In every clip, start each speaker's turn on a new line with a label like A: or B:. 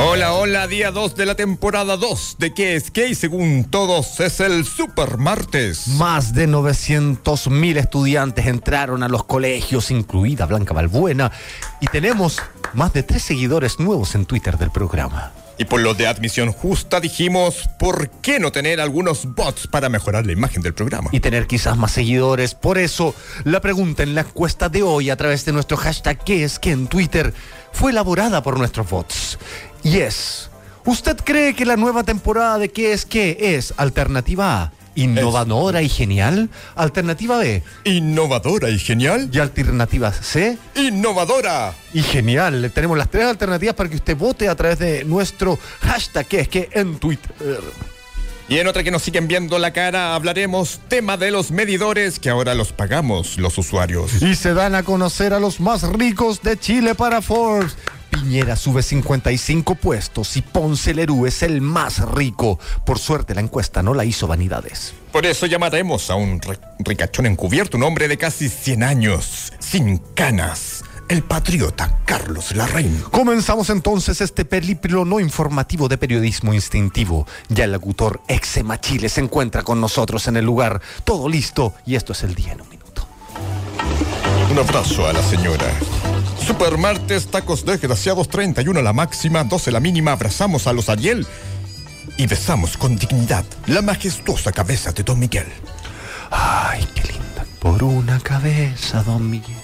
A: Hola, hola, día 2 de la temporada 2 de que es que según todos es el Super Martes.
B: Más de 900 mil estudiantes entraron a los colegios, incluida Blanca Balbuena, y tenemos más de tres seguidores nuevos en Twitter del programa.
A: Y por los de admisión justa dijimos, ¿por qué no tener algunos bots para mejorar la imagen del programa?
B: Y tener quizás más seguidores. Por eso, la pregunta en la encuesta de hoy a través de nuestro hashtag que es que en Twitter fue elaborada por nuestros bots. Y es, ¿usted cree que la nueva temporada de qué es que es alternativa A? Innovadora y genial. Alternativa B.
A: Innovadora y genial.
B: Y alternativa C.
A: Innovadora.
B: Y genial, tenemos las tres alternativas para que usted vote a través de nuestro hashtag, que es que en Twitter.
A: Y en otra que nos siguen viendo la cara hablaremos tema de los medidores que ahora los pagamos los usuarios.
B: Y se dan a conocer a los más ricos de Chile para Forbes. Piñera sube 55 puestos y Ponce Lerú es el más rico. Por suerte la encuesta no la hizo Vanidades.
A: Por eso llamaremos a un ri- ricachón encubierto, un hombre de casi 100 años, sin canas, el patriota Carlos Larraín.
B: Comenzamos entonces este periplo no informativo de periodismo instintivo. Ya el locutor Exema Chile se encuentra con nosotros en el lugar. Todo listo y esto es el día en un minuto.
A: Un abrazo a la señora. Supermartes, tacos desgraciados, 31 la máxima, 12 la mínima, abrazamos a los Ariel y besamos con dignidad la majestuosa cabeza de Don Miguel.
B: Ay, qué linda. Por una cabeza, don Miguel.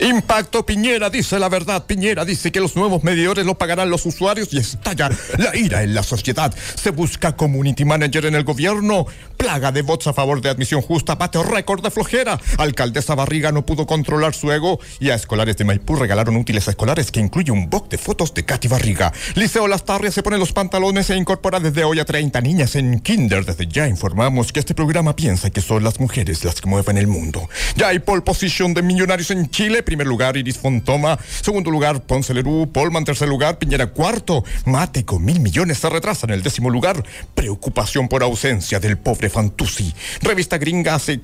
A: Impacto Piñera dice la verdad. Piñera dice que los nuevos medidores los pagarán los usuarios y estalla la ira en la sociedad. Se busca community manager en el gobierno. Plaga de bots a favor de admisión justa. Pateo récord de flojera. Alcaldesa Barriga no pudo controlar su ego y a escolares de Maipú regalaron útiles escolares que incluye un box de fotos de Katy Barriga. Liceo Las Tarrias se pone los pantalones e incorpora desde hoy a 30 niñas en Kinder. Desde ya informamos que este programa piensa que son las mujeres las que mueven el mundo. Ya hay pole position de millonarios en Chile. Primer lugar, Iris Fontoma. Segundo lugar, Ponce Lerú. Polman, tercer lugar, Piñera cuarto. Mate con mil millones se retrasa en el décimo lugar. Preocupación por ausencia del pobre Fantuzzi. Revista Gringa hace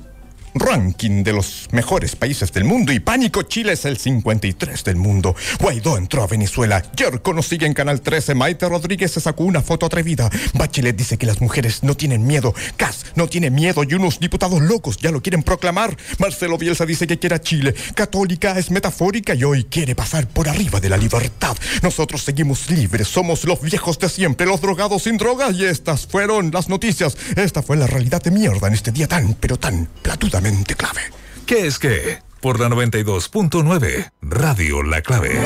A: ranking de los mejores países del mundo y pánico Chile es el 53 del mundo. Guaidó entró a Venezuela. Yerko nos sigue en Canal 13. Maite Rodríguez se sacó una foto atrevida. Bachelet dice que las mujeres no tienen miedo. Cas no tiene miedo y unos diputados locos ya lo quieren proclamar. Marcelo Bielsa dice que quiere a Chile. Católica es metafórica y hoy quiere pasar por arriba de la libertad. Nosotros seguimos libres, somos los viejos de siempre, los drogados sin drogas y estas fueron las noticias. Esta fue la realidad de mierda en este día tan, pero tan platudamente clave.
C: ¿Qué es qué? Por la 92.9, Radio La Clave.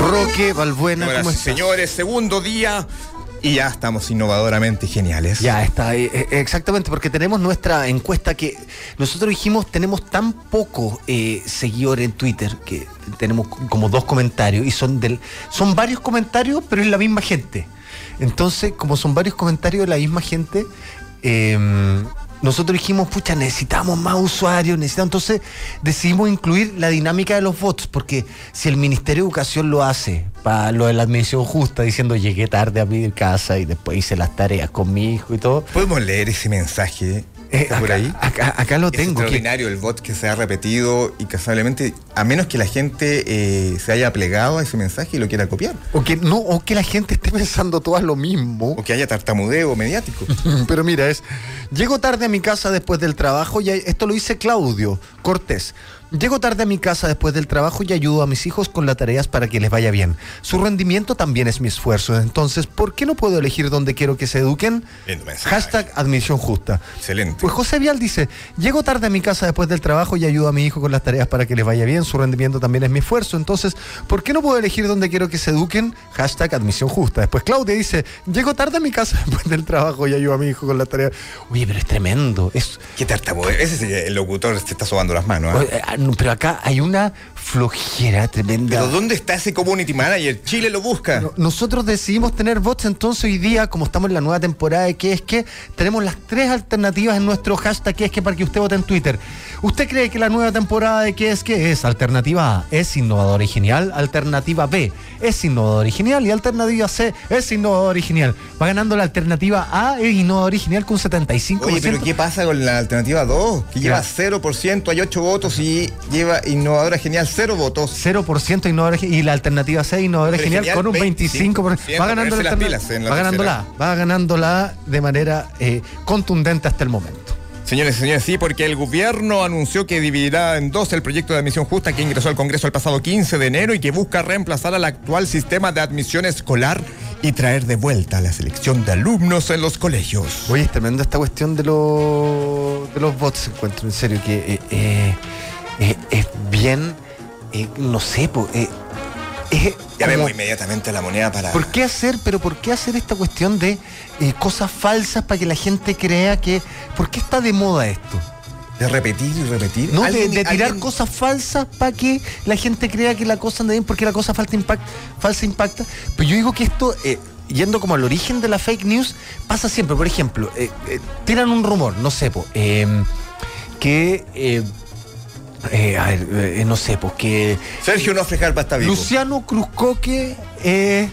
B: Roque Balbuena, ¿cómo
A: Señoras y
B: estás?
A: señores, segundo día y ya estamos innovadoramente geniales.
B: Ya está, eh, eh, exactamente, porque tenemos nuestra encuesta que nosotros dijimos tenemos tan poco eh, seguidores en Twitter que tenemos c- como dos comentarios y son del son varios comentarios, pero es la misma gente. Entonces, como son varios comentarios de la misma gente, eh, nosotros dijimos, pucha, necesitamos más usuarios, necesitamos. Entonces, decidimos incluir la dinámica de los bots, porque si el Ministerio de Educación lo hace para lo de la admisión justa, diciendo llegué tarde a mi casa y después hice las tareas con mi hijo y todo.
D: ¿Podemos leer ese mensaje?
B: eh,
D: ¿Está
B: acá,
D: por ahí?
B: acá- acá lo
D: Es
B: tengo. que-
D: extraordinario el bot que se ha repetido y casualmente, a menos que la gente eh, se haya plegado a ese mensaje y lo quiera copiar,
B: o que no, o que la gente esté pensando todas lo mismo.
D: o que haya tartamudeo mediático.
B: Pero mira, es. Llego tarde a mi casa después del trabajo y ay- esto lo dice Claudio Cortés. Llego tarde a mi casa después del trabajo y ayudo a mis hijos con las tareas para que les vaya bien. Su rendimiento también es mi esfuerzo. Entonces, ¿por qué no puedo elegir dónde quiero que se eduquen?
A: Lindo mensaje.
B: Hashtag admisión justa.
A: Excelente.
B: Pues José Vial dice, llego tarde a mi casa después del trabajo y ayudo a mi hijo con las tareas para que les vaya bien, su rendimiento también es mi esfuerzo, entonces, ¿por qué no puedo elegir dónde quiero que se eduquen? Hashtag admisión justa. Después Claudia dice, llego tarde a mi casa después del trabajo y ayudo a mi hijo con las tareas. Oye, pero es tremendo. Es,
A: ¿eh?
B: eh.
D: ¿Qué tartamudeo? Ese es el locutor se está sobando las manos. ¿ah?
B: Oye, ah, no, pero acá hay una flojera tremenda.
A: Pero ¿dónde está ese community manager? Chile lo busca.
B: No- Nosotros decidimos tener bots, entonces hoy día, como estamos en la nueva temporada de ¿Qué es que tenemos las tres alternativas en nuestro hashtag ¿Qué es que para que usted vote en Twitter. ¿Usted cree que la nueva temporada de ¿Qué es que es? Alternativa A, es innovador y genial. Alternativa B, es innovador y genial. Y alternativa C, es innovador y genial. Va ganando la alternativa A, es innovador y genial con 75%.
A: Oye, pero ¿qué pasa con la alternativa 2? Que lleva
B: Ya.
A: 0%, hay 8 votos y lleva innovadora genial 0 votos.
B: 0% innovador y y la alternativa C innovador
A: Pero
B: genial,
A: genial,
B: con un 25%.
A: 25%.
B: va ganando
A: Ponerse
B: la,
A: las
B: alterna-
A: pilas en la
B: va ganando la,
A: tercera.
B: va ganando la de manera eh, contundente hasta el momento.
A: Señores y señores, sí, porque el gobierno anunció que dividirá en dos el proyecto de admisión justa que ingresó al Congreso el pasado 15 de enero y que busca reemplazar al actual sistema de admisión escolar y traer de vuelta a la selección de alumnos en los colegios.
B: Oye, es tremenda esta cuestión de los de los bots, encuentro en serio que eh, eh, eh, es bien, eh, no sé, po, eh, es
A: Ya
B: como-
A: vemos inmediatamente la moneda para...
B: ¿Por qué hacer, pero por qué hacer esta cuestión de eh, cosas falsas para que la gente crea que, ¿por qué está de moda esto?
A: De repetir y repetir.
B: No, de,
A: Alguien-
B: de tirar
A: alguien-
B: cosas falsas para que la gente crea que la cosa anda bien, porque la cosa falta impact- falsa impacta. Pero yo digo que esto, eh, yendo como al origen de la fake news, pasa siempre. Por ejemplo, eh, eh, tiran un rumor, no sé, po, eh, que. eh, eh, a ver, eh, no sé, pues que.
A: Sergio no Carpa está vivo.
B: Luciano Cruzcoque eh, eh,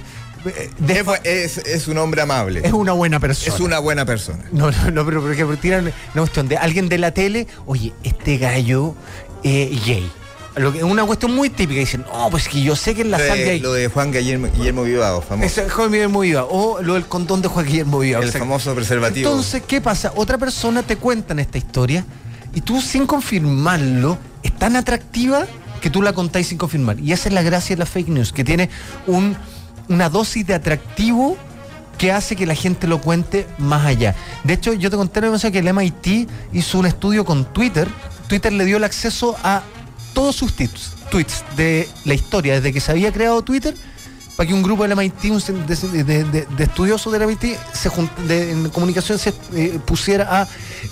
A: Es,
B: desfa-
A: bu- es- es un hombre amable.
B: es una buena persona.
A: Es una buena persona.
B: No, no, no, pero por ejemplo, tiran una cuestión de alguien de la tele, oye, este gallo eh, gay. Lo que, una cuestión muy típica, dicen, no, pues que yo sé que en la
A: Lo de-
B: sal gay.
A: lo de Juan Guillermo, Guillermo Vivado, famoso.
B: Ese Juan Guillermo Viva, o lo del condón de Juan Guillermo Viva.
A: el
B: o sea,
A: famoso preservativo.
B: Entonces, ¿qué pasa? Otra persona te cuenta en esta historia y tú sin confirmarlo, es tan atractiva que tú la contáis sin confirmar. Y esa es la gracia de la fake news, que tiene un, una dosis de atractivo que hace que la gente lo cuente más allá. De hecho, yo te conté en una ocasión que el MIT hizo un estudio con Twitter. Twitter le dio el acceso a todos sus tips- tweets de la historia, desde que se había creado Twitter, para que un grupo del MIT, un cen- de, de- de- de estudiosos del MIT, se jun- de- en comunicación se eh, pusiera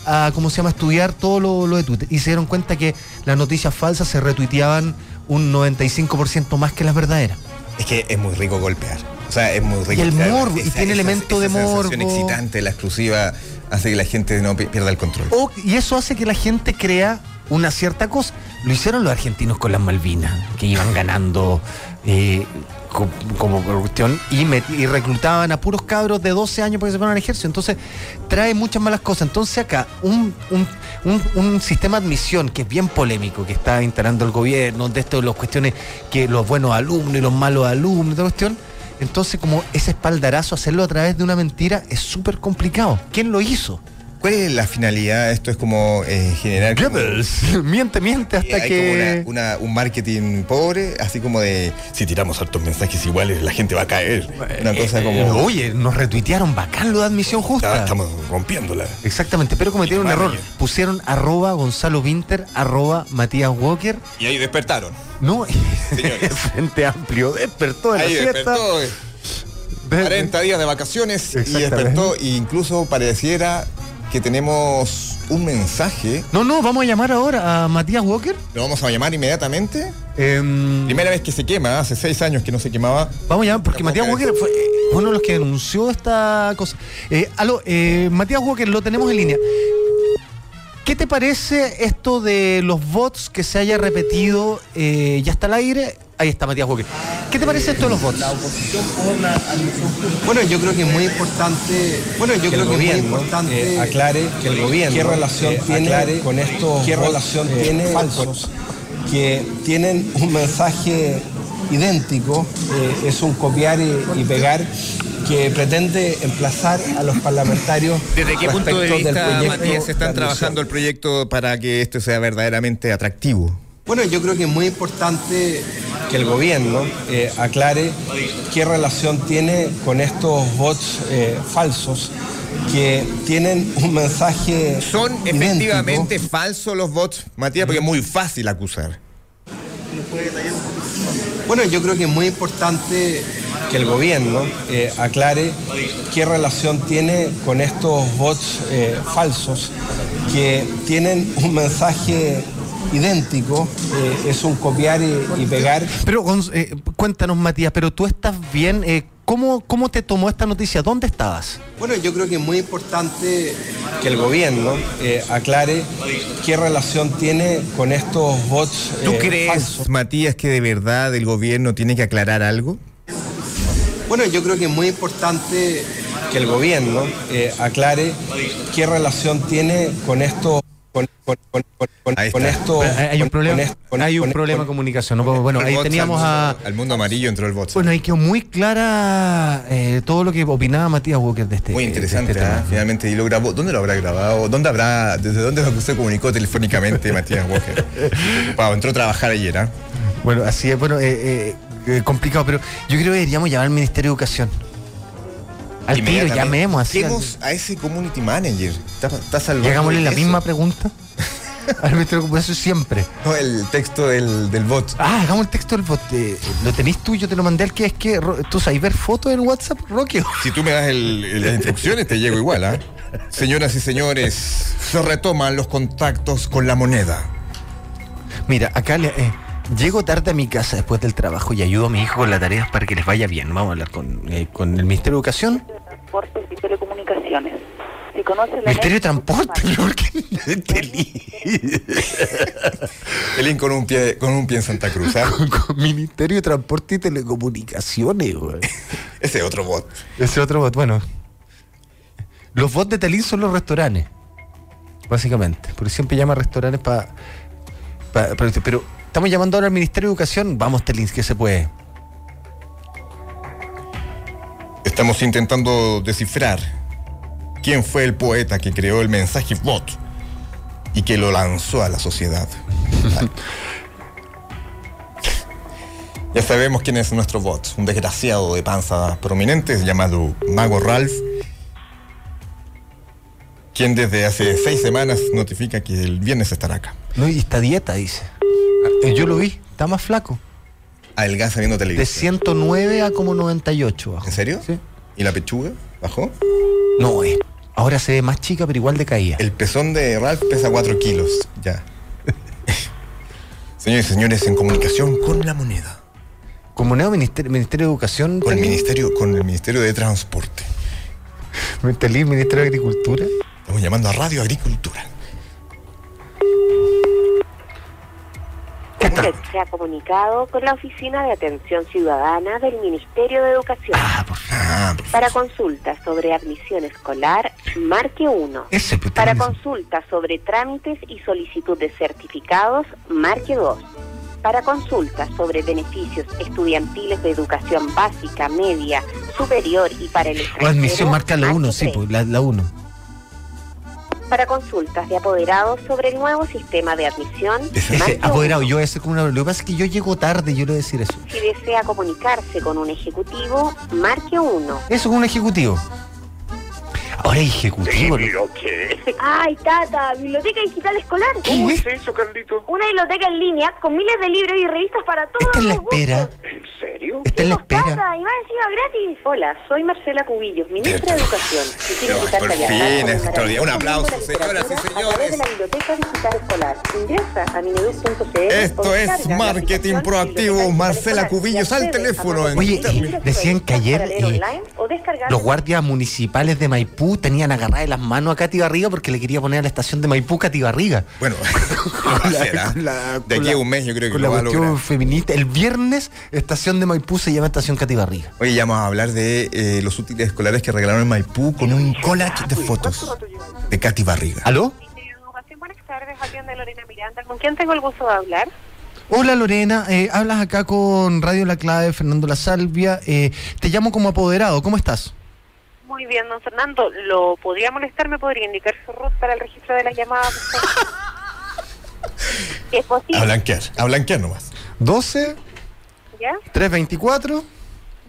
B: a, a, ¿cómo se llama?, estudiar todo lo, lo de Twitter. Y se dieron cuenta que las noticias falsas se retuiteaban un 95% más que las verdaderas.
A: Es que es muy rico golpear. O sea, es muy rico.
B: Y el
A: Claro,
B: morbo, y tiene elemento de
A: sensación
B: morbo.
A: excitante, la exclusiva, hace que la gente no pi- pierda el control.
B: O- Oh, y eso hace que la gente crea una cierta cosa. Lo hicieron los argentinos con las Malvinas, que iban ganando eh, co- como por cuestión y, met- y reclutaban a puros cabros de 12 años para que se fueran al ejército. Entonces, trae muchas malas cosas. Entonces, acá, un, un- un- un sistema de admisión que es bien polémico, que está instalando el gobierno, de esto de las cuestiones que los buenos alumnos y los malos alumnos, esta cuestión. Entonces, como ese espaldarazo, hacerlo a través de una mentira es súper complicado. ¿Quién lo hizo?
A: ¿Cuál es la finalidad? Esto es como eh, generar. como-
B: Goebbels. Miente, miente
A: eh,
B: hasta
A: hay
B: que.
A: como una- una- un marketing pobre, así como de si tiramos hartos mensajes iguales, la gente va a caer. Una
B: Eh,
A: cosa
B: eh,
A: como.
B: Oye, nos retuitearon bacán lo de admisión
A: "Ah,
B: justa.
A: Estamos rompiéndola.
B: Exactamente, pero cometieron un error.
A: Manager.
B: Pusieron arroba Gonzalo Winter, arroba Matías Walker.
A: Y ahí despertaron.
B: No,
A: Señores.
B: Frente Amplio despertó de la
A: Ahí
B: siesta.
A: despertó. eh.
B: De-
A: 40 días de vacaciones y
B: Exactamente.
A: despertó e incluso pareciera que tenemos un mensaje.
B: No, no, vamos a llamar ahora a Matías Walker.
A: Lo vamos a llamar inmediatamente.
B: Em,
A: Primera vez que se quema, hace seis años que no se quemaba.
B: vamos a llamar porque
A: Vamos a
B: Matías
A: ver.
B: Walker fue eh, uno de los que anunció esta cosa. Eh, aló, eh, Matías Walker, lo tenemos en línea. ¿Qué te parece esto de los bots que se haya repetido? eh, ya está al aire. Ahí está Matías Walker. ¿Qué te parece esto de los bots?
E: Bueno, yo creo que es muy importante. Bueno, yo creo que es muy importante
F: eh, aclare
E: que el gobierno
F: qué relación
E: eh,
F: tiene
E: aclare
F: con estos
E: qué
F: bots,
E: relación
F: eh,
E: tiene
F: falsos.
E: con- que tienen un mensaje idéntico, eh, es un copiar y, y pegar que pretende emplazar a los parlamentarios
A: ¿Desde qué punto
E: respecto
A: de
E: del
A: vista,
E: proyecto
A: Matías,
E: de
A: están
E: admisión.
A: trabajando el proyecto para que esto sea verdaderamente atractivo?
E: Bueno, yo creo que es muy importante que el gobierno eh, aclare qué relación tiene con estos bots eh, falsos que tienen un mensaje.
A: ¿Son
E: idéntico.
A: efectivamente falsos los bots, Matías? Porque es muy fácil acusar.
E: Bueno, yo creo que es muy importante que el gobierno eh, aclare qué relación tiene con estos bots eh, falsos que tienen un mensaje idéntico, eh, es un copiar y, y pegar.
B: Pero Gonz- eh, cuéntanos, Matías, pero tú estás bien. eh, ¿cómo, ¿Cómo te tomó esta noticia? ¿Dónde estabas?
E: Bueno, yo creo que es muy importante que el gobierno eh, aclare qué relación tiene con estos bots.
A: ¿Tú
E: eh,
A: crees,
E: falsos.
A: Matías, que de verdad el gobierno tiene que aclarar algo?
E: Bueno, yo creo que es muy importante que el gobierno eh, aclare qué relación tiene con estos con, con- con- con-
A: Ahí
E: con
A: está.
E: estos
B: Hay un
E: con-
B: problema,
E: con est- con-
B: hay un
E: con-
B: problema de
E: con-
B: comunicación. ¿no? pues, Bueno,
A: El
B: ahí
A: bots
B: teníamos
A: al
B: a.
A: mundo- Al mundo amarillo entró el bot.
B: Bueno, ahí quedó muy clara eh, todo lo que opinaba Matías Walker de este
A: Muy
B: de este
A: interesante,
B: tema.
A: ¿ah? finalmente. ¿Y lo grabó? ¿Dónde lo habrá grabado? ¿Dónde habrá, desde dónde se comunicó telefónicamente Matías Walker? Pau, entró a trabajar ayer, ¿ah?
B: Bueno, así es, bueno, eh, eh, eh, complicado, pero yo creo que deberíamos llamar al Ministerio de Educación. Al tiro,
A: Inmediatamente.
B: llamemos así. al-
A: Llamemos a ese community manager. Está, está salvando
B: Llegámosle la
A: eso.
B: misma pregunta. al Ministerio de Educación siempre.
A: No, el texto del, del bot.
B: Ah, hagamos el texto del bot. eh, lo tenés tú, yo te lo mandé al que es que. Ro- ¿Tú sabes ver fotos en WhatsApp, Rocky?
A: Si tú me das el- las instrucciones, te llego igual, ¿ah? Señoras y señores, se retoman los contactos con la moneda.
B: Mira, acá le- eh, llego tarde a mi casa después del trabajo y ayudo a mi hijo con las tareas para que les vaya bien. Vamos a hablar con, eh, con el Ministerio de Educación.
F: Transportes y Telecomunicaciones. Si conoce la
B: Ministerio de
F: ley-
B: Transporte, ¿por qué?
A: Elín con un pie, con un pie en Santa Cruz, ¿ah?
B: Con Ministerio de Transporte y Telecomunicaciones, güey.
A: Ese otro bot.
B: Ese otro bot, bueno. Los bots de Talín son los restaurantes, básicamente. Porque siempre llama a restaurantes para... pero estamos llamando ahora al Ministerio de Educación. Vamos, Talín, que se puede.
A: Estamos intentando descifrar quién fue el poeta que creó el mensaje bot y que lo lanzó a la sociedad. ya sabemos quién es nuestro bot, un desgraciado de panzas prominentes llamado Mago Ralph, quien desde hace seis semanas notifica que el viernes estará acá.
B: No, y está dieta, dice. Eh, Yo lo vi, está más flaco.
A: Adelgaza viendo
B: De
A: televisión.
B: 109 a como 98 bajó.
A: ¿En serio?
B: Sí.
A: ¿Y la pechuga? ¿Bajó?
B: No, eh, ahora se ve más chica, pero igual decaía.
A: El pezón de Ralph pesa 4 kilos. Ya. Señores y señores, en comunicación con la moneda.
B: Como nuevo ministerio, ministerio de Educación,
A: Con el
B: Talín,
A: Ministerio, con el ministerio de Transporte.
B: Talín, Ministerio de Agricultura.
A: Estamos llamando a Radio Agricultura.
G: Usted se ha comunicado con la Oficina de Atención Ciudadana del Ministerio de Educación.
A: Ah,
G: Para consultas sobre admisión escolar, marque 1.
B: Ese, pues,
G: Para
B: Talín,
G: consultas sobre trámites y solicitud de certificados, marque 2. Para consultas sobre beneficios estudiantiles de educación básica, media, superior y para el
B: O
G: extranjero,
B: admisión marca la
G: marque
B: 1, sí,
G: tres.
B: pues, la, la 1.
G: Para consultas de apoderados sobre el nuevo sistema de admisión, marque
B: Ese
G: uno.
B: apoderado, yo ese como una. Lo que pasa es que yo llego tarde, yo le voy a decir eso.
G: Si desea comunicarse con un ejecutivo, marque 1.
B: Eso es un ejecutivo. Ahora ejecutivo. ¿no?
H: Ay, Tata, Biblioteca Digital Escolar.
B: ¿Qué es?
I: se hizo, Carlito?
H: Una biblioteca en línea con miles de libros y revistas para todos
B: Está en la
H: los gustos.
B: espera.
I: ¿En serio?
B: Está en la
H: Chicos,
B: espera.
H: Tata, y más encima gratis.
G: Hola, soy Marcela Cubillos, ministra de Educación. Si quiere
A: Pero,
G: invitarse
A: por
G: a dialogar
A: fin, este
G: con
A: es extraordinario. Un
G: maravilloso
A: aplauso,
G: mundo de la
A: señoras y señores.
G: literatura A través de la Biblioteca Digital Escolar. Ingresa a mineduc.cl.
A: Esto
G: o
A: es
G: descarga la
A: marketing
G: aplicación
A: proactivo,
G: Biblioteca Digital
A: Marcela
G: Escolar
A: Cubillos,
G: y
A: al
G: accede a
A: teléfono en
G: contenidos
B: Oye,
G: gratuitos
B: decían que ayer,
G: para leer online
B: eh,
G: o descargar
B: Los guardias municipales de Maipú tenían agarrada de las manos a Cati Barriga porque le quería poner a la estación de Maipú Cati Barriga.
A: bueno, será. de aquí a un mes yo creo que
B: con la
A: lo va a
B: cuestión
A: lograr.
B: feminista. El viernes, estación de Maipú se llama estación Cati Barriga.
A: Oye, ya vamos a hablar de eh, los útiles escolares que regalaron en Maipú con un collage de fotos de Katy Barriga.
B: ¿Aló?
G: Buenas tardes, atiende Lorena Miranda. ¿Con quién tengo el gusto de hablar?
B: Hola Lorena, eh, hablas acá con Radio La Clave, Fernando La Salvia. eh, te llamo como apoderado, ¿cómo estás?
G: Muy bien, don Fernando. ¿Lo podría molestar? ¿Me podría indicar su root para el registro de la llamada? por favor? Si es
A: A
G: posible,
A: blanquear, a blanquear nomás.
B: 12
G: ¿ya?
B: 324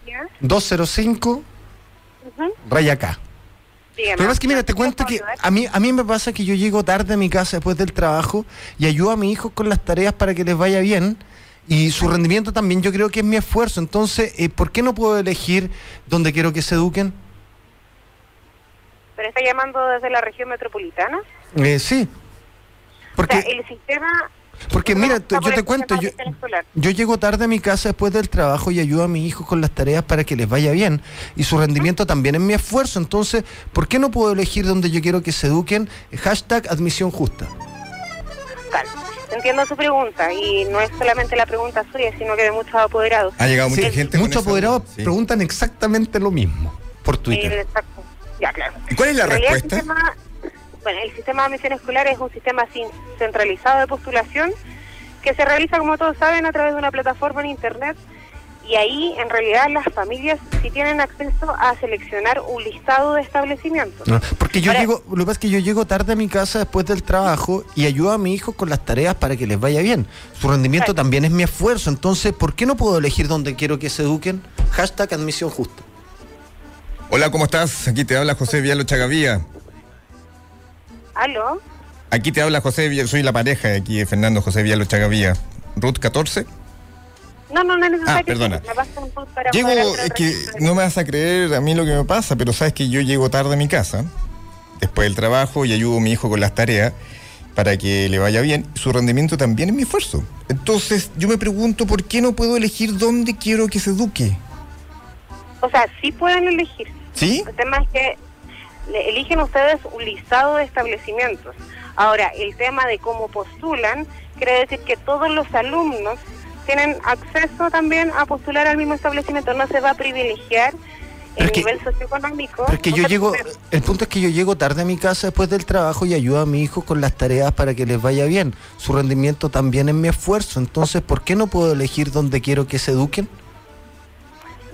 G: ¿Ya?
B: 205
G: Ujú.
B: raya acá.
G: Dígame.
B: Lo que pasa es que, mira, te cuento que a mí, a mí me pasa que yo llego tarde a mi casa después del trabajo y ayudo a mis hijos con las tareas para que les vaya bien. Y su rendimiento también yo creo que es mi esfuerzo. Entonces, eh, ¿por qué no puedo elegir dónde quiero que se eduquen?
G: ¿Pero está llamando desde la región metropolitana?
B: Eh, sí.
G: O
B: Porque
G: sea, el sistema
B: Porque
G: No,
B: mira,
G: está
B: tú- yo
G: por
B: te
G: el
B: cuento,
G: sistema
B: yo,
G: fiscal escolar.
B: yo llego tarde a mi casa después del trabajo y ayudo a mis hijos con las tareas para que les vaya bien. Y su rendimiento también es mi esfuerzo. Entonces, ¿por qué no puedo elegir donde yo quiero que se eduquen? Hashtag admisión justa.
G: Tal. Entiendo su pregunta y no es solamente la pregunta suya, sino que de muchos apoderados.
A: Ha llegado mucha
B: Sí,
A: gente. con
B: Muchos
A: esa-
B: apoderados
A: sí.
B: preguntan exactamente lo mismo por
G: Eh,
B: Twitter.
G: exacto. Ya, claro.
A: ¿Y cuál es la
G: En realidad, el
A: respuesta?
G: sistema- bueno, el sistema de admisión escolar es un sistema sin- centralizado de postulación que se realiza, como todos saben, a través de una plataforma en Internet y ahí, en realidad, las familias sí tienen acceso a seleccionar un listado de establecimientos.
B: ¿no? Porque yo
G: Ahora-
B: llego, lo que pasa es que yo llego tarde a mi casa después del trabajo y ayudo a mi hijo con las tareas para que les vaya bien. Su rendimiento
G: Claro.
B: también es mi esfuerzo. Entonces, ¿por qué no puedo elegir dónde quiero que se eduquen? Hashtag admisión justa.
A: Hola, ¿cómo estás? Aquí te habla José Vialo Chagavía.
G: ¿Aló?
A: Aquí te habla José Vialo. Soy la pareja de aquí de Fernando José Vialo Chagavía. Ruth 14.
G: No, no, no es necesario.
A: Ah, perdona.
G: La paso un poco para
A: Llego,
G: poder hacer
A: es
G: otra
A: que
G: pregunta.
A: no me vas a creer a mí lo que me pasa, pero sabes que yo llego tarde a mi casa, después del trabajo, y ayudo a mi hijo con las tareas para que le vaya bien. Su rendimiento también es mi esfuerzo. Entonces yo me pregunto por qué no puedo elegir dónde quiero que se eduque.
G: O sea, sí pueden elegir.
A: ¿Sí?
G: El tema es que le- eligen ustedes un listado de establecimientos. Ahora, el tema de cómo postulan, quiere decir que todos los alumnos tienen acceso también a postular al mismo establecimiento. No se va a privilegiar
B: Pero
G: el
B: es que-
G: nivel socioeconómico.
B: Pero es que
G: O
B: yo
G: sea,
B: llego,
G: pero-
B: el punto es que yo llego tarde a mi casa después del trabajo y ayudo a mi hijo con las tareas para que les vaya bien. Su rendimiento también es mi esfuerzo. Entonces, ¿por qué no puedo elegir dónde quiero que se eduquen?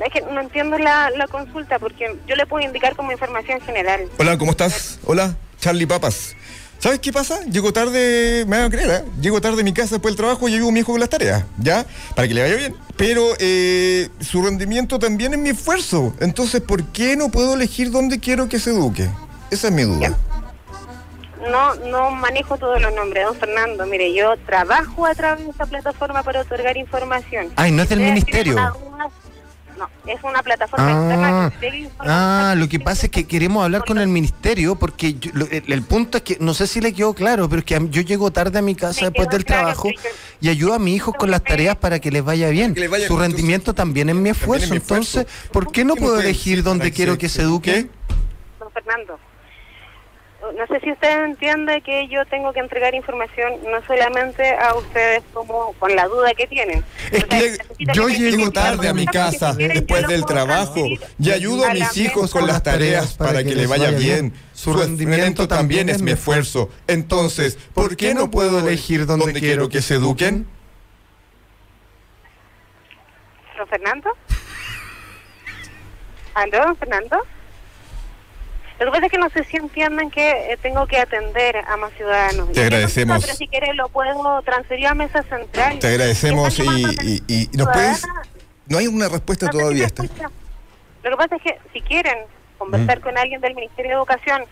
G: Es que no entiendo la, la consulta porque yo le puedo indicar como información general.
A: Hola, ¿cómo estás? Hola, Charlie Papas. ¿Sabes qué pasa? Llego tarde, me van a creer, ¿eh? llego tarde a mi casa después del trabajo y ayudo a mi hijo con las tareas, ¿ya? Para que le vaya bien. Pero eh, su rendimiento también es mi esfuerzo. Entonces, ¿por qué no puedo elegir dónde quiero que se eduque? Esa es mi duda.
G: No, no manejo todos los nombres, don Fernando. Mire, yo trabajo a través de esta plataforma para otorgar información.
B: Ay, ¿no es del
G: Ustedes
B: ministerio?
G: tienen una duda- No, es una plataforma
B: Ah,
G: externa que entrega información.
B: ah, lo que pasa es que queremos hablar con el ministerio porque yo- lo- el, el punto es que, no sé si le quedó claro, pero es que a mí- yo llego tarde a mi casa
G: Me
B: después
G: quedó
B: del
G: claro,
B: trabajo
G: sí, yo-
B: y ayudo a mi hijo con las tareas para que les vaya bien.
A: Que les vaya
B: Su
A: bien,
B: rendimiento también es mi
A: también es
B: esfuerzo.
A: mi esfuerzo.
B: Entonces, ¿por qué no
A: ¿Por qué no
B: puedo
A: pueden
B: elegir
A: ser
B: dónde
A: para
B: quiero
A: que
B: que
A: se
B: se eduquen?
A: eduque?
G: Don Fernando, Uh, no sé si usted entiende que yo tengo que entregar información no solamente a ustedes como con la duda que tienen.
A: Es
G: O sea,
A: que
G: necesito
A: yo
G: que me
A: llego
G: expliquen
A: tarde a mi
G: las cosas
A: casa
G: que quieren,
A: después
G: yo
A: del
G: lo puedo
A: trabajo
G: transmitir
A: y ayudo a
G: la
A: mis hijos
G: mesa.
A: con las tareas para que le vaya bien. Su rendimiento también es mi esfuerzo. Entonces, ¿por qué no puedo elegir dónde quiero que se eduquen?
G: ¿Don Fernando? ¿Aló, don Fernando? Lo que pasa es que no sé si entienden que eh, tengo que atender a más ciudadanos.
A: Te agradecemos.
G: Pero si quieres lo puedo transferir a mesa central.
A: Te agradecemos
G: Están
A: y,
G: llamando a
A: y-
G: atención
A: y- y nos puedes...
G: ciudadana.
A: No hay una respuesta
G: No sé si
A: todavía.
G: me
A: está-
G: escucha. Lo que pasa es que si quieren conversar con alguien del Ministerio de Educación... eh,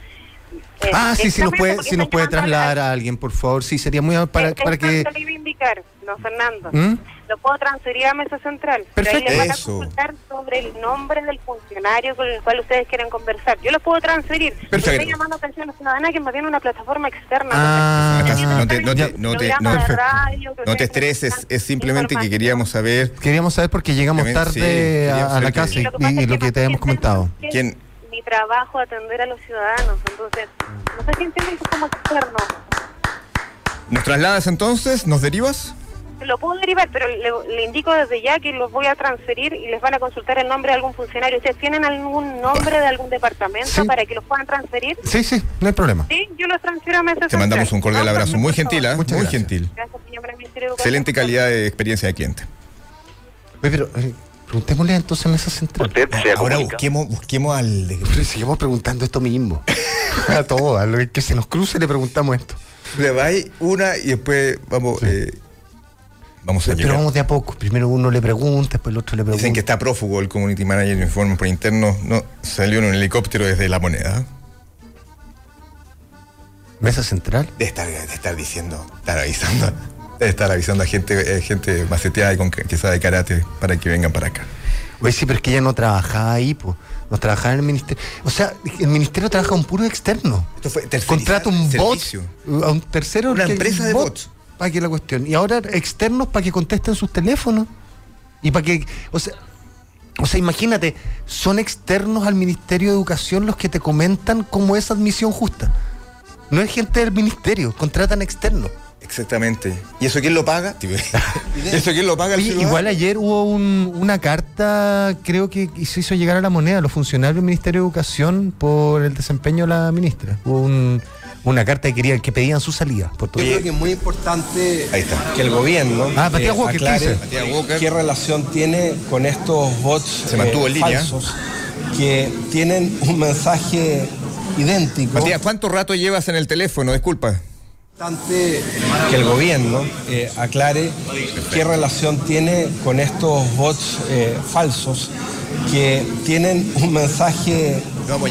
B: Mm. Ah, sí, sí nos
G: directamente,
B: puede,
G: porque
B: si nos
G: están
B: puede
G: llamando a la-
B: trasladar a alguien, por favor. Sí, sería muy amable para,
G: Eh,
B: para que...
G: exacto, le iba a indicar, don Fernando.
B: ¿Mm?
G: Lo puedo transferir a mesa central.
B: Perfecto.
G: Pero ahí les van a
A: Eso.
G: consultar sobre el nombre del funcionario con el cual ustedes quieren conversar. Yo los puedo transferir.
A: Perfecto.
G: Estoy llamando atención ciudadana que más bien una plataforma externa.
B: Ah,
G: Entonces,
A: no te-
G: ustedes
A: no te-
G: tienen
A: no te-
G: programas
A: no-
G: de radio que
A: No te
G: ustedes
A: estreses,
G: necesitan
A: es simplemente que
G: información.
A: queríamos saber
B: Queríamos saber porque llegamos
A: También, sí,
B: tarde a-
A: queríamos
B: a, la
A: saber que-
B: casa y,
G: pasa
B: y
G: es
B: lo que
G: no
B: te habíamos
G: entienden
B: comentado.
G: que es
A: ¿Quién?
G: Mi trabajo atender a los ciudadanos. Entonces, no sé si entienden que es como externo.
A: ¿Nos trasladas entonces? ¿Nos derivas?
G: Lo puedo derivar, pero le, le indico desde ya que los voy a transferir y les van a consultar el nombre de algún funcionario. ¿Ustedes tienen algún nombre de algún departamento
B: Sí.
G: para que los puedan transferir?
B: Sí, sí, no hay problema.
G: Sí, yo los transfiero a mesa
A: Te mandamos un cordial abrazo. Muy gentil, ¿ah?
B: Muchas
A: Muy
B: gracias.
A: gentil.
G: Gracias, señor Ministerio de Educación.
A: Excelente calidad de experiencia de cliente.
B: Oye, pero eh, preguntémosle entonces en esa central.
I: Usted se ha
A: Ahora
I: comunicado.
A: busquemos, busquemos al...
B: Pero seguimos preguntando esto mismo. A todo, a lo que se nos cruce le preguntamos esto.
A: Le vais una y después vamos... eh, vamos a
B: Pero
A: llegar.
B: vamos de a poco. Primero uno le pregunta, después el otro le pregunta.
A: Dicen que está prófugo el community manager, me informan por interno. No, salió en un helicóptero desde La Moneda.
B: Mesa central.
A: De estar, de estar diciendo, estar avisando. De estar avisando a gente, eh, gente maceteada y con, que que sabe karate para que vengan para acá.
B: Oye, sí, pero es que ella no trabajaba ahí, pues. No trabajaba en el ministerio. O sea, el ministerio trabaja un puro externo.
A: Esto fue tercerizar
B: Contrata un
A: el
B: bot
A: servicio.
B: eh, a un tercero.
A: Una
B: que-
A: empresa de
B: bot.
A: bots.
B: para que la cuestión. Y ahora externos para que contesten sus teléfonos. Y para que, o sea, o sea, imagínate, son externos al Ministerio de Educación los que te comentan cómo es admisión justa. No es gente del ministerio, contratan externos.
A: Exactamente. ¿Y eso quién lo paga? ¿Y eso quién lo paga? El
B: Oye,
A: ciudadano?
B: igual ayer hubo un- una carta, creo que se hizo llegar a la moneda a los funcionarios del Ministerio de Educación por el desempeño de la ministra. Hubo un- una carta que querían, que pedían su salida. Por todo.
E: Yo creo que es muy importante
A: Ahí está.
E: que el gobierno eh,
B: Ah, Matías Walker, ¿qué
E: aclare
B: dice?
A: Matías Walker.
E: qué relación tiene con estos bots eh,
A: Se mantuvo en línea.
E: falsos que tienen un
A: Eh,
E: mensaje idéntico.
A: Matías, ¿cuánto rato llevas en el teléfono? Disculpa.
E: importante que el gobierno eh, aclare qué relación tiene con estos bots eh, falsos que tienen un mensaje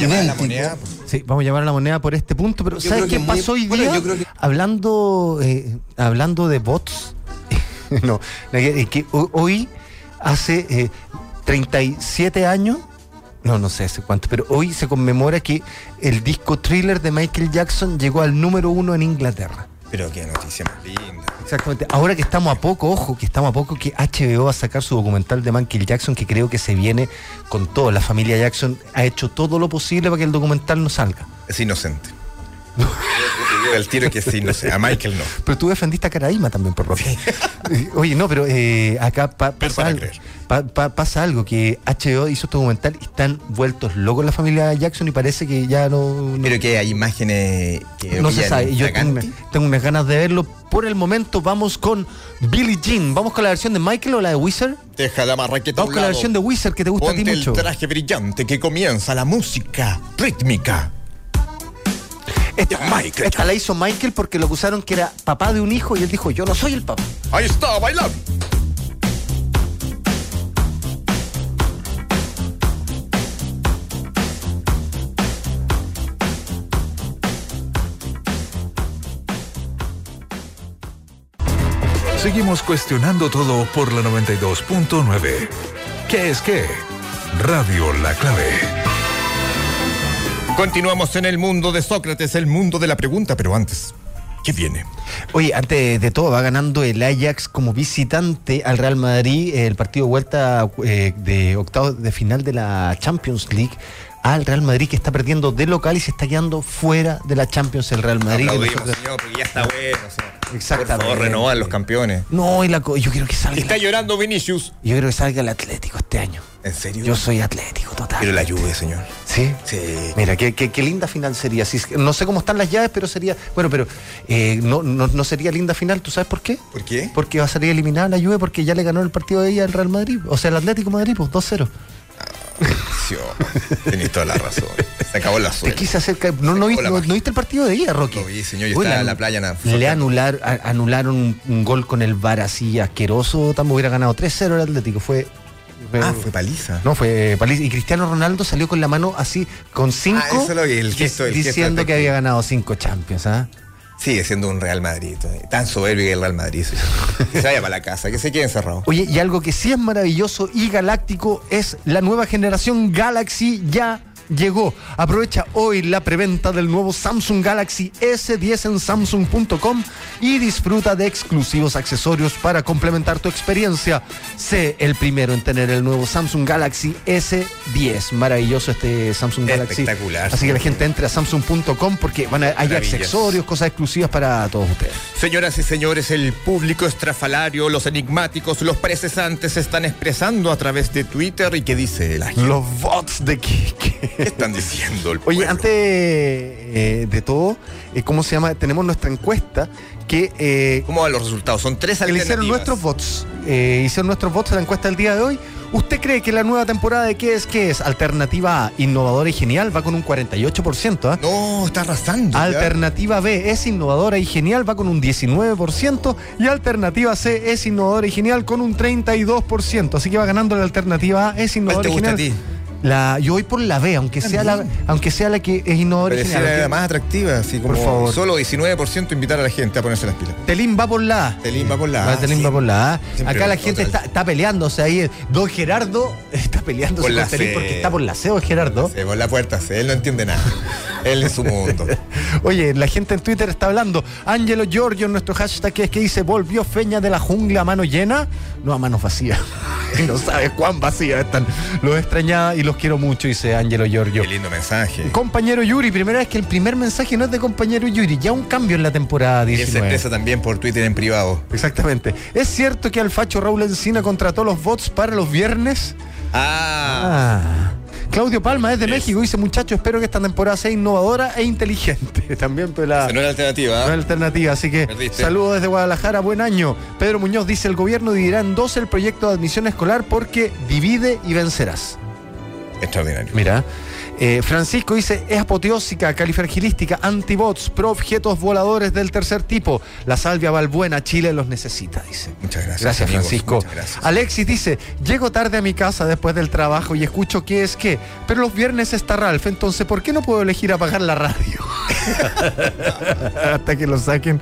E: idéntico.
B: Sí, vamos a llamar a la moneda por este punto, pero
E: pues. Yo
B: ¿sabes
E: creo que
B: qué
E: muy-
B: pasó hoy día?
E: bueno, yo creo que-
B: Hablando, eh, hablando de bots, no, es que ho- hoy hace eh, 37 años, no, no sé hace cuánto, pero hoy se conmemora que el disco thriller de Michael Jackson llegó al número uno en Inglaterra.
A: Pero qué noticia más linda.
B: Exactamente. Ahora que estamos a poco, ojo, que estamos a poco que HBO va a sacar su documental de Michael Jackson, que creo que se viene con todo. La familia Jackson ha hecho todo lo posible para que el documental no salga.
A: Es inocente. el tiro que es inocente. A Michael no.
B: Pero tú defendiste a Caraíma también, por Rocky. Oye, no, pero eh, acá pa-
A: Ver
B: pasa,
A: para
B: algo,
A: creer.
B: Pa- pa- pasa algo, que HBO hizo este documental y están vueltos locos la familia Jackson y parece que ya no... no-
A: Pero que hay imágenes que
B: no se
A: brillan
B: sabe, yo tengo,
A: fraganti.
B: tengo unas ganas de verlo. Por el momento vamos con Billie Jean. ¿Vamos con la versión de Michael o la de Wizard?
A: Deja la marraqueta a
B: Vamos
A: un
B: con la
A: lado.
B: versión de Wizard que te gusta a
A: Ponte
B: ti
A: el
B: mucho.
A: traje brillante que comienza la música rítmica.
B: Esta,
A: Michael.
B: esta la hizo Michael porque lo acusaron que era papá de un hijo y él dijo, yo no soy el papá.
A: Ahí está, bailando.
C: Seguimos cuestionando todo por la 92.9. ¿Qué es qué? Radio La Clave.
A: Continuamos en el mundo de Sócrates, el mundo de la pregunta, pero antes, ¿qué viene?
B: Oye, antes de todo, va ganando el Ajax como visitante al Real Madrid, eh, el partido de vuelta eh, de octavos de final de la Champions League al Real Madrid que está perdiendo de local y se está quedando fuera de la Champions el Real Madrid.
A: Aplaudimos, señor, porque ya está bueno. señor.
B: Exactamente.
A: Por favor, renovar los campeones.
B: No, y la co- yo quiero que salga.
A: Está llorando Vinicius.
B: Yo creo que salga el Atlético este año.
A: ¿En serio?
B: Yo soy Atlético total.
A: Pero la lluvia, señor.
B: ¿Sí?
A: Sí.
B: Mira, qué, qué- qué linda final sería. Si es que- no sé cómo están las llaves, pero sería. Bueno, pero eh, no, no, no sería linda final. ¿Tú sabes por qué?
A: ¿Por qué?
B: Porque va a salir eliminada la Juve porque ya le ganó el partido de ella al Real Madrid. O sea, el Atlético Madrid, pues 2-0.
A: Tenés toda la razón. Se acabó la
B: Te
A: suerte.
B: quise hacer caer- No, no,
A: acabó
B: viste-
A: la
B: no-
A: magia.
B: no viste el partido de ella, Rocky.
A: Lo vi, señor, yo
B: Uy,
A: estaba en
B: anu-
A: la playa, en la-
B: Le anular, a- anularon un, un gol con el VAR así asqueroso. También hubiera ganado 3-0 el Atlético. Fue.
A: Ah, fue paliza.
B: No, fue paliza. Y Cristiano Ronaldo salió con la mano así, con 5.
A: Ah, eso lo vi, el gesto, el gesto
B: diciendo que
A: efectivo.
B: había ganado 5 Champions, ¿ah?
A: Sigue siendo un Real Madrid. eh, Tan soberbio que el Real Madrid. señor. Que se vaya para la casa, que se quede encerrado.
B: Oye, y algo que sí es maravilloso y galáctico es la nueva generación Galaxy ya llegó. Aprovecha hoy la preventa del nuevo Samsung Galaxy S10 en samsung.com y disfruta de exclusivos accesorios para complementar tu experiencia. Sé el primero en tener el nuevo Samsung Galaxy S10. Maravilloso este Samsung Galaxy.
A: Espectacular.
B: Así que la gente entre a samsung.com porque van a, hay
A: Maravillas.
B: accesorios, cosas exclusivas para todos ustedes.
A: Señoras y señores, el público estrafalario, los enigmáticos, los precesantes se están expresando a través de Twitter y qué dice la gente.
B: Los bots de Kike.
A: ¿Qué están diciendo el
B: Oye,
A: pueblo?
B: antes eh, de todo, eh, ¿cómo se llama? Tenemos nuestra encuesta que, eh,
A: ¿Cómo van los resultados? Son tres
B: que le hicieron
A: alternativas.
B: nuestros bots. Eh, hicieron nuestros bots la encuesta del día de hoy. ¿Usted cree que la nueva temporada de qué es qué es? Alternativa A, innovadora y genial, va con un 48%. ¿ah?
A: No, está arrasando. ya.
B: Alternativa B es innovadora y genial, va con un 19%. Y alternativa C es innovadora y genial con un 32%. Así que va ganando la alternativa A, es
A: ¿Cuál
B: innovadora
A: te
B: y
A: gusta
B: genial.
A: a ti?
B: La, yo voy por la B, aunque sea la, aunque sea la que es y no
A: Pero
B: original.
A: decía la
B: ¿ok?
A: más atractiva, así como
B: Por favor.
A: solo 19% invitar a la gente a ponerse las pilas.
B: Telín va por la A.
A: Telín va por la A,
B: Va, Telín
A: sí.
B: va por la A.
A: Siempre
B: Acá la
A: otra
B: gente
A: vez.
B: está, está peleándose ahí. Don Gerardo está peleándose
A: Por la
B: con Telín
A: C.
B: porque está por la C, don Gerardo.
A: Se por la puerta, se- él no entiende nada. él es su mundo.
B: Oye, la gente en Twitter está hablando. Angelo Giorgio, nuestro hashtag que es que dice, volvió Feña de la jungla a mano llena, no a manos vacías. Y no sabes cuán vacías están. Los extrañaba y los quiero mucho, dice Angelo Giorgio.
A: Qué lindo mensaje.
B: Compañero Yuri, primera vez que el primer mensaje no es de compañero Yuri, ya un cambio en la temporada
A: Y él se
B: 19.
A: expresa también por Twitter en privado.
B: Exactamente. ¿Es cierto que al facho Raúl Encina contrató los bots para los viernes?
A: Ah,
B: Ah. Claudio Palma es de México, dice muchacho, espero que esta temporada sea innovadora e inteligente. También pues la,
A: esa no era alternativa. ¿ah?
B: no hay alternativa, así que
A: Perdiste.
B: saludos desde Guadalajara, buen año. Pedro Muñoz dice, el gobierno dividirá en dos el proyecto de admisión escolar porque divide y vencerás.
A: Extraordinario.
B: Mira. Eh, Francisco dice, es apoteósica, califergilística, antibots, pro objetos voladores del tercer tipo. La salvia Valbuena, Chile los necesita, dice.
A: Muchas gracias,
B: Gracias,
A: amigos,
B: Francisco.
A: muchas gracias.
B: Alexis dice, llego tarde a mi casa después del trabajo y escucho qué es qué, pero los viernes está Ralph, entonces ¿por qué no puedo elegir apagar la radio? Hasta que lo saquen.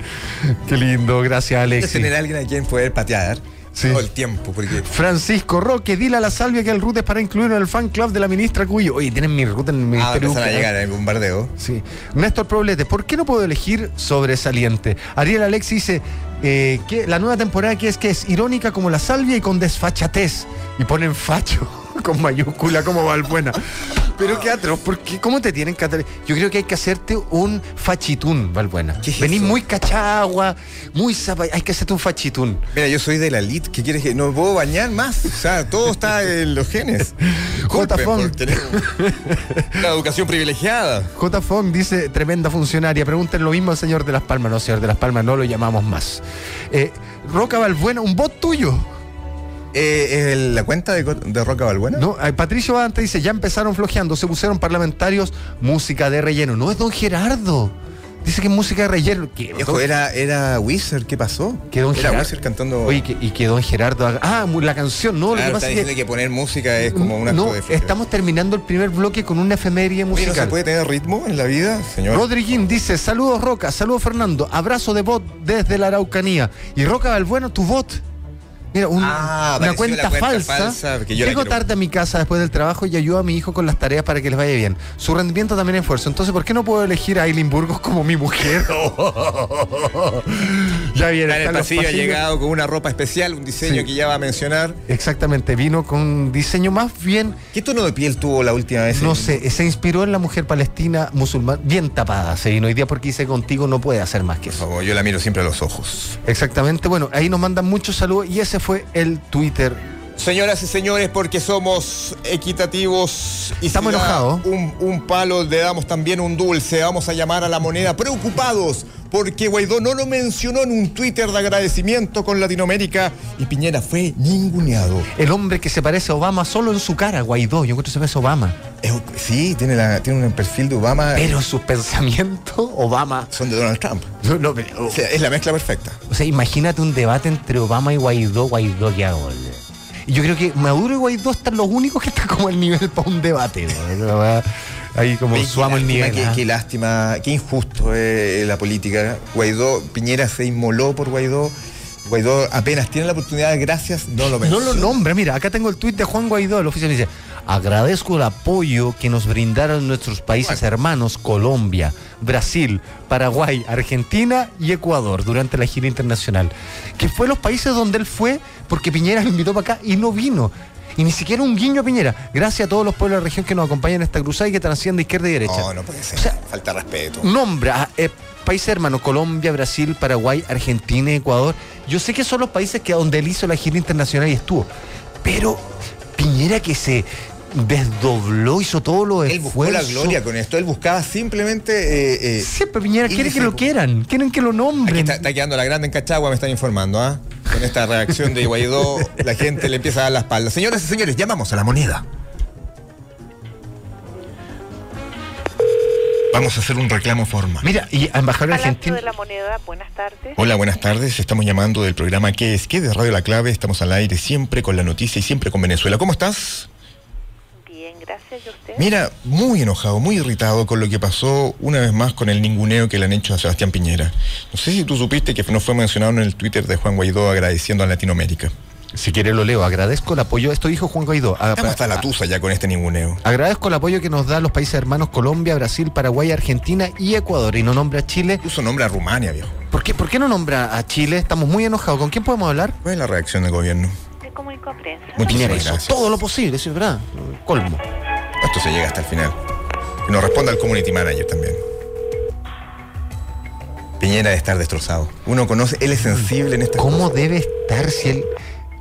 B: Qué lindo, gracias
A: Es tener
B: Alexis.
A: a alguien a quien poder patear
B: Sí.
A: todo el tiempo, porque
B: Francisco Roque, dile a la salvia que el root es para incluirlo en el fan club de la ministra Cuyo. Oye, tienen mi root en el
A: ah, va a
B: ministerio.
A: empezar a llegar el bombardeo.
B: Sí. Néstor Problete, ¿por qué no puedo elegir sobresaliente? Ariel Alex dice eh, que la nueva temporada que es que es irónica como la salvia y con desfachatez. Y ponen facho con mayúscula como Valbuena. Pero qué atroz, ¿por qué? ¿cómo te tienen que atre- Yo creo que hay que hacerte un fachitún, Valbuena.
A: ¿Qué es
B: Venís
A: eso?
B: muy cachagua, muy zapa, hay que hacerte un fachitún.
A: Mira, yo soy de la elite, ¿qué quieres que no me puedo bañar más? O sea, todo está en los genes.
B: J.
A: Culpen
B: Font.
A: por tener Una educación privilegiada.
B: J. Fong dice, tremenda funcionaria. Pregunten lo mismo al señor de Las Palmas. No, señor de Las Palmas, no lo llamamos más. Eh, Roca Valbuena, un bot tuyo.
A: Eh, el- ¿La cuenta de, de Roca Balbuena?
B: No, eh, Patricio Badante dice, ya empezaron flojeando, se pusieron parlamentarios, música de relleno. No es don Gerardo. Dice que es música de relleno. Que,
A: Viejo, era, era Wizard, ¿qué pasó?
B: que don
A: era
B: Gerardo-
A: Wizard cantando.
B: Oye, que- y que don Gerardo haga- Ah, mu- la canción, no, lo que
A: Claro,
B: pasa
A: está
B: es
A: diciendo
B: que-
A: que poner música es como una
B: no, estamos terminando el primer bloque con una efeméride
A: ¿no se
B: musical.
A: puede tener ritmo en la vida, señor?
B: Rodriguín dice, saludos Roca, saludos Fernando, abrazo de bot desde la Araucanía. Y Roca Balbueno, tu bot. Mira, un-
A: Ah,
B: una
A: apareció
B: cuenta,
A: la cuenta
B: falsa.
A: falsa, que yo la
B: Llego
A: quiero.
B: tarde a mi casa después del trabajo y ayudo a mi hijo con las tareas para que les vaya bien. Su rendimiento también es esfuerzo. Entonces, ¿por qué no puedo elegir a Aileen Burgos como mi mujer? ya
A: Está en
B: viene.
A: el
B: están los
A: pasillo ha
B: pasillos.
A: llegado con una ropa especial, un diseño
B: Sí.
A: que ya va a mencionar.
B: Exactamente, vino con un diseño más bien,
A: ¿Qué tono de piel tuvo la última vez?
B: no sé, se inspiró en la mujer palestina musulmana, bien tapada, se vino hoy día porque dice contigo no puede hacer más que
A: Por
B: eso.
A: favor, yo la miro siempre a los ojos.
B: Exactamente, bueno, ahí nos mandan muchos saludos y ese fue el Twitter.
A: Señoras y señores, porque somos equitativos y
B: Estamos
A: da
B: enojados.
A: Un, un palo le damos también un dulce. Vamos a llamar a la moneda preocupados porque Guaidó no lo mencionó en un Twitter de agradecimiento con Latinoamérica y Piñera fue ninguneado.
B: El hombre que se parece a Obama solo en su cara, Guaidó, yo creo que se parece a Obama.
A: Es un- Sí, tiene, la, tiene un perfil de Obama.
B: Pero sus pensamientos, Obama...
A: Son de Donald Trump.
B: no, no, pero-
A: O sea, es la mezcla perfecta.
B: o sea, imagínate un debate entre Obama y Guaidó, Guaidó que hago. Y yo creo que Maduro y Guaidó están los únicos que están como al nivel para un debate. ¿no? Ahí como
A: Oye, qué
B: subamos el
A: lástima,
B: nivel.
A: qué-
B: ¿ah?
A: Qué, lástima, qué injusto es la política. Guaidó, Piñera se inmoló por Guaidó. Guaidó apenas tiene la oportunidad, gracias, no lo
B: No
A: menciona.
B: lo nombra, mira, acá tengo el tuit de Juan Guaidó, el oficial dice, agradezco el apoyo que nos brindaron nuestros países hermanos Colombia, Brasil, Paraguay, Argentina y Ecuador durante la gira internacional, que fue los países donde él fue porque Piñera lo invitó para acá y no vino. Y ni siquiera un guiño a Piñera. Gracias a todos los pueblos de la región que nos acompañan en esta cruzada y que transciende izquierda y derecha.
A: No, no puede ser.
B: O sea,
A: Falta de respeto.
B: nombra a, eh, países hermanos Colombia, Brasil, Paraguay, Argentina, Ecuador. Yo sé que son los países que donde él hizo la gira internacional y estuvo, pero Piñera que se desdobló, hizo todo lo
A: Él buscó la gloria con esto. Él buscaba simplemente. eh, eh,
B: Siempre Piñera
A: Y
B: quiere que
A: dice,
B: lo quieran, quieren que lo
A: Aquí
B: nombren.
A: está, está quedando la grande en Cachagua, me están informando, ¿ah? Con esta reacción de Guaidó, la gente le empieza a dar la espalda. Señoras y señores, llamamos a la moneda. Vamos a hacer un reclamo formal.
B: Mira, y a embajador
F: Palacio
B: argentino.
F: de la Moneda, buenas tardes.
A: Hola, buenas tardes. Estamos llamando del programa ¿Qué es qué? de Radio La Clave. Estamos al aire siempre con la noticia y siempre con Venezuela. ¿Cómo estás?
F: Bien, gracias.
J: gracias. ¿Y usted?
A: Mira, muy enojado, muy irritado con lo que pasó una vez más con el ninguneo que le han hecho a Sebastián Piñera. No sé si tú supiste que no fue mencionado en el Twitter de Juan Guaidó agradeciendo a Latinoamérica.
B: Si quiere lo leo. Agradezco el apoyo. Esto dijo Juan Guaidó. Ah, A-
A: Estamos hasta la tusa ya con este ninguneo.
B: Agradezco el apoyo que nos da los países hermanos Colombia, Brasil, Paraguay, Argentina y Ecuador. Y no nombra a Chile.
A: Puso nombre a Rumania, viejo.
B: ¿Por qué, ¿Por qué no nombra a Chile? Estamos muy enojados. ¿Con quién podemos hablar?
A: ¿Cuál es la reacción del gobierno?
G: Se comunicó a prensa.
A: Muchísimas
B: Piñera hizo
A: gracias.
B: todo lo posible, eso es verdad. Colmo.
A: Esto se llega hasta el final. Que nos responda el community manager también. Piñera de estar destrozado. Uno conoce, él es sensible en este.
B: ¿Cómo debe estar si él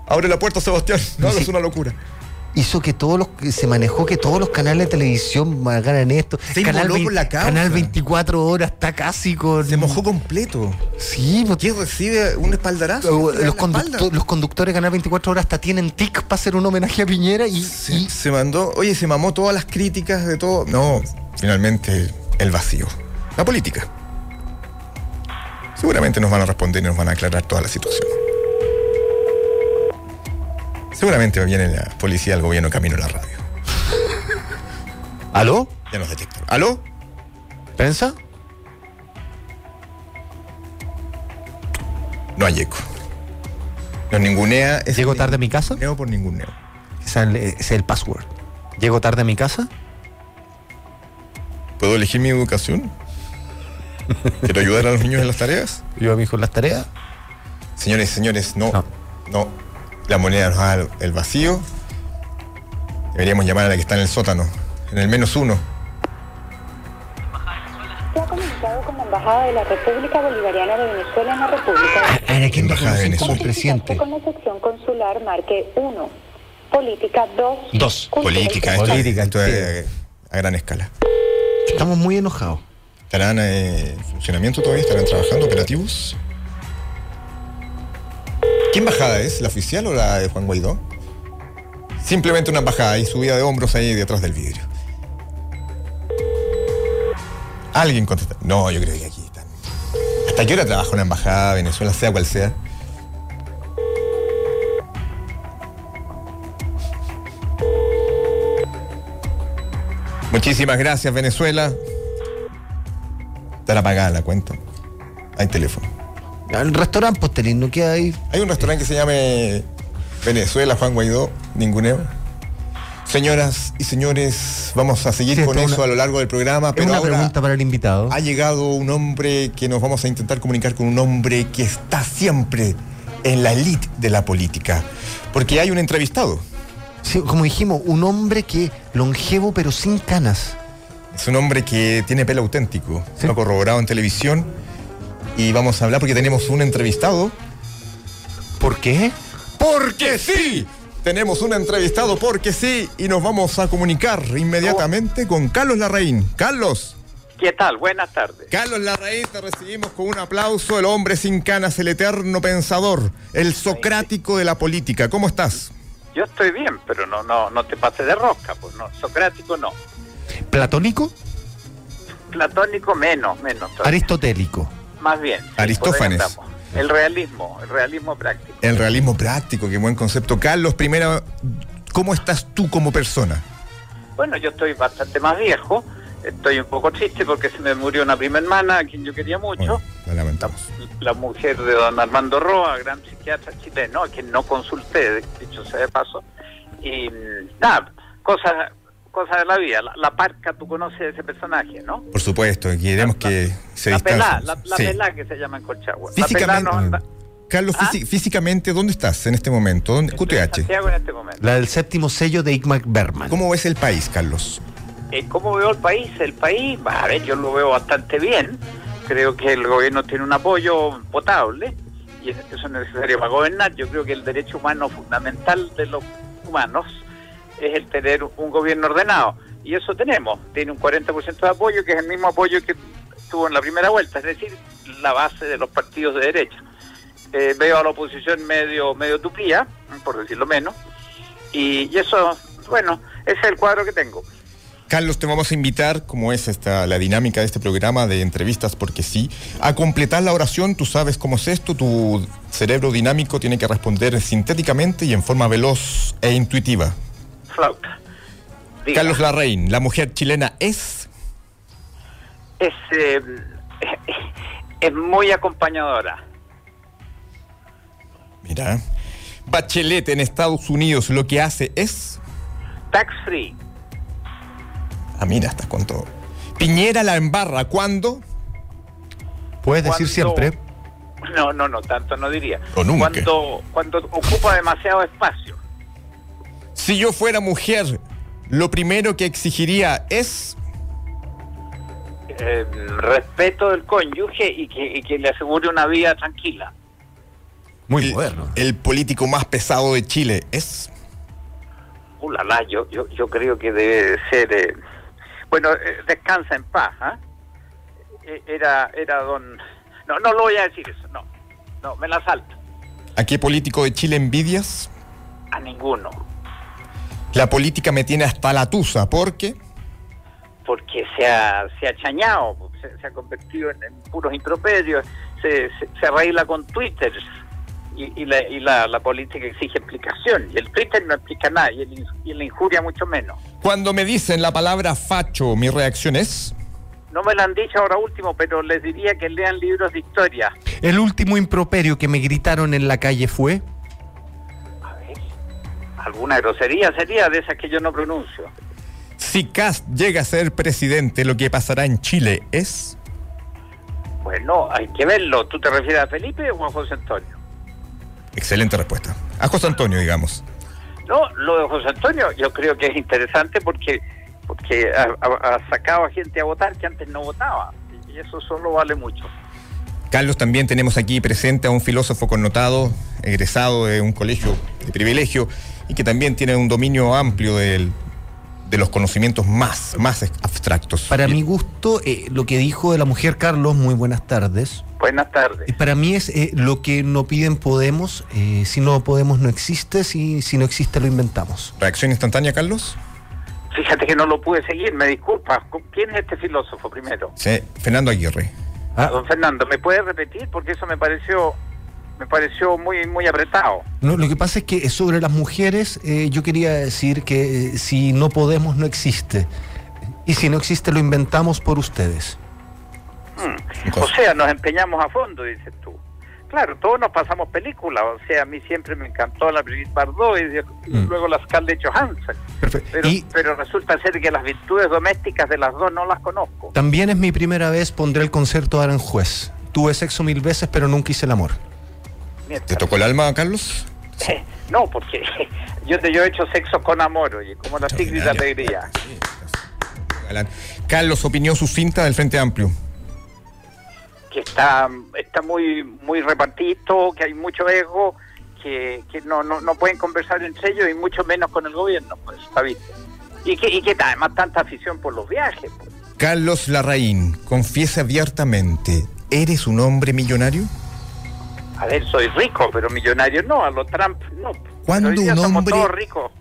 A: Abre la puerta, Sebastián. No
B: Sí.
A: hagas una locura.
B: hizo que todos los que se manejó que todos los canales de televisión ganan esto?
A: Se
B: canal,
A: inmoló
B: vein-
A: por la causa.
B: canal 24 horas está casi con.
A: Se mojó completo.
B: Sí, pues,
A: ¿Quién recibe un espaldarazo? Le
B: los,
A: dan la espalda.
B: conducto- los conductores de Canal 24 Horas hasta tienen tic para hacer un homenaje a Piñera y,
A: Se, se mandó, oye, se mamó todas las críticas de todo. No, finalmente el vacío. La política. Seguramente nos van a responder y nos van a aclarar toda la situación. Seguramente viene la policía del gobierno camino a la radio.
B: y- ¿Aló?
A: Ya nos detectaron. ¿Aló?
B: ¿Pensa?
A: No hay eco. Nos ningunea. es
B: ¿Llego
A: el
B: tarde a mi casa?
A: Ninguneo por ninguneo.
B: Esa es el- ese es el password. ¿Llego tarde a mi casa?
A: ¿Puedo elegir mi educación? ¿Quiero ayudar a los niños en las tareas?
B: Yo a mi hijo en las tareas.
A: Señores, señores, no, no.
B: No.
A: La moneda nos da el- el vacío. Deberíamos llamar a la que está en el sótano, en el menos uno.
G: Se ha comunicado con la Embajada de la República Bolivariana de Venezuela en la
B: Ah,
G: República. de
B: Ahora, ¿quién
A: Embajada de
B: reconocen como
A: Venezuela.
B: el presidente?
G: Con la sección consular marque 1. Política 2.
B: Dos.
A: Política, esto,
B: Política,
A: esto es,
B: sí.
A: eh, a gran escala.
B: Estamos muy enojados.
A: ¿Estarán eh, en funcionamiento todavía? ¿Estarán trabajando operativos? ¿Qué embajada es? ¿La oficial o la de Juan Guaidó? Simplemente una embajada y subida de hombros ahí detrás del vidrio. Alguien contesta. No, yo creo que aquí están. ¿Hasta qué hora trabaja una embajada de Venezuela, sea cual sea? Muchísimas gracias, Venezuela. Estará pagada la cuenta. Hay teléfono.
B: El restaurante Posterín, no queda ahí.
A: Hay un restaurante que se llame Venezuela, Juan Guaidó, ninguneo. Señoras y señores, vamos a seguir
B: Sí,
A: con
B: esta es
A: eso
B: una-
A: a lo largo del programa,
B: Es
A: Ah, pero
B: una
A: ahora
B: pregunta para el invitado.
A: ha llegado un hombre que nos vamos a intentar comunicar con un hombre que está siempre en la elite de la política, porque hay un entrevistado.
B: Sí, como dijimos, un hombre que longevo pero sin canas.
A: Es un hombre que tiene pelo auténtico,
B: Sí.
A: lo ha corroborado en televisión y vamos a hablar porque tenemos un entrevistado
B: ¿Por qué?
A: Porque sí. Tenemos un entrevistado porque sí y nos vamos a comunicar inmediatamente con Carlos Larraín. Carlos,
I: ¿Qué tal? Buenas tardes.
A: Carlos Larraín, te recibimos con un aplauso, el hombre sin canas, el eterno pensador, el socrático de la política. ¿Cómo estás?
I: Yo estoy bien, pero no no no te pases de rosca, pues no, socrático no.
B: ¿Platónico?
I: Platónico menos, menos. todavía.
B: Aristotélico.
I: Más bien. sí,
A: Aristófanes.
I: por ahí andamos. El realismo, el realismo práctico.
A: El realismo práctico, qué buen concepto. Carlos, primero, ¿cómo estás tú como persona?
I: Bueno, yo estoy bastante más viejo. Estoy un poco triste porque se me murió una prima hermana a quien yo quería mucho.
A: Bueno, la lamentamos.
I: La mujer de don Armando Roa, gran psiquiatra chileno, a quien no consulté, dicho sea de paso. Y mm, nada, cosas cosas de la vida. La, la parca, tú conoces ese personaje, ¿no?
A: Por supuesto, queremos
I: La-
A: que se
I: la pelá,
A: distancien.
I: la, la
A: Sí.
I: pelá que se llama en Colchagua.
A: Físicamente,
I: la pelá no anda
A: Carlos,
I: ¿Ah?
A: físi- físicamente, ¿dónde estás en este momento? ¿Dónde?
I: estoy en
A: QTH.
I: Santiago en este momento.
B: La del séptimo sello de Igmar Berman.
A: ¿Cómo ves el país, Carlos?
I: Eh, ¿Cómo veo el país? El país, bah, a ver, yo lo veo bastante bien. Creo que el gobierno tiene un apoyo potable y eso es necesario para gobernar. Yo creo que el derecho humano fundamental de los humanos es el tener un gobierno ordenado. Y eso tenemos. Tiene un 40% de apoyo, que es el mismo apoyo que tuvo en la primera vuelta, es decir, la base de los partidos de derecha. Eh, veo a la oposición medio, medio tupía, por decirlo menos. Y, y eso, bueno, ese es el cuadro que tengo.
A: Carlos, te vamos a invitar, como es esta, la dinámica de este programa de entrevistas, porque sí, a completar la oración. Tú sabes cómo es esto, tu cerebro dinámico tiene que responder sintéticamente y en forma veloz e intuitiva.
I: flauta. Diga.
A: Carlos Larraín, ¿la mujer chilena es?
I: es, eh, es muy acompañadora.
A: Mira. Bachelet en Estados Unidos lo que hace es.
I: Tax free.
A: Ah, mira, estás con todo. Piñera la embarra, ¿cuándo?
B: Puedes decir
I: Cuando-
B: siempre.
I: No, no, no, tanto no diría.
A: O nunca.
I: Cuando, cuando ocupa demasiado espacio.
A: Si yo fuera mujer, lo primero que exigiría es.
I: Eh, respeto del cónyuge y que, y que le asegure una vida tranquila.
B: Muy
A: el-
B: moderno.
A: El político más pesado de Chile es.
I: Uh, la, la, yo, yo, yo creo que debe de ser... eh, bueno, eh, descansa en paz. ¿ah? Eh, Era, era don... No, no lo voy a decir eso, no. No, me la salto.
A: ¿A qué político de Chile envidias?
I: A ninguno.
A: La política me tiene hasta la tusa, porque.
I: porque se ha, se ha chañado, se, se ha convertido en, en puros improperios, se, se, se arregla con Twitter y, y la, y la, la política exige explicación. Y el Twitter no explica nada y, el ins- y la injuria mucho menos.
A: Cuando me dicen la palabra facho, mi reacción es.
I: No me lo han dicho ahora último, pero les diría que lean libros de historia.
B: El último improperio que me gritaron en la calle fue.
I: A ver, alguna grosería sería de esas que yo no pronuncio.
A: Si Cast llega a ser presidente, lo que pasará en Chile es.
I: Pues no, hay que verlo. ¿Tú te refieres a Felipe o a José Antonio?
A: Excelente respuesta. A José Antonio, digamos.
I: No, lo de José Antonio yo creo que es interesante porque porque ha, ha- ha sacado a gente a votar que antes no votaba y eso solo vale mucho.
A: Carlos, también tenemos aquí presente a un filósofo connotado, egresado de un colegio de privilegio y que también tiene un dominio amplio del- de los conocimientos más, más abstractos.
B: Para
A: Y-
B: mi gusto, eh, lo que dijo de la mujer Carlos, muy buenas tardes.
I: Buenas tardes.
B: Eh, Para mí es eh, lo que no piden Podemos. eh, si no Podemos no existe, si, si no existe lo inventamos.
A: ¿Reacción instantánea, Carlos?
I: Fíjate que no lo pude seguir, me disculpas. ¿Con- ¿Quién es este filósofo primero?
A: Sí, Fernando Aguirre.
B: Ah,
I: Don Fernando, ¿me puede repetir? Porque eso me pareció me pareció muy muy apretado.
B: no, lo que pasa es que eh, sobre las mujeres eh, yo quería decir que eh, si no Podemos no existe. Y si no existe lo inventamos por ustedes.
A: Entonces-
I: Mm. O sea, nos empeñamos a fondo, dices tú. Claro, todos nos pasamos películas. O sea, a mí siempre me encantó la Brigitte Bardot y, de- y
B: Mm.
I: luego la Scarlett Johansson.
B: Perfecto.
I: Pero,
B: Y-
I: pero resulta ser que las virtudes domésticas de las dos no las conozco.
B: También es mi primera vez, pondré el concierto de Aranjuez. Tuve sexo mil veces, pero nunca hice el amor.
A: ¿Te
I: Mientras-
A: tocó el alma, Carlos?
I: no, porque yo, te- yo he hecho sexo con amor, oye, como la Sigrid
A: Extraordinario.
I: Alegría.
A: Galán. Carlos, opinión sucinta del Frente Amplio.
I: Que está, está muy, muy repartido, que hay mucho ego, que, que no, no, no pueden conversar entre ellos y mucho menos con el gobierno, pues, está bien. Y que, y que además tanta afición por los viajes, pues.
A: Carlos Larraín, confiesa abiertamente, ¿eres un hombre millonario?
I: A ver, soy rico, pero millonario no, a los Trump no.
A: ¿Cuándo
I: Hoy día
A: un
I: somos
A: hombre-
I: todos ricos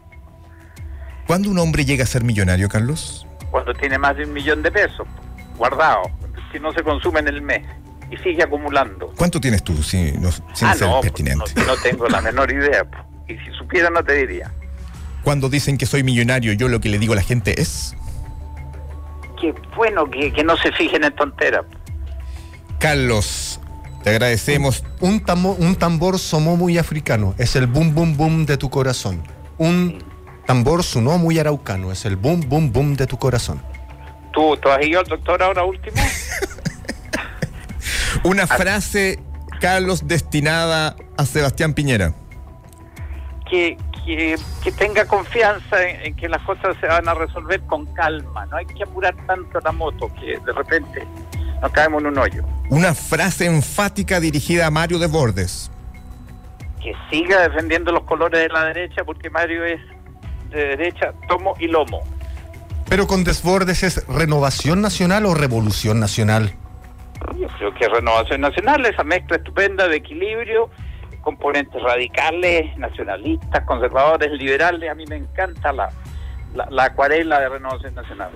A: ¿Cuándo un hombre llega a ser millonario, Carlos?
I: cuando tiene más de un millón de pesos guardados, que no se consume en el mes y sigue acumulando.
A: ¿Cuánto tienes tú, si, no, sin
I: ah,
A: ser
I: no,
A: pertinente?
I: no, no tengo la menor idea. po. Y si supiera no te diría.
A: Cuando dicen que soy millonario, yo lo que le digo a la gente es.
I: Qué bueno que, que no se fijen en tonteras. po.
A: Carlos, te agradecemos.
B: Un, tamo- un tambor sonó muy africano, es el boom, boom, boom de tu corazón. Un tambor sonó muy araucano, es el boom, boom, boom de tu corazón.
I: ¿Tú, tú has ido al doctor ahora último?
A: Una frase, Carlos, destinada a Sebastián Piñera.
I: que, que, que tenga confianza en, en que las cosas se van a resolver con calma. No hay que apurar tanto la moto que de repente nos caemos en un hoyo.
A: Una frase enfática dirigida a Mario de Bordes.
I: que siga defendiendo los colores de la derecha, porque Mario es de derecha, tomo y lomo.
B: Pero con desbordes es renovación nacional o revolución nacional.
I: Yo creo que Renovación Nacional, esa mezcla estupenda de equilibrio, componentes radicales, nacionalistas, conservadores, liberales, a mí me encanta la, la, la acuarela de Renovación Nacional.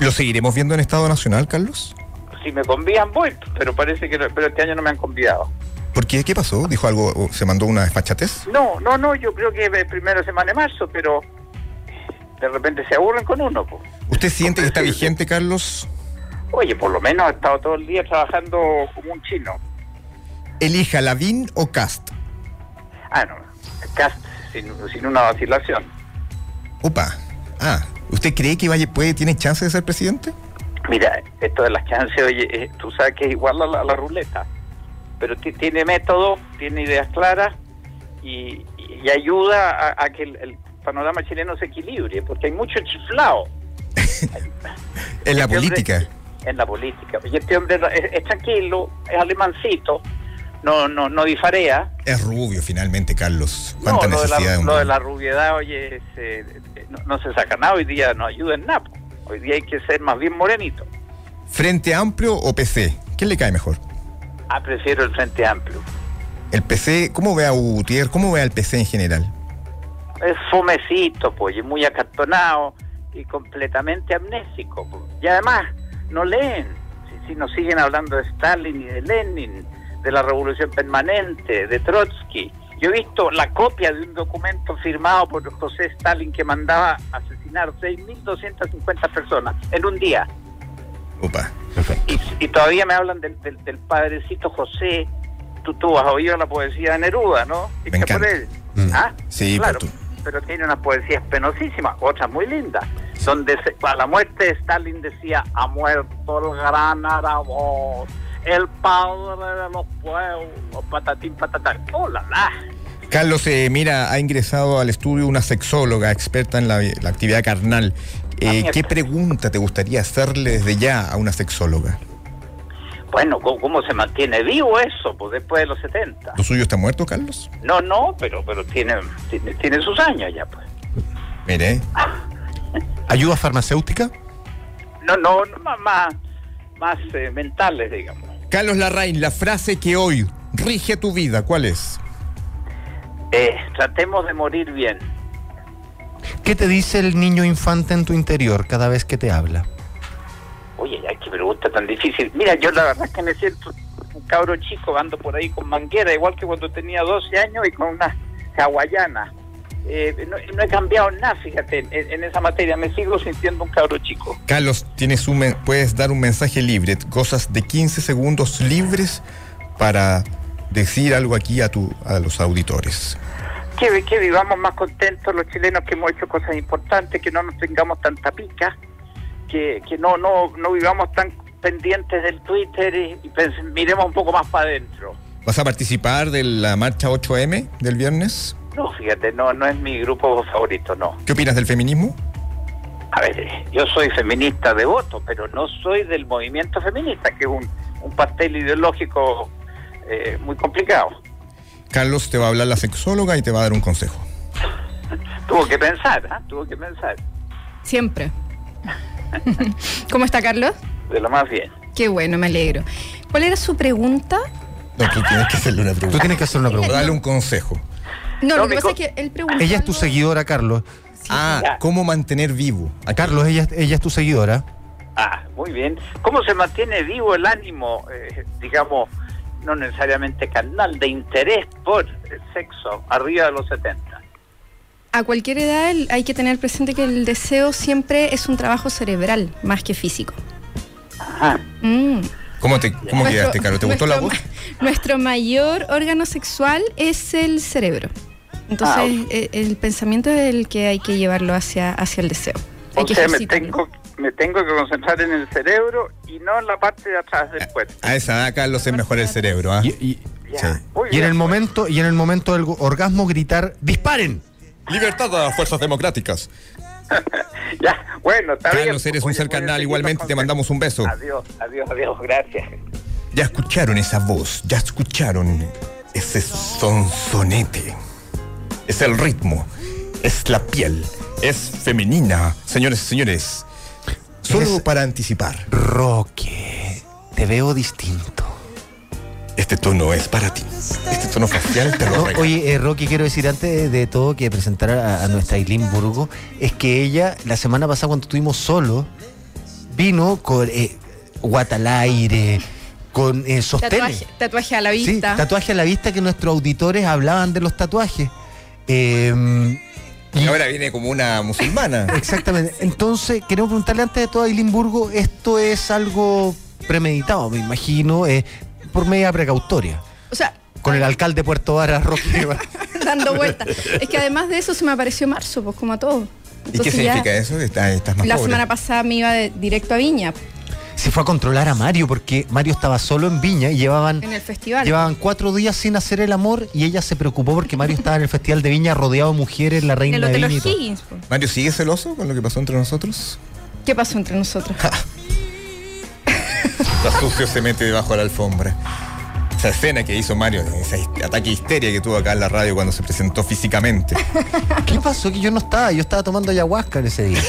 A: ¿Lo seguiremos viendo en Estado Nacional, Carlos?
I: Si me convidan voy, pero parece que no- pero este año no me han convidado.
A: ¿Por qué? ¿Qué pasó? ¿Dijo algo? o ¿Se mandó una desfachatez?
I: No, no, no, yo creo que es primera semana de marzo, pero de repente se aburren con uno. po.
A: ¿Usted siente que está vigente, Carlos?
I: Oye, por lo menos ha estado todo el día trabajando como un chino.
A: Elija Lavín o Cast.
I: Ah, no, cast, sin, sin una vacilación.
A: Opa. Ah, ¿usted cree que Valle puede, tiene chance de ser presidente?
I: Mira, esto de las chances, oye, eh, tú sabes que es igual a la, a la ruleta, pero ti- tiene método, tiene ideas claras y, y ayuda a, a que el, el panorama chileno se equilibre, porque hay mucho chiflado
A: En
I: Este
A: la
I: hombre-
A: política.
I: en la política. Y este hombre es, es tranquilo, es alemancito, no, no, no difarea.
A: Es rubio, finalmente, Carlos.
I: No,
A: Cuánta
I: lo de,
A: necesidad.
I: la,
A: hombre.
I: lo de la rubiedad, oye, es, eh, eh, no, no se saca nada, hoy día no ayuda en nada. po. Hoy día hay que ser más bien morenito.
A: ¿Frente Amplio o PC? ¿Quién le cae mejor?
I: Ah, prefiero el Frente Amplio.
A: El PC, ¿cómo ve a Gutiérrez? ¿Cómo ve al PC en general?
I: es fomecito, pues, y muy acartonado y completamente amnésico. po. Y además, no leen. Si, si nos siguen hablando de Stalin y de Lenin, de la revolución permanente, de Trotsky. Yo he visto la copia de un documento firmado por José Stalin que mandaba asesinar 6.250 personas en un día.
A: Opa, perfecto.
I: Y, y todavía me hablan del, del- del padrecito José. Tú, tú has oído la poesía de Neruda, ¿no?
A: Me encanta.
I: Escaparé.
A: Mm.
I: ¿Ah?
A: Sí,
I: claro.
A: pero tú-
I: Pero tiene unas poesías penosísimas, otras muy lindas, donde se- a la muerte de Stalin decía, ha muerto el gran Aragón, el padre de los pueblos, patatín, patatán. ¡Oh, la, la!
A: Carlos, eh, mira, ha ingresado al estudio una sexóloga experta en la, la actividad carnal. Eh,
I: Ah, mierda.
A: ¿Qué pregunta te gustaría hacerle desde ya a una sexóloga?
I: Bueno, ¿cómo, cómo se mantiene vivo eso? Pues después de los 70.
A: ¿Lo suyo está muerto, Carlos?
I: No, no, pero pero tiene, tiene, tiene sus años ya, pues.
A: Mire,
B: ¿Ayuda farmacéutica?
I: No, no, no, más, más, más, eh, mentales, digamos.
A: Carlos Larraín, la frase que hoy rige tu vida, ¿cuál es?
I: Eh, tratemos de morir bien.
B: ¿Qué te dice el niño infante en tu interior cada vez que te habla?
I: Oye, ya qué pregunta tan difícil. Mira, yo la verdad es que me siento un cabro chico ando por ahí con manguera, igual que cuando tenía 12 años y con una hawaiana. Eh, no, no he cambiado nada, fíjate, en, en esa materia. Me sigo sintiendo un cabro chico.
A: Carlos, tienes un men- puedes dar un mensaje libre, cosas de 15 segundos libres para decir algo aquí a, tu, a los auditores.
I: que, que vivamos más contentos los chilenos que hemos hecho cosas importantes, que no nos tengamos tanta pica, que, que no, no, no vivamos tan pendientes del Twitter y, y pense- miremos un poco más para adentro.
A: ¿Vas a participar de la marcha 8M del viernes?
I: No, fíjate, no, no es mi grupo favorito, no.
A: ¿Qué opinas del feminismo?
I: A ver, eh, yo soy feminista de voto, pero no soy del movimiento feminista, que es un, un pastel ideológico eh, muy complicado.
A: Carlos te va a hablar la sexóloga y te va a dar un consejo.
I: Tuvo que pensar, ¿ah? tuvo que pensar,
K: Siempre. ¿Cómo está, Carlos?
I: de lo más bien.
K: Qué bueno, me alegro. ¿Cuál era su pregunta?
A: No, tú tienes que hacerle una
B: Tú
A: pregunta.
B: tienes que hacer una pregunta.
A: Dale un consejo.
K: No,
I: No,
K: lo
I: mi
K: que pasa
I: co-
K: es que él preguntó.
B: Ella es tu
K: algo-
B: seguidora, Carlos.
A: Ah,
I: Ya.
A: ¿cómo mantener vivo?
B: A Carlos, ella, ella es tu seguidora.
I: Ah, muy bien. ¿Cómo se mantiene vivo el ánimo, eh, digamos, no necesariamente carnal, de interés por el sexo arriba de los 70?
K: A cualquier edad el- hay que tener presente que el deseo siempre es un trabajo cerebral más que físico.
I: Ajá.
K: Mm.
A: ¿Cómo, te, cómo
K: Nuestro-
A: quedaste, Carlos? ¿Te gustó la voz?
K: nuestro ma- Nuestro mayor órgano sexual es el cerebro. Entonces,
I: Ah,
K: eh, el pensamiento es el que hay que llevarlo hacia, hacia el deseo. Hay
I: O
K: que
I: sea, me
K: ejercitarlo.
I: tengo, me tengo que concentrar en el cerebro y no en la parte de atrás
K: Eh,
I: del cuerpo.
A: A esa edad, Carlos, es mejor el cerebro. ¿ah?
B: Y, y-
I: Ya.
A: Sí.
I: Muy
B: y en
I: bien,
B: el
I: pues.
B: momento, y en el momento del orgasmo gritar, ¡disparen!
A: Libertad a las fuerzas democráticas.
I: Ya, bueno, está bien.
A: Carlos, eres un
I: Oye,
A: ser
I: voy a
A: carnal.
I: seguir
A: Igualmente
I: los
A: te mandamos un beso.
I: Adiós, adiós, adiós, gracias.
A: Ya escucharon esa voz, ya escucharon ese sonsonete. Es el ritmo, es la piel, es femenina, señores y señores. Solo
B: Es-
A: para anticipar,
B: Roque, te veo distinto.
A: este tono es para ti. Este tono facial te lo
B: No,
A: regalo.
B: oye, eh, Rocky, quiero decir antes de todo que presentar a, a nuestra Aileen Burgo, es que ella, la semana pasada cuando estuvimos solo, vino con eh, guata al aire, con eh, sostenes.
K: Tatuaje, tatuaje a la
B: Sí,
K: vista.
B: tatuaje a la vista que nuestros auditores hablaban de los tatuajes. Eh,
A: Y ahora viene como una musulmana.
B: Exactamente. Entonces, queremos preguntarle antes de todo a Aileen Burgo, esto es algo premeditado, me imagino, eh, por medida precautoria.
K: O sea,
B: Con el alcalde de Puerto Varas, Roque.
K: dando vueltas. Es que además de eso se me apareció marzo, pues como a todos.
A: ¿Y qué
K: Entonces ya
A: significa eso? Está- estás más
K: La
A: pobre.
K: semana pasada me iba de- directo a Viña,
B: Se fue a controlar a Mario porque Mario estaba solo en Viña y llevaban,
K: en el festival.
B: Mm. llevaban cuatro días sin hacer el amor y ella se preocupó porque Mario estaba en el Festival de Viña rodeado de mujeres, la
K: en
B: reina
K: el
B: de
K: Hotel
B: Viña. y todo.
K: O'Higgins. po.
A: Mario, ¿sigue celoso con lo que pasó entre nosotros?
K: ¿Qué pasó entre nosotros?
A: Está sucio, se mete debajo de la alfombra. Esa escena que hizo Mario, ese his- ataque de histeria que tuvo acá en la radio cuando se presentó físicamente.
B: ¿Qué pasó? Que yo no estaba, yo estaba tomando ayahuasca en ese día.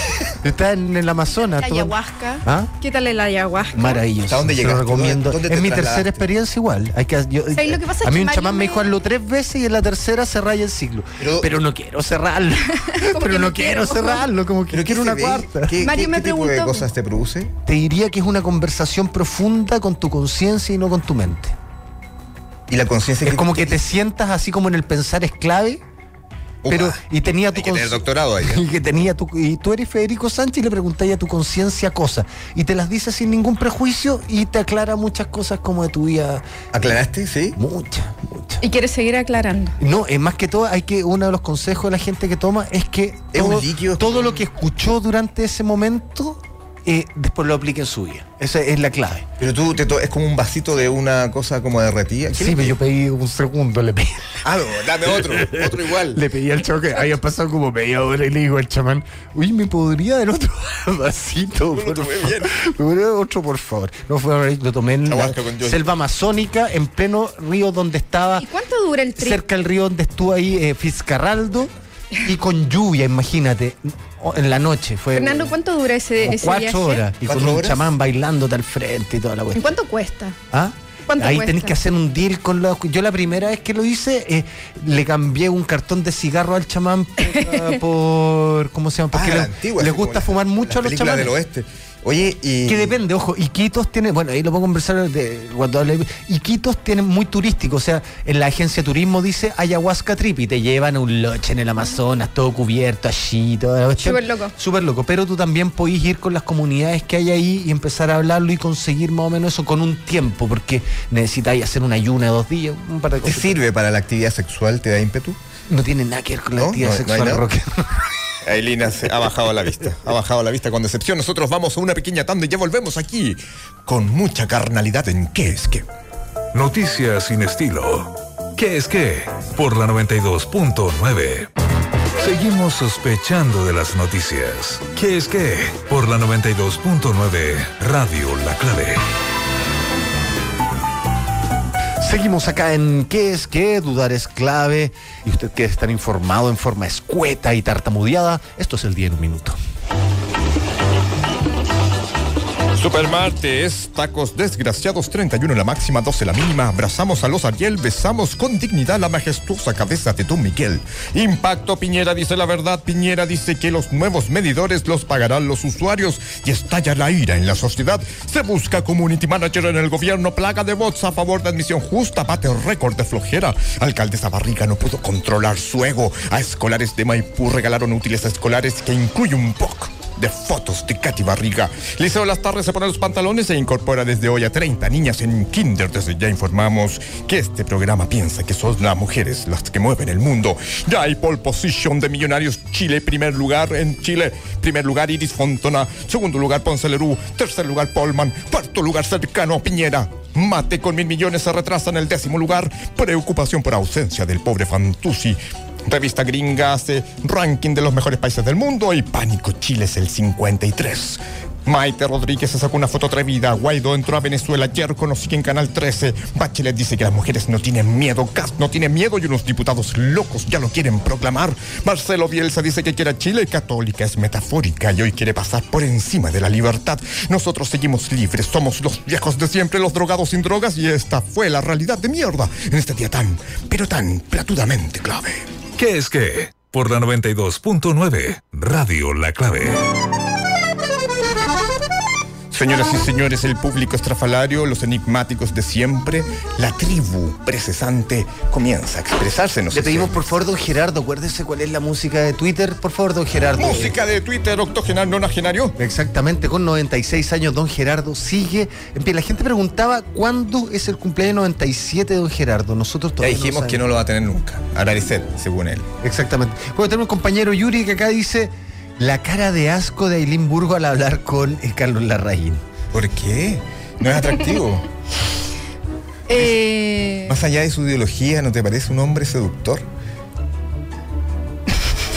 B: Yo estaba en el Amazonas.
K: La
B: tomando-
K: ayahuasca.
B: ¿Ah?
K: ¿Qué tal el ayahuasca?
B: Maravilloso.
A: ¿Hasta dónde
B: se lo
A: llegaste?
B: recomiendo.
A: ¿Dónde- dónde te
B: es mi tercera
A: trasladaste?
B: experiencia igual. Hay que, yo-
K: ¿Sabes lo que pasa?
B: a
K: Es
B: mí
K: que
B: un
K: Mario
B: chamán me
K: me-
B: dijo hazlo tres veces y en la tercera se raya el ciclo. Pero,
A: Pero-
B: no quiero cerrarlo. pero
K: que
B: no quiero
K: no quiero?
B: cerrarlo, como que quiero una cuarta.
A: ¿Qué,
K: Mario
A: qué-
K: me
A: qué tipo de
K: preguntó-
A: cosas te produce?
B: Te diría que es una conversación profunda con tu conciencia y no con tu mente.
A: Y la conciencia
B: Es como que te sientas así como en el pensar es clave,
A: Upa,
B: pero y tenía tu
A: hay que tener
B: conciencia.
A: doctorado ahí. ¿eh?
B: Y que tenía tu, y tú eres Federico Sánchez y le preguntáis a tu conciencia cosas. Y te las dice sin ningún prejuicio y te aclara muchas cosas como de tu vida.
A: ¿Aclaraste? Sí.
B: Muchas, muchas.
K: Y quiere seguir aclarando.
B: No, es más que todo, hay que, uno de los consejos de la gente que toma es que
A: Es un
B: todo,
A: líquido.
B: todo lo que escuchó durante ese momento, eh, después lo aplique en su vida. Esa es la clave.
A: Pero tú te to- es como un vasito de una cosa como derretida. ¿Qué
B: Sí,
A: le-
B: pero yo pedí un segundo, le pedí,
A: Ah, no, dame otro, otro igual.
B: le pedí al choque, había pasado como media hora y le digo al chamán, uy, ¿me podría dar otro vasito? por
A: tomé
B: favor?
A: bien.
B: Me podría dar otro, por favor. No fue, lo tomé en la
A: Aguasca con yoyo.
B: selva amazónica, en pleno río donde estaba
K: ¿Y cuánto dura el trip?
B: cerca del río donde estuvo ahí eh, Fitzcarraldo y con lluvia, imagínate, o- en la noche. Fue
K: Fernando, ¿cuánto dura ese,
B: como
K: ese
B: cuatro
K: viaje?
B: horas y con
A: ¿Cuatro
B: un
A: horas?
B: chamán bailándote al frente y toda la
K: ¿En
B: cuestión.
K: cuánto cuesta?
B: ¿Ah?
K: cuánto
B: Ahí
K: cuesta?
B: tenés que hacer un deal con los. Yo la primera vez que lo hice, eh, le cambié un cartón de cigarro al chamán por. por- ¿Cómo se llama?
A: Ah,
B: Porque
A: la
B: les,
A: antigua,
B: les
A: así como
B: gusta
A: la-
B: fumar mucho a
A: las
B: los
A: películas
B: chamanes.
A: del oeste. Oye, y.
B: Que depende, ojo, Iquitos tiene, bueno, ahí lo puedo conversar de, cuando hable- Iquitos tiene muy turístico, o sea, en la agencia de turismo dice ayahuasca trip y te llevan a un lodge en el Amazonas, todo cubierto allí, toda la cuestión.
K: Súper loco.
B: Súper loco, pero tú también podís ir con las comunidades que hay ahí y empezar a hablarlo y conseguir más o menos eso con un tiempo, porque necesitáis hacer una ayuna de dos días, un par de
A: ¿Te
B: cosas.
A: sirve para la actividad sexual? ¿Te da ímpetu?
B: No tiene nada que ver con la
A: No,
B: actividad
A: no, no hay
B: sexual,
A: nada.
B: Roque.
A: Ailina se ha bajado la vista, ha bajado la vista con decepción. Nosotros vamos a una pequeña tanda y ya volvemos aquí con mucha carnalidad en qué es que.
C: Noticias sin estilo. ¿Qué es qué? Por la 92.9. Seguimos sospechando de las noticias. ¿Qué es qué? Por la 92.9 Radio La Clave.
B: Seguimos acá en ¿Qué es qué? Dudar es clave. Y usted quiere estar informado en forma escueta y tartamudeada. Esto es el día en un minuto.
A: Supermartes, tacos desgraciados, 31 la máxima, 12 la mínima. Abrazamos a los Ariel, besamos con dignidad la majestuosa cabeza de Don Miguel. Impacto Piñera dice la verdad. Piñera dice que los nuevos medidores los pagarán los usuarios y estalla la ira en la sociedad. Se busca community manager en el gobierno, plaga de bots a favor de admisión justa, bate récord de flojera. Alcaldesa Barriga no pudo controlar su ego. A escolares de Maipú regalaron útiles escolares que incluye un POC de fotos de Katy Barriga. Liceo Las Tardes se pone los pantalones e incorpora desde hoy a 30 niñas en kinder. Desde ya informamos que este programa piensa que son las mujeres las que mueven el mundo. Ya hay pole position de Millonarios Chile, primer lugar en Chile. Primer lugar Iris Fontona, segundo lugar Ponce Lerú, tercer lugar Polman, cuarto lugar cercano Piñera. Mate con mil millones se retrasa en el décimo lugar. Preocupación por ausencia del pobre Fantuzzi. Revista gringa hace ranking de los mejores países del mundo y Pánico Chile es el 53. Maite Rodríguez se sacó una foto atrevida. Guaidó entró a Venezuela ayer, conocí que en Canal 13. Bachelet dice que las mujeres no tienen miedo. Cast no tiene miedo y unos diputados locos ya lo quieren proclamar. Marcelo Bielsa dice que quiere a Chile. Católica es metafórica y hoy quiere pasar por encima de la libertad. Nosotros seguimos libres, somos los viejos de siempre, los drogados sin drogas y esta fue la realidad de mierda en este día tan, pero tan platudamente clave.
C: ¿Qué es qué? Por la 92.9 Radio La Clave.
A: Señoras y señores, el público estrafalario, los enigmáticos de siempre, la tribu precesante comienza a expresarse. no sé
B: Le pedimos
A: si-
B: por favor, don Gerardo, acuérdese cuál es la música de Twitter, por favor, don Gerardo.
A: Música de Twitter octogenal nonagenario.
B: Exactamente, con 96 años don Gerardo sigue en pie. La gente preguntaba cuándo es el cumpleaños 97 de don Gerardo. Nosotros
A: Ya
B: todavía
A: dijimos que no lo va a tener nunca. Ararizet, según él.
B: sabemos. Exactamente. Bueno, tenemos un compañero Yuri que acá dice la cara de asco de Ailín Burgo al hablar con eh, Carlos Larraín.
A: ¿Por qué? No es atractivo.
K: Eh,
A: Más allá de su ideología, ¿no te parece un hombre seductor?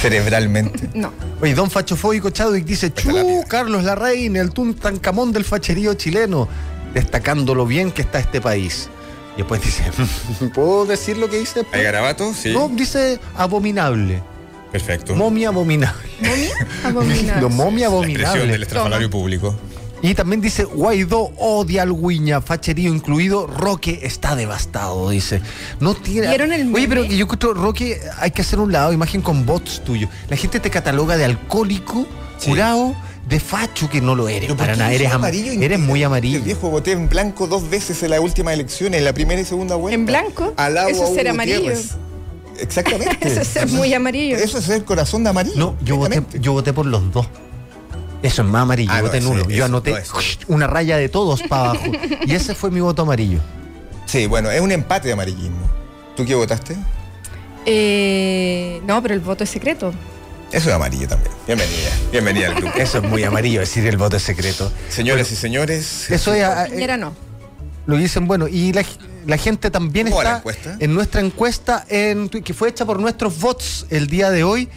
A: Cerebralmente.
K: no.
B: Oye, don fachofóbico Chadwick dice,
A: la
B: chu,
A: vida".
B: Carlos Larraín, el Tuntancamón del facherío chileno, destacando lo bien que está este país. Y después dice, ¿puedo decir lo que dice?
A: ¿Hay garabato? Sí.
B: No, dice abominable.
A: Perfecto.
B: Momia abominable.
K: ¿Momia? Abominable.
B: Lo momia
A: La expresión del
B: abominable.
A: estrafalario público.
B: Y también dice, Guaidó odia al Guiña, facherío incluido, Roque está devastado, dice. No tiene...
K: ¿Vieron el
B: Oye,
K: meme?
B: pero yo creo, Roque, hay que hacer un lado, imagen con bots tuyo. La gente te cataloga de alcohólico, curado, de facho, que no lo eres.
A: Pero ¿por
B: Para
A: qué
B: nada,
A: yo soy
B: eres, am- eres muy amarillo.
A: El viejo voté en blanco dos veces en las últimas elecciones, en la primera y segunda vuelta.
K: ¿En blanco?
A: Alabo
K: Eso es
A: a
K: ser
A: Hugo
K: amarillo.
A: Gutiérrez. Exactamente.
K: Eso es ser muy amarillo.
A: Eso es ser corazón de amarillo.
B: No, yo voté,
A: exactamente.
B: yo voté por los dos. Eso es más amarillo,
A: Ah,
B: yo
A: no,
B: voté
A: ese-
B: nulo.
A: ese-
B: Yo anoté
A: no, ese.
B: una raya de todos para abajo. Y ese fue mi voto amarillo.
A: Sí, bueno, es un empate de amarillismo. ¿Tú qué votaste?
K: Eh, no, pero el voto es secreto.
A: Eso es amarillo también. Bienvenida. Bienvenida al club.
B: Eso es muy amarillo, decir el voto es secreto.
A: Señoras y señores,
B: Eso es, a- a-
K: Piñera no.
B: lo dicen, bueno, y la, la gente también
A: ¿Cómo va
B: está
A: la encuesta?
B: en nuestra encuesta en, Twi- que fue hecha por nuestros bots el día de hoy.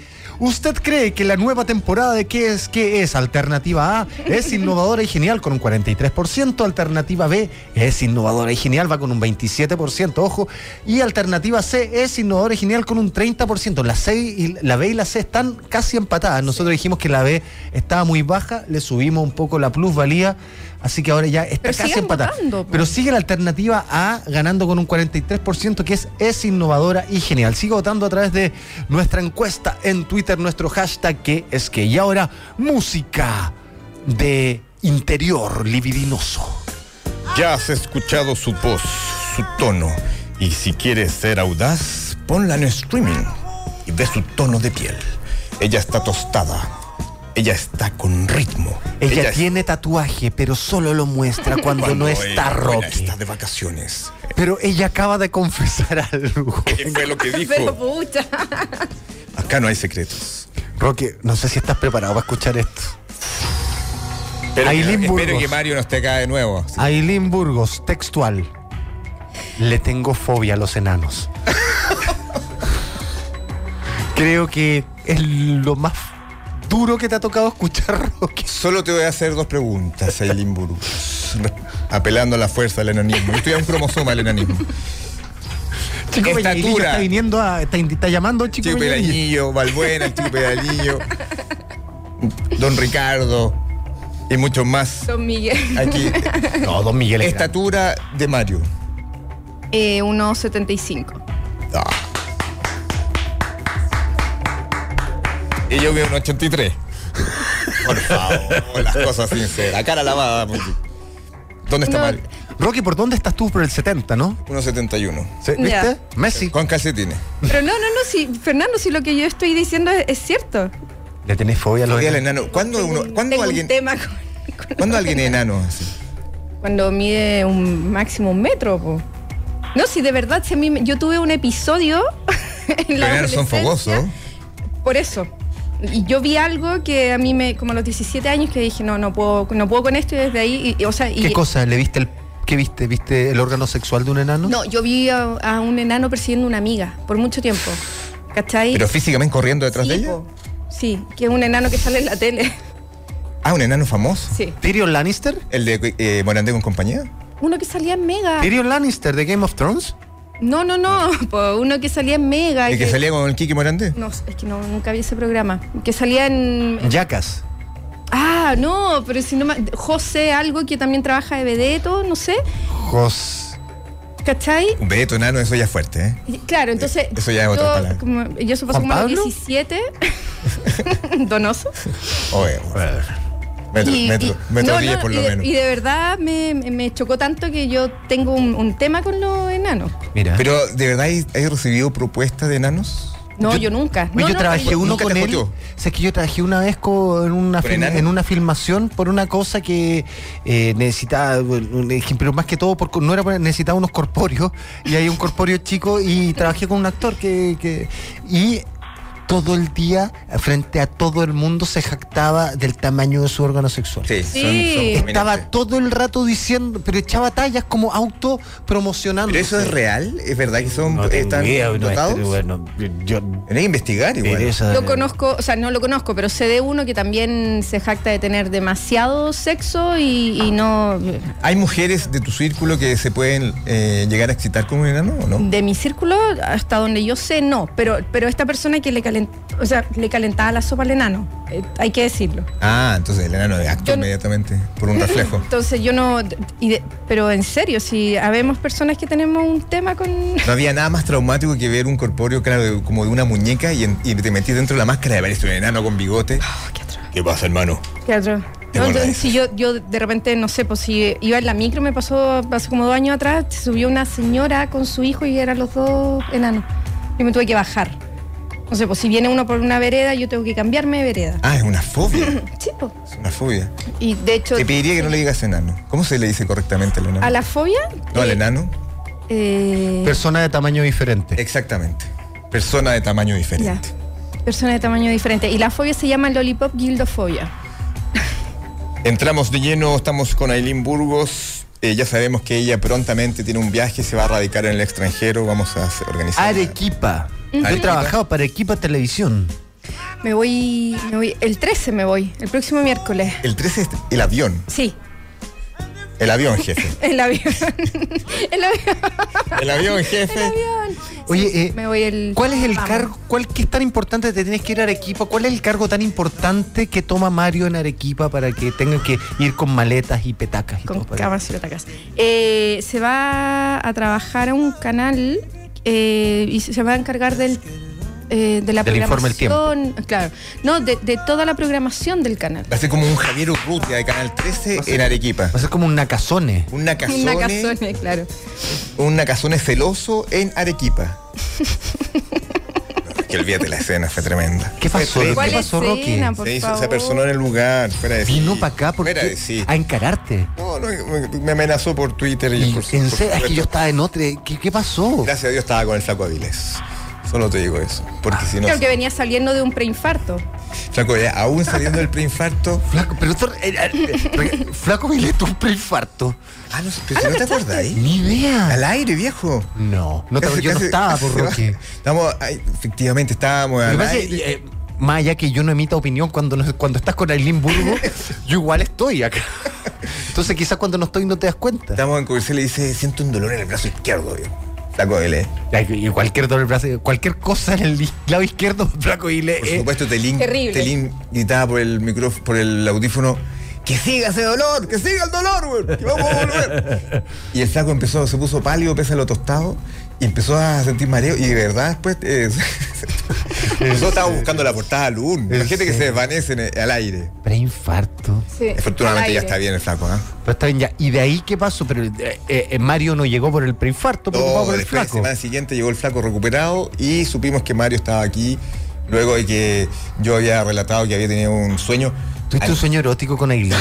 B: ¿Usted cree que la nueva temporada de qué es qué es? Alternativa A es innovadora y genial con un 43%, alternativa B es innovadora y genial va con un 27%, ojo, y alternativa C es innovadora y genial con un 30%. La, C y, la B y la C están casi empatadas. Nosotros dijimos que la B estaba muy baja, le subimos un poco la plusvalía, así que ahora ya está
K: Pero
B: casi
K: sigan
B: empatada.
K: votando, pues. po.
B: Pero sigue la alternativa A ganando con un 43% que es es innovadora y genial. Sigue votando a través de nuestra encuesta en Twitter, nuestro hashtag que es que. Y ahora, música de interior libidinoso.
A: ya has escuchado su voz, su tono. Y si quieres ser audaz, ponla en streaming y ve su tono de piel. Ella está tostada. Ella está con ritmo.
B: Ella,
A: es-
B: tiene tatuaje, pero solo lo muestra cuando, no está
A: ella-
B: Roque.
A: Está de vacaciones.
B: Pero ella acaba de confesar algo.
A: ¿Qué fue lo que
K: Pero
A: dijo?
K: pucha.
A: Acá no hay secretos.
B: Roque, no sé si estás preparado para escuchar esto.
A: Espero, que,
B: Ailín
A: espero
B: Burgos.
A: que Mario no esté acá de nuevo.
B: Ailín Burgos, textual. Le tengo fobia a los enanos. Creo que es lo más duro que te ha tocado escuchar, Roque.
A: Solo te voy a hacer dos preguntas, Aileen Burgos. Apelando a la fuerza del enanismo. Yo tuve un cromosoma del enanismo.
B: Chico
A: Estatura.
B: Peñailillo está viniendo a, está, está llamando Chico,
A: Chico Pedalillo,
B: Peñailillo.
A: Balbuena, el Chico Pedalillo, Don Ricardo y muchos más.
K: Don Miguel.
A: Aquí,
B: No, don Miguel. es grande.
A: estatura de Mario.
K: Eh, 1,75.
A: Ah. Y yo veo un 83. Por favor, las cosas sinceras. Cara lavada. porque- ¿Dónde está
K: No.
A: Mario?
B: Roque, ¿por dónde estás tú por el 70, no?
A: 1.71.
B: Sí, ¿Viste?
K: Ya.
B: Messi.
A: Con calcetines.
K: Pero no, no, no, si, Fernando, si lo que yo estoy diciendo es, es cierto.
B: Le tenés fobia a los
A: Fobia al
B: enanos.
A: enano. ¿Cuándo,
K: Tengo
A: uno-
K: un-
A: cuándo
K: tengo un
A: alguien,
K: tema con- con-
A: ¿cuándo alguien es enano? así?
K: Cuando mide un máximo un metro, po. No, si de verdad, si a mí me- yo tuve un episodio
A: Los
K: en la
A: enanos son
K: adolescencia,
A: fogosos.
K: Por eso. Y yo vi algo que a mí me, como a los 17 años, que dije, no, no puedo, no puedo con esto y desde ahí, y- y, o sea, y-
B: ¿Qué cosa? ¿Le viste el, qué viste? ¿Viste el órgano sexual de un enano?
K: No, yo vi a, a un enano persiguiendo una amiga por mucho tiempo. ¿Cachai?
A: Pero físicamente corriendo detrás
K: sí,
A: de ella.
K: po. Sí, que es un enano que sale en la tele.
A: Ah, un enano famoso.
K: Sí.
B: ¿Tyrion Lannister?
A: El de eh, Morandé con compañía.
K: Uno que salía en Mega.
B: ¿Tyrion Lannister de Game of Thrones?
K: No, no, no. po, uno que salía en Mega.
A: El que salía con el Kiki Morandé.
K: No, es que no, nunca vi ese programa. Que salía en.
B: Yacas.
K: Ah, no, pero si no ma- José, algo que también trabaja de vedeto, no sé.
B: Jos.
K: ¿Cachai?
A: Un Beto enano, eso ya es fuerte, ¿eh?
K: Y Claro, entonces.
A: Eso ya es otra palabra.
K: yo, como, yo eso pasó
B: ¿Juan
K: como a los
B: Pablo?
K: 17. Donoso.
A: Oye, Oh, eh, Metro,
K: y,
A: metro,
K: y-
A: metro
K: no,
A: 10
K: no,
A: por
K: y
A: lo
K: de-
A: menos.
K: Y de verdad me, me chocó tanto que yo tengo un, un tema con los enanos.
B: Mira.
A: Pero, ¿de verdad hay- has recibido propuestas de enanos?
K: No,
B: Yo-
K: yo, nunca.
B: Oye,
K: No,
B: yo
K: no,
B: trabajé
K: pero-
B: uno
A: ¿Nunca
B: con
A: te
B: él.
A: jodió?
B: Sé que yo trabajé una vez con- en, una
A: ¿Con
B: film-
A: enano?
B: en una filmación por una cosa que eh, necesitaba, bueno, un ejemplo, pero más que todo, porque no era por- necesitaba unos corpóreos, y hay un corpóreo chico, y trabajé con un actor que. que- y todo el día, frente a todo el mundo, se jactaba del tamaño de su órgano sexual.
K: Sí. son
B: Estaba todo el rato diciendo, pero echaba tallas como auto promocionando.
A: ¿Pero eso es real? ¿Es verdad que son,
B: No tengo
A: están
B: idea, no,
A: dotados?
B: este, bueno, yo-
A: Hay que investigar igual.
B: pero esa-
K: Lo conozco, o sea, no lo conozco, pero sé de uno que también se jacta de tener demasiado sexo y, y no.
A: ¿Hay mujeres de tu círculo que se pueden eh, llegar a excitar con un enano o no?
K: De mi círculo, hasta donde yo sé, no. Pero, pero esta persona que le, calent, o sea, le calentaba la sopa al enano, eh, hay que decirlo.
A: Ah, entonces el enano actúa
K: Yo no-
A: inmediatamente por un reflejo.
K: Entonces yo no. y de- pero en serio, si habemos personas que tenemos un tema con.
A: No había nada más traumático que ver un corpóreo, claro, de- como de una muñeca y, en- y te metí dentro de la máscara de ver este enano con bigote.
K: Ah, qué atroz.
A: ¿Qué pasa, hermano?
K: Qué atroz.
A: Te
K: No,
A: acordáis.
K: yo- si yo, yo de repente, no sé, pues si iba en la micro, me pasó hace como dos años atrás, se subió una señora con su hijo y eran los dos enanos. Y me tuve que bajar. No sé, pues si viene uno por una vereda, yo tengo que cambiarme de vereda.
A: Ah, es una fobia.
K: Sí, pues.
A: Es una fobia.
K: Y de hecho,
A: Te pediría que no le digas enano. ¿Cómo se le dice correctamente al enano?
K: a la fobia.
A: No, al
K: Ah, eh,
A: enano.
K: eh,
B: Persona de tamaño diferente.
A: Exactamente. Persona de tamaño
K: ya.
A: diferente.
K: Persona de tamaño diferente. Y la fobia se llama Lollipop Guildofobia.
A: Entramos de lleno, estamos con Aileen Burgos. Eh, ya sabemos que ella prontamente tiene un viaje, se va a radicar en el extranjero. Vamos a hacer- organizar.
B: Arequipa. Yo he
A: Arequipa.
B: trabajado para Arequipa Televisión.
K: Me voy, me voy. El 13 me voy, el próximo miércoles.
A: El 13 es el avión.
K: Sí,
A: El avión, jefe.
K: el avión. el avión.
A: El avión, jefe.
B: Oye,
K: Sí,
B: eh,
K: me voy el.
B: ¿cuál es el
K: vamos.
B: cargo? ¿Cuál que es tan importante? Te tienes que ir a Arequipa. ¿Cuál es el cargo tan importante que toma Mario en Arequipa para que tengan que ir con maletas y petacas y
K: Con
B: todo? para-
K: camas y petacas. Eh, se va a trabajar a un canal eh, y se va a encargar del. eh, de la
B: Del informe El Tiempo.
K: programación, claro, no, de, de toda la programación del canal.
A: Va a ser como un Javier Urrutia de Canal 13 en Arequipa.
B: Va a ser como un nacazone.
A: Un
K: Una
A: nacazone,
K: casone, claro.
A: un nacazone celoso en Arequipa. que olvídate, la escena fue tremenda.
B: ¿Qué pasó?
A: Fue
K: ¿Cuál
B: ¿Qué pasó, Rocky?
K: escena, por
A: Se, hizo,
K: favor?
A: se apersonó en el lugar, fuera de sí.
B: Vino para acá porque
A: Fuera de sí.
B: a encararte.
A: No, no, me- me amenazó por Twitter y,
B: Y
A: por, por
B: en serio, es que yo
A: supuesto.
B: estaba en otra. ¿Qué, qué pasó?
A: Gracias a Dios estaba con el flaco Avilés. Solo te digo eso. Porque si no.
K: Creo que venía saliendo de un preinfarto.
A: Flaco, ya, aún saliendo del preinfarto.
B: Flaco, pero esto- eh, eh, re- Flaco me un preinfarto.
A: Ah, no, pero si no te acordáis.
B: Ni idea.
A: Al aire, viejo.
B: No, no estaba-
A: Casi-
B: yo no
A: casi-
B: estaba por
A: se va.
B: Rocky.
A: Estamos, ay, efectivamente, estábamos
B: Lo que
A: al
B: pasa es
A: aire.
B: que, eh, más allá que yo no emita opinión cuando, no- cuando estás con Aileen Burgo, yo igual estoy acá. Entonces quizás cuando no estoy no te das cuenta.
A: Estamos en comercial y le dice, siento un dolor en el brazo izquierdo, viejo. Flaco eh. Avilés.
B: Y cualquier dolor brazo- cualquier cosa en el lado izquierdo, flaco y le.
A: Por
B: eh,
A: supuesto, Telín,
K: Terrible.
A: Telín gritaba por el micrófono, por el audífono, que siga ese dolor, que siga el dolor, güey, que vamos a volver. y el flaco empezó, se puso pálido, pese a lo tostado, y empezó a sentir mareo, y de verdad después... eh, nosotros estábamos buscando la portada al urn, la gente que se desvanece en el- al aire.
B: Preinfarto.
K: Sí,
A: Afortunadamente
K: al
A: ya
K: aire.
A: está bien el flaco, ¿ah?
B: Pero está bien ya. ¿Y de ahí qué pasó? Pero eh, eh, Mario no llegó por el preinfarto, preocupado
A: No,
B: por el
A: después, la
B: flaco.
A: semana siguiente llegó el flaco recuperado y supimos que Mario estaba aquí luego de que yo había relatado que había tenido un sueño.
B: ¿Tuviste
A: Ay,
B: un sueño erótico con Aileen?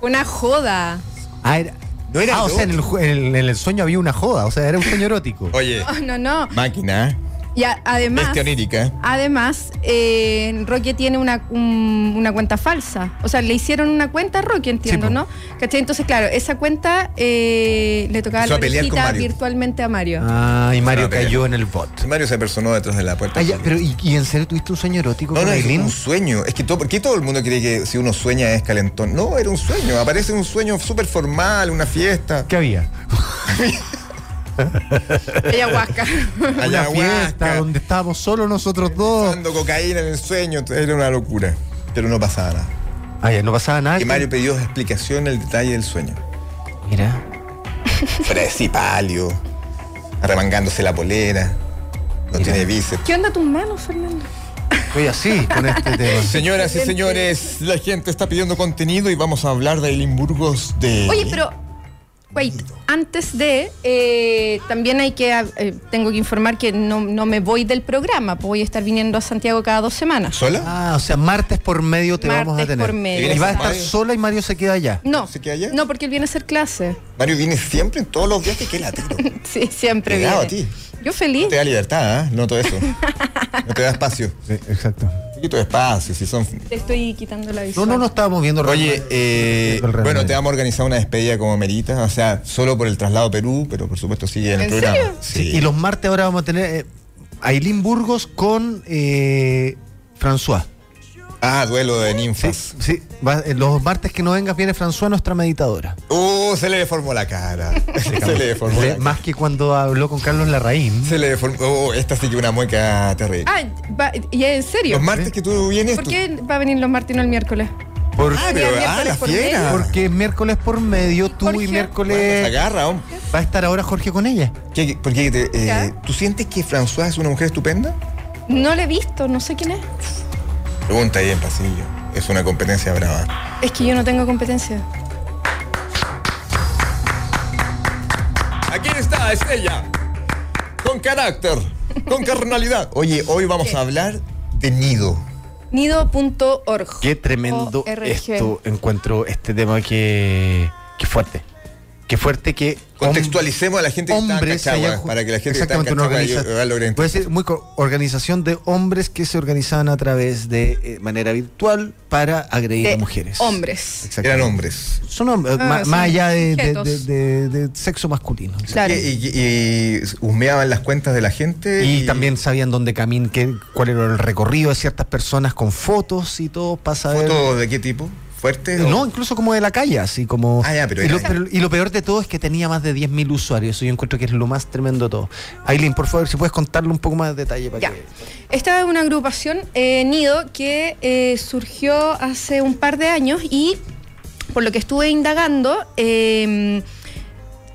K: Una joda.
B: Ah, era-
A: No era
B: Ah, o sea, en el, ju- en el- en el sueño había una joda, o sea, era un sueño erótico.
A: Oye,
K: Oh, no, no.
A: máquina, ¿eh?
K: Y a- además.
A: bestia onírica.
K: Además, eh, Roque tiene una, un- una cuenta falsa. O sea, le hicieron una cuenta a Roque, entiendo,
B: Sí, po.
K: ¿no? ¿Cachai? Entonces, claro, esa cuenta eh, le tocaba
A: Empezó
K: la
A: a pelear con
K: orejita
A: Mario.
K: virtualmente a Mario.
B: Ah, y Mario
A: No, pero-
B: cayó en el bot.
A: Mario se personó detrás de la puerta.
B: Ah, ya, pero ¿y, y en serio tuviste un sueño erótico
A: no,
B: con
A: no, es
B: Aileen?
A: un sueño. Es que todo, ¿por qué todo el mundo cree que si uno sueña es calentón? No, era un sueño. Aparece un sueño súper formal, una fiesta.
B: ¿Qué había? Una
K: Ayahuasca.
B: fiesta
A: Ayahuasca,
B: donde estábamos solo nosotros dos.
A: usando cocaína en el sueño. Era una locura. Pero no pasaba nada.
B: Ah, ya, no pasaba nada.
A: Y Mario pidió explicación en el detalle del sueño.
B: Mira.
A: Fresi palio, arremangándose la polera. No tiene bíceps.
K: ¿Qué onda tus manos, Fernando?
B: Estoy así con este tema.
A: Señoras y señores, la gente está pidiendo contenido y vamos a hablar de Limburgos de.
K: Oye, pero. Wait, antes de. eh, también hay que. eh, tengo que informar que no, no me voy del programa. pues Voy a estar viniendo a Santiago cada dos semanas.
A: ¿Sola?
B: Ah, o sea, martes por medio te vamos a
K: Martes
B: tener.
K: por medio.
B: Y va a estar
A: Mario.
B: sola y Mario se queda allá.
K: No,
A: ¿Se queda allá?
K: no, porque él viene a hacer clase.
A: Mario viene siempre en todos los viajes que la tiro.
K: Sí, siempre viene.
A: Pegado a ti.
K: Yo feliz.
A: Te da libertad, ¿eh? No todo eso. No te da espacio.
B: exacto.
A: Un poquito de espacio, si son.
K: Te estoy quitando la
B: No,
K: visión.
B: no, no estábamos viendo
A: Oye, eh,
B: El Real
A: bueno,
B: Madrid.
A: te vamos a organizar una despedida como merita, o sea, solo por el traslado a Perú, pero por supuesto sigue en el
K: ¿En
A: programa.
K: serio?
A: Sí.
B: Y los martes ahora vamos a tener eh, Ailín Burgos con eh, François.
A: Ah, duelo de
B: Sí,
A: ninfas.
B: sí. va- eh, los martes que no vengas viene François, nuestra meditadora.
A: Uh, se le deformó la cara. se le deformó. la
B: Le-
A: cara.
B: Más que cuando habló con Carlos Larraín.
A: Se le deformó. Oh, esta sí que una mueca terrible.
K: Ah, va- ¿y en serio?
A: los martes que tú vienes.
K: ¿Por
A: tú-
K: qué va a venir los martes y no el miércoles?
B: Por-
A: Ah, pero,
K: Miércoles
A: ah, la
K: por
A: fiera.
B: porque miércoles por medio, tú
K: Jorge?
B: y
A: Se
B: miércoles
A: agarra, hombre.
B: va a estar ahora Jorge con ella.
A: ¿Qué- porque te- eh,
K: Ya.
A: ¿Tú sientes que François es una mujer estupenda?
K: No lo he visto, no sé quién es.
A: Pregunta ahí en pasillo. Es una competencia brava.
K: Es que yo no tengo competencia.
A: Aquí está, es ella. Con carácter, con carnalidad. Oye, hoy vamos a hablar de nido.
K: Nido.org.
B: Qué tremendo
K: ORG.
B: esto encuentro este tema que que fuerte. Qué fuerte que
A: Contextualicemos a la gente que está en
B: hombres se
A: Cachagua,
B: hayan ju-
A: para que la gente que está en
B: exactamente una
A: Cachagua
B: organiza-
A: lo- lo logre entender.
B: puede ser muy co- organización de hombres que se organizaban a través de eh, manera virtual para agredir
K: De
B: a mujeres.
K: Hombres.
A: Eran
B: Exactamente.
A: hombres.
B: Son hombres,
K: Ah,
B: ma- más,
K: son
B: allá de, de-
K: sujetos.
B: de- de- de sexo masculino.
K: Claro.
A: Y, y- y husmeaban las cuentas de la gente.
B: Y también sabían dónde camin, qué- cuál era el recorrido de ciertas personas con fotos y todo para saber.
A: ¿Fotos de qué tipo? ¿Fuerte? o-
B: Eh, No, incluso como de la calle, así como...
A: Ah, ya, pero
B: y,
A: era-
B: lo, pero- y lo peor de todo es que tenía más de 10.000 usuarios. Eso yo encuentro que es lo más tremendo de todo. Aileen, por favor, si puedes contarle un poco más de detalle para
K: Ya.
B: que...
K: Esta es una agrupación, eh, Nido, que eh, surgió hace un par de años y, por lo que estuve indagando, eh,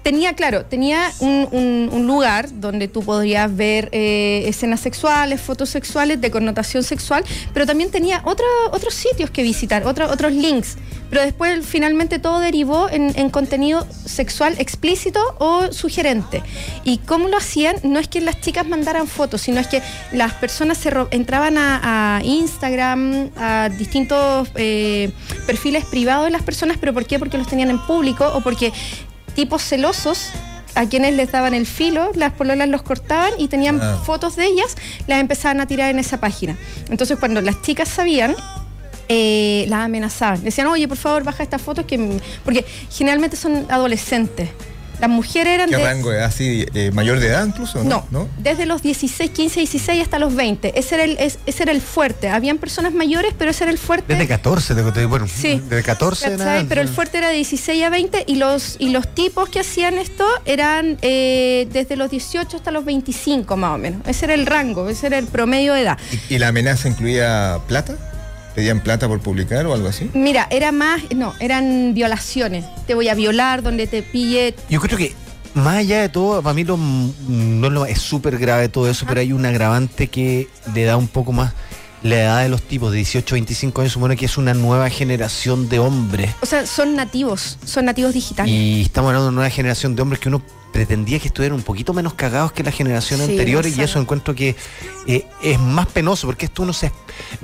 K: tenía, claro, tenía un, un- un lugar donde tú podrías ver eh, escenas sexuales, fotos sexuales de connotación sexual, pero también tenía otro- otros sitios que visitar, otro- otros links. Pero después finalmente todo derivó en, en contenido sexual explícito o sugerente. ¿Y cómo lo hacían? No es que las chicas mandaran fotos, sino es que las personas se ro- entraban a, a Instagram, a distintos eh, perfiles privados de las personas, pero ¿por qué? Porque los tenían en público o porque tipos celosos a quienes les daban el filo, las pololas los cortaban y tenían
A: Ah.
K: fotos de ellas, las empezaban a tirar en esa página. Entonces cuando las chicas sabían, eh, las amenazaban. Decían, oye, por favor, baja estas fotos, que... m-". porque generalmente son adolescentes. Las mujeres eran
A: ¿Qué
K: de...
A: rango es? ¿Así eh, mayor de edad incluso?
K: No,
A: No. ¿No?
K: desde los 16, 15, 16 hasta los 20. Ese era el, es- ese era el fuerte. Habían personas mayores, pero ese era el fuerte.
B: Desde 14, tengo que- bueno,
K: Eh. Sí.
B: desde 14 en
K: ¿Cachai?
B: adelante.
K: Pero el fuerte era de 16 a 20 y los, y los tipos que hacían esto eran eh, desde los 18 hasta los 25 más o menos. Ese era el rango, ese era el promedio de edad.
A: ¿Y, y la amenaza incluía plata? ¿Pedían plata por publicar o algo así?
K: Mira, era más, no, eran violaciones. Te voy a violar donde te pille.
B: Yo creo que más allá de todo, para mí lo, no es lo- es súper grave todo eso, pero hay un agravante que le da un poco más la edad de los tipos, de 18 a 25 años, supone que es una nueva generación de hombres.
K: O sea, son nativos, son nativos digitales.
B: Y estamos hablando de una nueva generación de hombres que uno pretendía que estuvieran un poquito menos cagados que la generación
K: Sí,
B: anterior y
K: Gonzalo.
B: eso encuentro que eh, es más penoso porque esto uno se...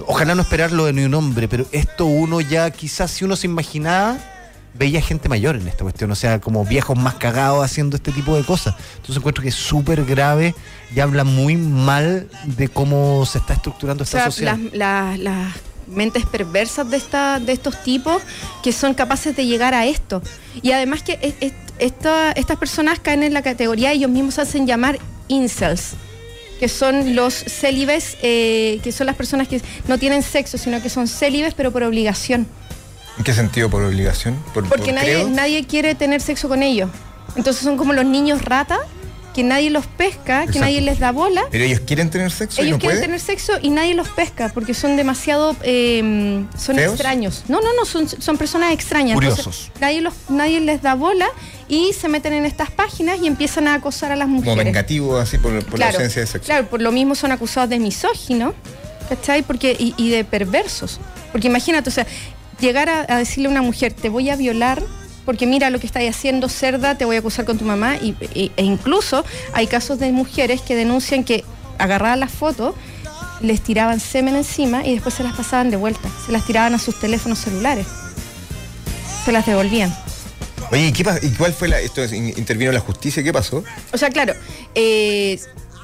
B: Ojalá no esperarlo de ni un hombre, pero esto uno ya quizás si uno se imaginaba veía gente mayor en esta cuestión, o sea, como viejos más cagados haciendo este tipo de cosas. Entonces encuentro que es súper grave y habla muy mal de cómo se está estructurando
K: O
B: esta
K: sea,
B: sociedad.
K: las, las- las mentes perversas de, esta, de estos tipos que son capaces de llegar a esto. Y además que es- es- esta- estas personas caen en la categoría, ellos mismos se hacen llamar incels, que son los célibes, eh, que son las personas que no tienen sexo, sino que son célibes pero por obligación.
A: ¿En qué sentido? ¿Por obligación? ¿Por,
K: Porque
A: por
K: nadie,
A: credo?
K: nadie quiere tener sexo con ellos. Entonces son como los niños rata, que nadie los pesca, que
A: Exacto.
K: nadie les da bola.
A: ¿Pero ellos quieren tener sexo y
K: Ellos
A: no
K: quieren
A: pueden?
K: tener sexo y nadie los pesca porque son demasiado. eh, son
A: ¿Feos?
K: extraños. No, no, no, son, son personas extrañas.
B: Curiosos.
K: nadie, los, nadie les da bola y se meten en estas páginas y empiezan a acosar a las
A: Como
K: mujeres.
A: vengativo, así, por, por la ausencia de sexo.
K: claro, por lo mismo son acusados de misógino. ¿Cachai? Porque, y, y de perversos. Porque imagínate, o sea, llegar a, a decirle a una mujer, te voy a violar porque mira lo que estáis haciendo, cerda, te voy a acusar con tu mamá. Y, y- e incluso hay casos de mujeres que denuncian que agarraban las fotos, les tiraban semen encima y después se las pasaban de vuelta. Se las tiraban a sus teléfonos celulares. Se las devolvían.
A: Oye, ¿y, qué pas- y cuál fue la. Esto es, in- intervino la justicia, ¿qué pasó?
K: O sea, claro, eh,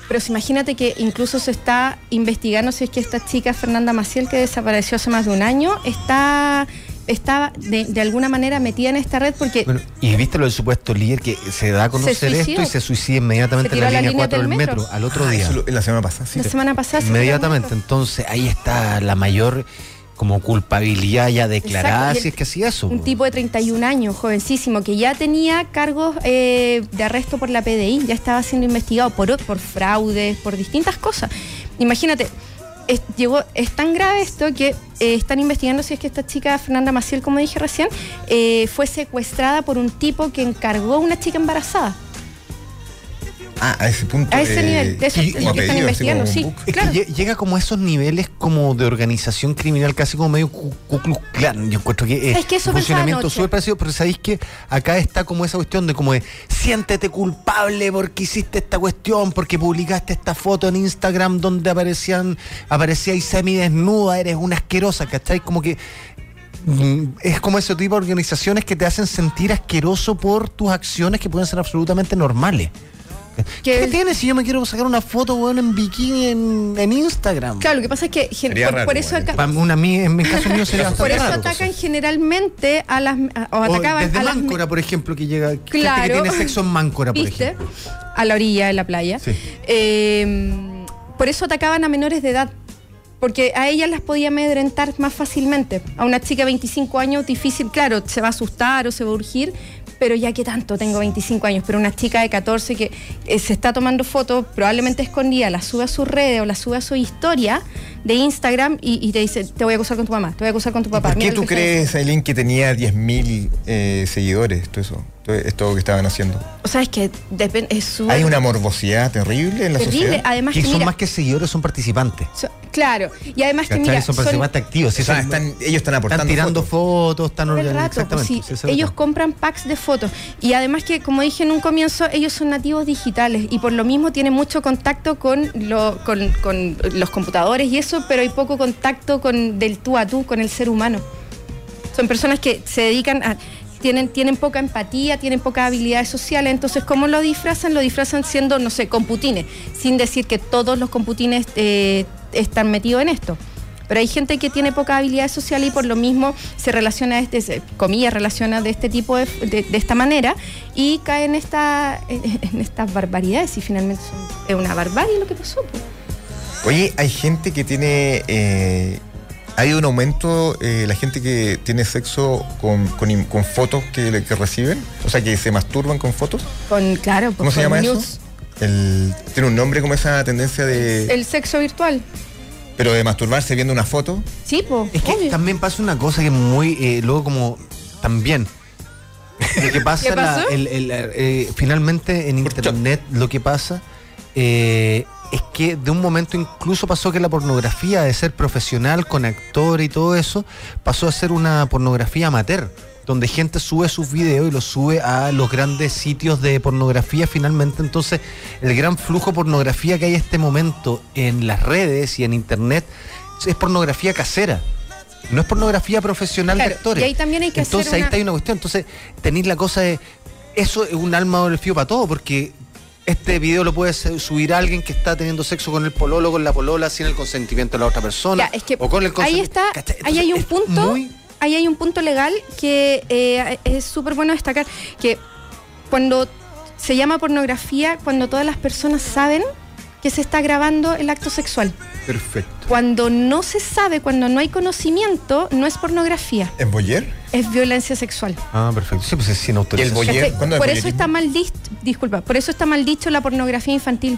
K: pero si imagínate que incluso se está investigando si es que esta chica, Fernanda Maciel, que desapareció hace más de un año, está, está de, de alguna manera metida en esta red porque
B: Bueno, y viste lo del supuesto líder que se da a conocer esto
K: suicidó.
B: y se suicida inmediatamente
K: Se
B: en la
K: tiró a
B: línea
K: la
B: 4 del
K: línea del
B: metro,
K: metro.
B: al otro
A: Ah,
B: día.
A: eso lo- en la semana pasada, sí.
K: la semana pasada... se tiró
B: Inmediatamente,
K: muerto.
B: entonces ahí está la mayor como culpabilidad ya declarada
K: Exacto, y el-
B: si es que hacía eso.
K: Un
B: po.
K: tipo de 31 años, jovencísimo, que ya tenía cargos eh, de arresto por la PDI, ya estaba siendo investigado por, o- por fraudes, por distintas cosas. Imagínate, es, llegó, es tan grave esto que eh, están investigando si es que esta chica, Fernanda Maciel, como dije recién, eh, fue secuestrada por un tipo que encargó a una chica embarazada.
A: Ah, a ese punto.
K: A ese
A: eh,
K: nivel, de eso
A: y-
K: es-
A: o
K: que
A: apellido,
K: están
A: así
K: investigando,
A: como
K: sí.
A: Buc.
B: Es
K: claro.
B: que lle- llega como a esos niveles como de organización criminal, casi como medio Ku Ku Klux Klan. Yo encuentro que es
K: ¿Sabes qué? Eso
B: un
K: pensaba
B: funcionamiento
K: anoche.
B: súper parecido, pero sabéis que acá está como esa cuestión de como de siéntete culpable porque hiciste esta cuestión, porque publicaste esta foto en Instagram donde aparecían, aparecía semi desnuda, eres una asquerosa, ¿cachai? Como que mm, es como ese tipo de organizaciones que te hacen sentir asqueroso por tus acciones que pueden ser absolutamente normales. ¿Qué,
K: Que-
B: tiene si yo me quiero sacar una foto, weón, en bikini en, en Instagram?
K: Claro, lo que pasa es que gen-
A: Sería
K: por,
A: raro,
K: por eso
A: igual.
K: acá-
B: Pa- una mía- en mi caso mío sería bastante
K: por eso
B: raro,
K: atacan
B: entonces.
K: generalmente a las a- o
B: O
K: atacaban
B: desde
K: a las
B: Máncora, por ejemplo, que llega gente
K: Claro.
B: que tiene sexo en Máncora, por
K: ¿Viste?
B: ejemplo.
K: A la orilla de la playa.
B: Sí.
K: Eh, por eso atacaban a menores de edad. Porque a ellas las podía amedrentar más fácilmente. A una chica de 25 años, difícil, claro, se va a asustar o se va a urgir, pero ya que tanto tengo 25 años. Pero una chica de 14 que eh, se está tomando fotos, probablemente escondida, la sube a sus redes o la sube a su historia de Instagram y, y te dice: Te voy a acusar con tu mamá, te voy a acusar con tu papá.
A: ¿Por qué
K: mira lo
A: tú
K: que está diciendo".
A: crees, Aileen, que tenía 10.000 eh, seguidores? Todo eso, todo esto que estaban haciendo.
K: O sea, es que depen- es su.
A: Hay una morbosidad terrible en la
K: Terrible.
A: sociedad.
K: Además,
B: Que
K: que
B: son
K: mira,
B: más que seguidores, son participantes.
K: So- claro, y además que
B: ¿Cachai?
K: mira,
B: son
K: son-
B: participantes activos. sí,
A: O sea,
B: son-
A: están- ellos están aportando.
B: están tirando
A: fotos.
B: fotos, están
K: todo el
B: organizando.
K: rato, pues, sí,
B: exactamente, sí, se
K: ellos
B: nota.
K: compran packs de fotos y además que como dije en un comienzo ellos son nativos digitales y por lo mismo tienen mucho contacto con, lo- con, con los computadores y eso, pero hay poco contacto con del tú a tú con el ser humano. Son personas que se dedican a tienen, tienen poca empatía, tienen pocas habilidades sociales, entonces ¿cómo lo disfrazan? Lo disfrazan siendo, no sé, computines, sin decir que todos los computines eh, están metidos en esto. Pero hay gente que tiene poca habilidad social y por lo mismo se relaciona, a este, se- comillas, relaciona de este tipo de, de- de esta manera y cae en, esta, en, en estas barbaridades y finalmente son- es una barbarie lo que pasó. pues.
A: Oye, hay gente que tiene. eh, hay un aumento, eh, la gente que tiene sexo con, con im- con fotos que, le- que reciben, o sea, que se masturban con fotos.
K: Con, claro, pues,
A: ¿Cómo se
K: con
A: llama
K: nudes.
A: eso? El- tiene un nombre como esa tendencia de.
K: El sexo virtual.
A: Pero de masturbarse viendo una foto.
K: Sí, po,
B: Es que
K: obvio.
B: también pasa una cosa que es muy, eh, luego como, también. Lo que pasa,
K: ¿Qué pasó?
B: la- el- el- eh, finalmente en internet, lo que pasa eh, es que de un momento incluso pasó que la pornografía de ser profesional con actor y todo eso, pasó a ser una pornografía amateur, donde gente sube sus videos y los sube a los grandes sitios de pornografía finalmente. Entonces, el gran flujo de pornografía que hay en este momento en las redes y en internet es pornografía casera. No es pornografía profesional de
K: Claro,
B: actores.
K: y ahí también hay que hacer
B: Entonces ahí
K: una-
B: está hay una cuestión. Entonces tenéis la cosa de. Eso es un alma del fío para todo, porque este video lo puede su- subir alguien que está teniendo sexo con el pololo, con la polola, sin el consentimiento de la otra persona.
K: Ya, es que
B: o con el
K: ahí
B: consentimiento.
K: está,
B: ¿Cachai?
K: ahí hay un
B: Entonces, es
K: punto,
B: muy-
K: ahí hay un punto legal que eh, es súper bueno destacar, que cuando se llama pornografía, cuando todas las personas saben que se está grabando el acto sexual.
B: Perfecto.
K: Cuando no se sabe, cuando no hay conocimiento, no es pornografía,
A: ¿En Boyer?
K: es violencia sexual.
B: Ah, perfecto. Sí, pues es sin autorización.
A: voyeur-
K: ¿Cachai?
A: ¿Cuándo es
K: Por eso
A: voyerismo?
K: está mal dicho, disculpa, por eso está mal dicho la pornografía infantil.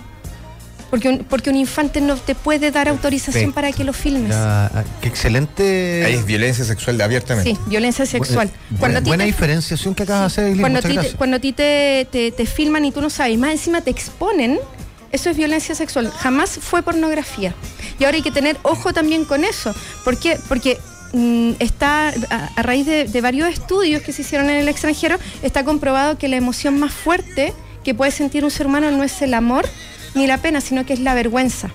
K: Porque un, porque un infante no te puede dar autorización
B: Perfecto.
K: para que lo filmes.
B: Ya, ah, qué excelente.
A: Ahí es violencia sexual de abiertamente.
K: Sí, violencia sexual.
B: eh, Buena,
K: Cuando a ti
B: buena
K: te-
B: diferenciación que acabas de hacer, Eileen,
K: cuando a
B: muchas
K: ti te,
B: gracias.
K: cuando a ti te, te- te filman y tú no sabes, más encima te exponen, eso es violencia sexual. Jamás fue pornografía. Y ahora hay que tener ojo también con eso. ¿Por qué? Porque mm, está, a, a raíz de, de varios estudios que se hicieron en el extranjero, está comprobado que la emoción más fuerte que puede sentir un ser humano no es el amor ni la pena, sino que es la vergüenza.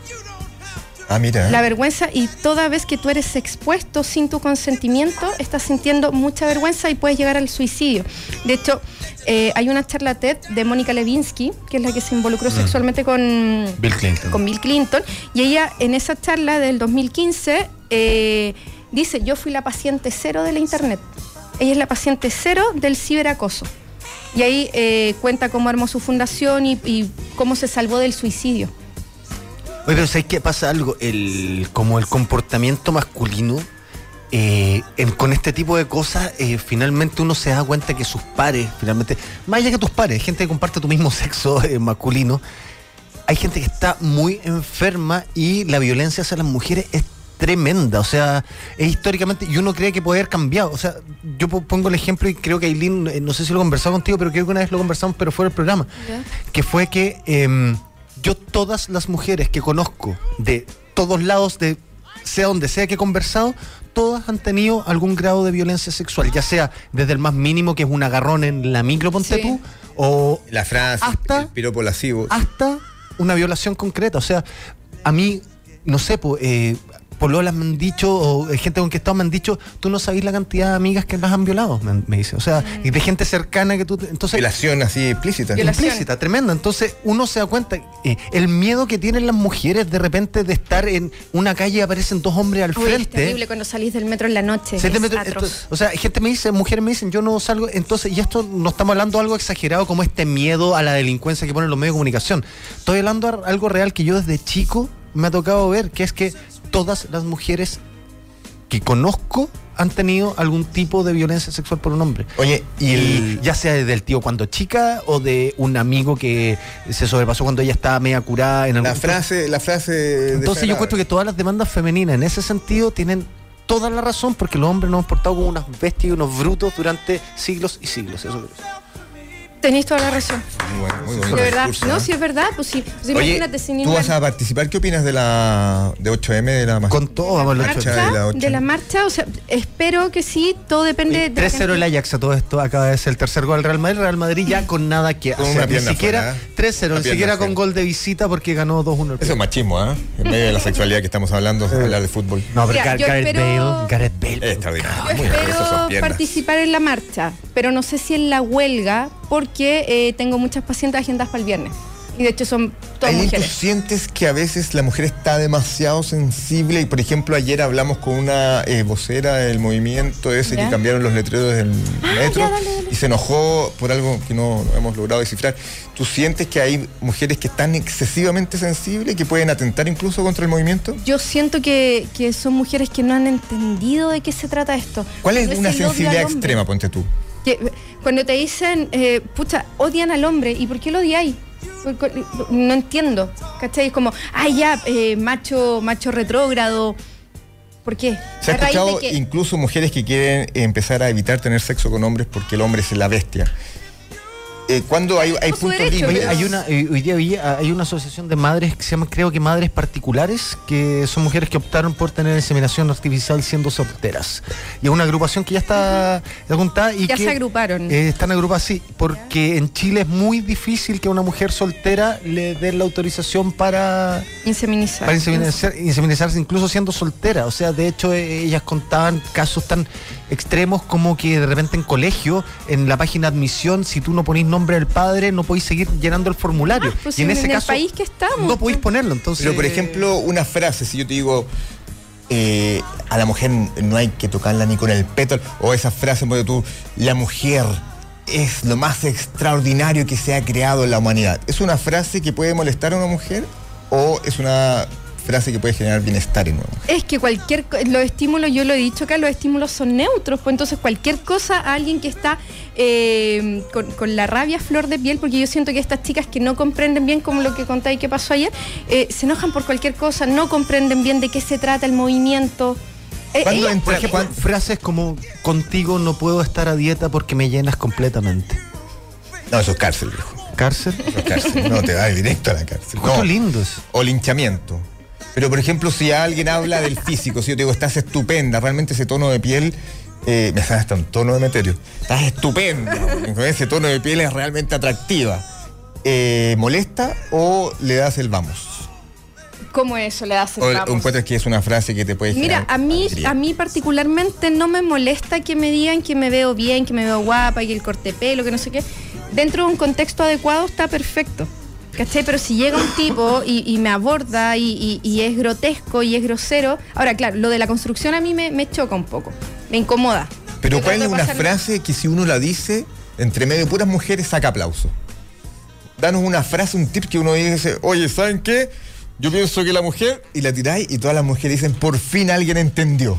L: Ah, mira.
K: La vergüenza y toda vez que tú eres expuesto sin tu consentimiento, estás sintiendo mucha vergüenza y puedes llegar al suicidio. De hecho, eh, hay una charla TED de Mónica Levinsky, que es la que se involucró sexualmente con
B: Bill Clinton.
K: con Bill Clinton, y ella en esa charla del 2015 eh, dice, yo fui la paciente cero de la Internet. Ella es la paciente cero del ciberacoso. Y ahí eh, cuenta cómo armó su fundación y- y cómo se salvó del suicidio.
B: Oye, pero ¿sabes qué pasa algo? El, como el comportamiento masculino, eh, en- con este tipo de cosas, eh, finalmente uno se da cuenta que sus pares, finalmente, más allá que tus pares, gente que comparte tu mismo sexo eh, masculino, hay gente que está muy enferma y la violencia hacia las mujeres es tremenda, o sea, es históricamente, y uno cree que puede haber cambiado, o sea, yo po- pongo el ejemplo y creo que Aileen, eh, no sé si lo he conversado contigo, pero creo que una vez lo conversamos, pero fuera del programa,
K: Ya.
B: que fue que em, yo todas las mujeres que conozco de todos lados, de sea donde sea que he conversado, todas han tenido algún grado de violencia sexual, ya sea desde el más mínimo, que es un agarrón en la micro, ponte
K: Sí.
B: tú, o
A: La eh, frase,
B: Hasta-
A: el piropo lascivo.
B: hasta una violación concreta. O sea, a mí, no sé, po, eh, pololas me han dicho, o eh, gente con que he estado me han dicho, tú no sabes la cantidad de amigas que las han violado, me, me dice. O sea, y de gente cercana que tú... te- Entonces,
A: Relación así explícita.
K: Mm. Violación.
B: implícita, tremenda. Entonces uno se da cuenta, eh, el miedo que tienen las mujeres de repente de estar en una calle y aparecen dos hombres al
K: Uy,
B: frente.
K: Es terrible cuando salís del metro en la noche.
B: Se te
K: es
B: mete-
K: atroz.
B: esto- o sea, gente me dice, mujeres me dicen, yo no salgo. Entonces, y esto no estamos hablando de algo exagerado como este miedo a la delincuencia que ponen los medios de comunicación. Estoy hablando de algo real que yo desde chico me ha tocado ver, que es que todas las mujeres que conozco han tenido algún tipo de violencia sexual por un hombre.
L: Oye,
B: Y el- ya sea del tío cuando chica o de un amigo que se sobrepasó cuando ella estaba media curada en algún
L: la frase, la frase.
B: entonces yo encuentro que todas las demandas femeninas en ese sentido tienen toda la razón porque los hombres nos han portado como unas bestias y unos brutos durante siglos y siglos. Eso creo.
K: Tenéis toda la razón.
A: Muy bueno, muy
K: De
A: bueno.
K: verdad.
L: discurso,
K: no,
L: ¿no?
K: si es verdad, pues sí. Pues
A: Oye,
K: imagínate sin
A: tú
K: ningún-
A: vas a participar. ¿Qué opinas de la de 8M de la mascota?
B: Con todo vamos a
A: marcha
B: los
A: de la
K: marcha,
A: ocho.
K: de la marcha, o sea, espero que sí, todo depende de
B: 3-0 el Ajax a todo esto, acaba de ser el tercer gol del Real Madrid, Real Madrid ya con nada que
A: Con una
B: hacer, ni
A: pierna
B: siquiera
A: fuera, ¿eh?
B: 3-0,
A: Una
B: ni
A: pierna
B: siquiera con
A: fuera.
B: gol de visita porque ganó 2-1 el
A: Eso es machismo, ¿ah? En medio de la sexualidad que estamos haando, hablar de fútbol.
B: No, pero
K: Mira,
B: Gar-
K: yo
B: Gareth
K: espero-
B: Bale, Gareth Bale.
A: Extraordinario.
K: Yo
A: Muy bien, esas son
K: espero
A: piernas.
K: participar en la marcha, pero no sé si en la huelga, porque eh, tengo muchas pacientes agendadas para el viernes. Y de hecho son todas
A: Aileen, ¿tú
K: mujeres.
A: sientes que a veces la mujer está demasiado sensible? Y por ejemplo, ayer hablamos con una eh, vocera del movimiento ese
K: Ya. Ah,
A: que cambiaron los letreros del metro
K: ya, dale, dale.
A: y se enojó por algo que no hemos logrado descifrar. ¿Tú sientes que hay mujeres que están excesivamente sensibles que pueden atentar incluso contra el movimiento?
K: Yo siento que, que son mujeres que no han entendido de qué se trata esto.
A: ¿Cuál es
K: Tal vez
A: una
K: el odio al
A: sensibilidad
K: hombre.
A: extrema, ponte tú?
K: Que, cuando te dicen, eh, pucha, odian al hombre, ¿y por qué lo odiáis? Por- por- No entiendo, ¿cachai? Es como, ay, ya, eh, macho, macho retrógrado. ¿Por qué?
A: Se ha
K: A raíz de
A: escuchado
K: que-
A: incluso mujeres que quieren empezar a evitar tener sexo con hombres porque el hombre es la bestia. Eh, ¿Cuándo hay, hay
K: Por su
A: puntos
K: derecho,
A: límites?
B: Oye, hay una, eh, hoy día vi, ah, hay una asociación de madres que se llama, creo que Madres Particulares, que son mujeres que optaron por tener inseminación artificial siendo solteras. Y es una agrupación que ya está está juntada y
K: Ya
B: que,
K: se agruparon.
B: eh, están agrupadas sí, porque en Chile es muy difícil que a una mujer soltera le den la autorización para,
K: Inseminizar.
B: para inseminizar- inseminizarse, incluso siendo soltera. O sea, de hecho, eh, ellas contaban casos tan extremos como que de repente en colegio, en la página de admisión, si tú no ponís nombre del padre, no podéis seguir llenando el formulario.
K: Ah, pues
B: y en
K: en
B: ese
K: el
B: caso,
K: país que estamos,
B: no podéis
K: pues.
B: ponerlo. Entonces, eh,
A: Pero por ejemplo, una frase, si yo te digo, eh, a la mujer no hay que tocarla ni con el pétalo, o esa frase porque tú, la mujer es lo más extraordinario que se ha creado en la humanidad. ¿Es una frase que puede molestar a una mujer o es una frase que puede generar bienestar en una mujer?
K: Es que cualquier, co- los estímulos, yo lo he dicho acá, los estímulos son neutros, pues entonces cualquier cosa a alguien que está eh, con, con la rabia flor de piel, porque yo siento que estas chicas que no comprenden bien como lo que contáis que pasó ayer, eh, se enojan por cualquier cosa, no comprenden bien de qué se trata el movimiento. Eh,
A: ¿Cuándo
K: ellas-
B: Por
A: entra-
B: ejemplo,
A: cuán-
B: frases como contigo no puedo estar a dieta porque me llenas completamente.
A: No, eso es cárcel, viejo.
B: Cárcel.
A: Eso es cárcel. No, te va directo a la cárcel.
B: Justo
A: No.
B: lindos.
A: o linchamiento. Pero, por ejemplo, si alguien habla del físico, si yo te digo, estás estupenda, realmente ese tono de piel. eh, me sale hasta un tono de meteorio. Estás estupenda. porque Ese tono de piel es realmente atractiva. Eh, ¿Molesta o le das el vamos?
K: ¿Cómo eso le hace?
A: O,
K: vamos?
A: o encuentras que es una frase que te puede
K: Mira,
A: generar
K: a mí,
A: alegría.
K: a mí particularmente no me molesta que me digan que me veo bien, que me veo guapa, que el corte de pelo, que no sé qué. Dentro de un contexto adecuado está perfecto. ¿Cachai? Pero si llega un tipo y, y me aborda y, y- y es grotesco y es grosero. Ahora, claro, lo de la construcción a mí me, me choca un poco. Me incomoda.
A: Pero
K: Yo
A: ¿cuál
K: trato
A: es
K: de
A: una
K: pasarme-
A: frase que si uno la dice, entre medio de puras mujeres, saca aplauso? Danos una frase, un tip que uno dice, oye, ¿saben qué? Yo pienso que la mujer, y la tiráis, y todas las mujeres dicen, por fin alguien entendió.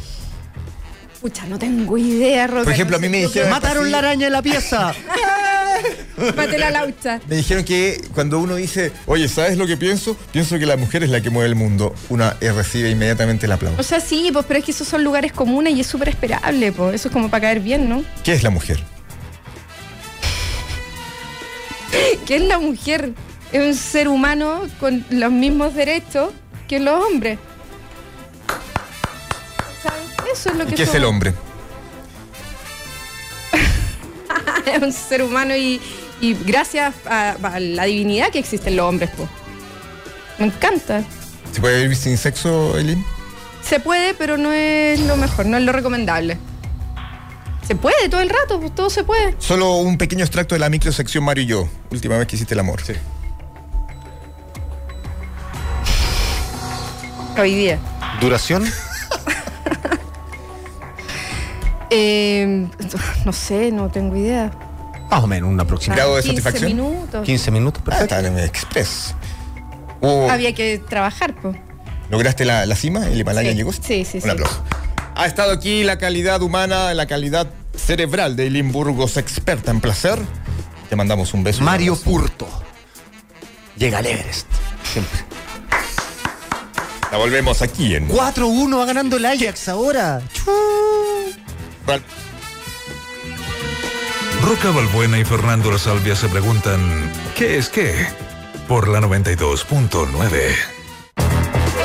K: Pucha, no tengo idea, Roca.
A: Por ejemplo,
K: no
A: a mí
K: sé,
A: me
K: yo
A: dijeron-
B: Mataron la araña de la pieza.
K: creo- Pate la laucha.
A: Me dijeron que cuando uno dice, oye, ¿sabes lo que pienso? Pienso que la mujer es la que mueve el mundo. Una eh, recibe inmediatamente el
K: O
A: aplauso.
K: sea, sí, pues, pero es que esos son lugares comunes y es súper esperable, pues. Eso es como para caer bien, ¿no?
A: ¿Qué es la mujer?
K: que es la mujer, es un ser humano con los mismos derechos que los hombres. ¿Saben? Eso es lo
A: ¿Y
K: que
A: qué es
K: somos.
A: el hombre?
K: Es un ser humano y, y gracias a, a la divinidad que existen los hombres, po. Me encanta.
A: ¿Se puede vivir sin sexo, Elin?
K: Se puede, pero no es lo mejor, no es lo recomendable. Se puede todo el rato, pues todo se puede.
A: Solo un pequeño extracto de la microsección Mario y yo. Última vez que hiciste el amor. Sí.
K: Hoy día.
B: ¿Duración?
K: Eh, no sé, no tengo idea.
B: Más o menos, una aproximada.
A: Grado de
K: 15
A: satisfacción.
K: minutos.
B: 15 minutos,
A: Ah,
B: perfecto.
A: está en el Express. Oh,
K: Había que trabajar, pues.
A: ¿Lograste la, la cima? ¿El Himalaya
K: Sí,
A: llegó?
K: sí, sí,
A: Un
K: sí.
A: aplauso. Ha estado aquí la calidad humana, la calidad cerebral de Eileen Burgos, experta en placer. Te mandamos un beso.
B: Mario Purto. Llega al Everest. Siempre.
A: La volvemos aquí en
B: 4-1 va ganando el Ajax ahora.
A: Real-
C: Roca Balbuena y Fernando La Salvia se preguntan, ¿qué es qué? Por la 92.9.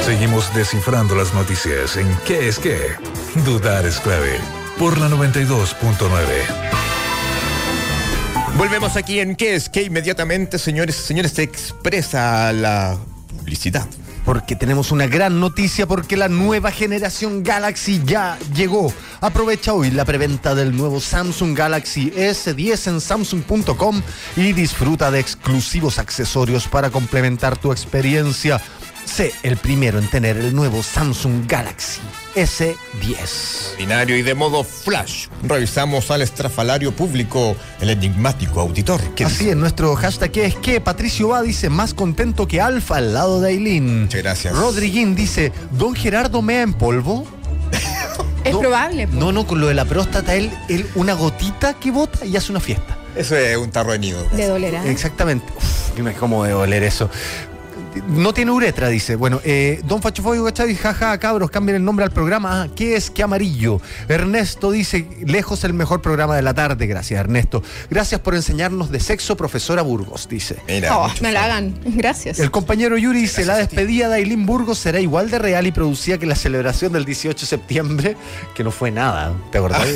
C: Seguimos descifrando las noticias en ¿qué es qué? Dudar es clave. Por la 92.9.
A: Volvemos aquí en ¿Qué es? Que inmediatamente, señores, señores, se expresa la publicidad.
B: Porque tenemos una gran noticia porque la nueva generación Galaxy ya llegó. Aprovecha hoy la preventa del nuevo Samsung Galaxy S10 en samsung.com y disfruta de exclusivos accesorios para complementar tu experiencia. Sé el primero en tener el nuevo Samsung Galaxy S10.
A: Binario y de modo flash. Revisamos al estrafalario público, el enigmático auditor. que
B: Así
A: dice-
B: es, nuestro hashtag es que Patricio Va dice más contento que Alfa al lado de Aileen.
A: Muchas gracias.
B: Rodriguín dice, ¿Don Gerardo mea en polvo?
K: Es
B: No,
K: probable, po.
B: No, no, con lo de la próstata, él, él una gotita que bota y hace una fiesta.
A: Eso es un tarro de nido.
K: Le
A: Eh,
K: dolerá.
B: Exactamente. Uf, dime cómo debo oler eso. No tiene uretra, dice. Bueno, eh, Don Fachofobio Gachadi, jaja, cabros, cambien el nombre al programa. Ah, ¿Qué es? ¿Qué amarillo? Ernesto dice, lejos el mejor programa de la tarde. Gracias, Ernesto. Gracias por enseñarnos de sexo, profesora Burgos, dice.
A: Mira,
K: Oh,
A: mucho
K: me la
A: flash.
K: hagan. Gracias.
B: El compañero Yuri dice, la despedida de Ailín Burgos será igual de real y producida que la celebración del 18 de septiembre, que no fue nada, ¿te acordás?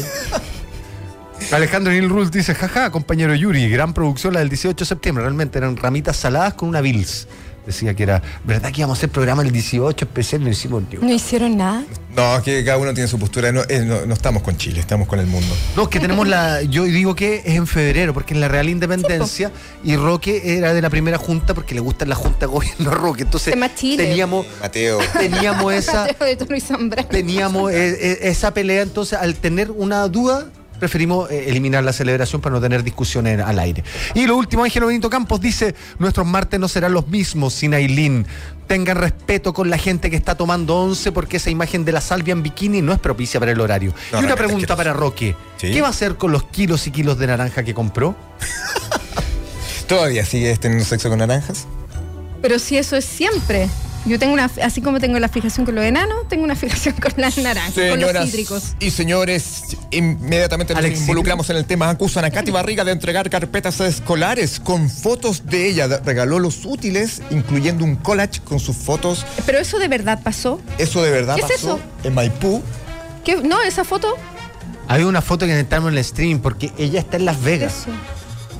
B: Alejandro Neil Rules dice, jaja, compañero Yuri, gran producción la del 18 de septiembre, realmente eran ramitas saladas con una Bills. Decía que era, ¿verdad que íbamos a hacer programa el 18 especial? No hicimos ni uno.
K: No hicieron nada.
A: No, es que cada uno tiene su postura. No, eh, no- no estamos con Chile, estamos con el mundo.
B: No, es que tenemos la, yo digo que es en febrero, porque en la Real Independencia, y Roque era de la primera junta, porque le gustan la junta gobierno a Roque, entonces
K: Tema Chile.
B: teníamos,
A: Mateo.
B: teníamos esa...
K: Mateo de Toro y Zambrano.
B: teníamos eh, eh, esa pelea, entonces al tener una duda preferimos eh, eliminar la celebración para no tener discusiones al aire. Y lo último, Ángelo Benito Campos dice, nuestros martes no serán los mismos sin Ailín. Tengan respeto con la gente que está tomando once porque esa imagen de la salvia en bikini no es propicia para el horario.
A: No,
B: y una
A: realmente
B: pregunta
A: asqueroso.
B: para Roque.
A: Sí.
B: ¿Qué va a hacer con los kilos y kilos de naranja que compró?
A: este ¿Todavía sigues teniendo sexo con naranjas?
K: Pero si eso es siempre. Yo tengo una, así como tengo la fijación con los enanos, tengo una fijación con las naranjas, con los
A: Señoras
K: cítricos.
A: y señores, inmediatamente nos
B: Alex,
A: involucramos en el tema. Acusan a Katy Barriga de entregar carpetas escolares con fotos de ella. Regaló los útiles, incluyendo un collage con sus fotos.
K: Pero eso de verdad pasó.
A: Eso de verdad
K: ¿Qué es
A: pasó
K: eso?
A: en Maipú.
K: ¿Qué? No, esa foto.
B: Había una foto que necesitamos en el stream porque ella está en Las Vegas.
K: Eso.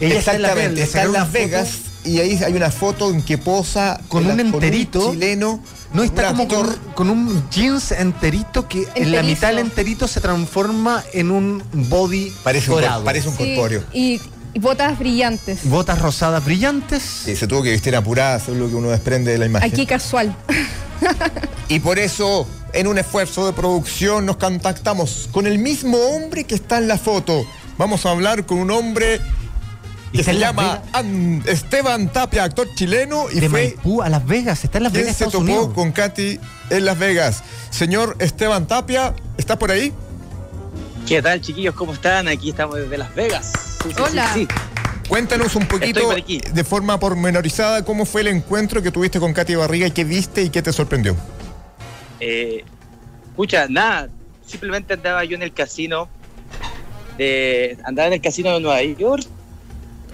B: Ella está en Las Vegas.
A: Exactamente,
B: le
A: está en
B: sacaron
A: Las
B: una foto-
A: Vegas y ahí hay una foto en que posa eh,
B: Con un enterito.
A: chileno.
B: No está
A: un
B: como con,
A: actor.
B: con un jeans enterito que en la
K: Enterizo.
B: mitad del enterito se transforma en un body
A: Parece un,
B: dorado.
A: cor- parece un
K: Sí,
A: corpóreo.
K: y, y botas brillantes.
B: Botas rosadas brillantes.
A: Sí, se tuvo que vestir apurada, eso es lo que uno desprende de la imagen.
K: Aquí casual.
A: Y por eso, en un esfuerzo de producción, nos contactamos con el mismo hombre que está en la foto. Vamos a hablar con un hombre
B: Y
A: que
B: está
A: se
B: en Las
A: llama
B: Vegas.
A: An- Esteban Tapia, actor chileno, y
B: de
A: fue
B: Maipú a Las Vegas. Está en Las
A: quien
B: Vegas,
A: se
B: Estados
A: topó
B: Unidos.
A: con Katy en Las Vegas. Señor Esteban Tapia, ¿está por ahí?
M: ¿Qué tal, chiquillos? ¿Cómo están? Aquí estamos desde Las Vegas. Sí, sí,
K: Hola.
M: sí, sí.
A: Cuéntanos un poquito
M: por aquí.
A: de forma pormenorizada cómo fue el encuentro que tuviste con Katy Barriga y qué viste y qué te sorprendió.
M: Eh, escucha, nada. Simplemente andaba yo en el casino. De, andaba en el casino de Nueva York.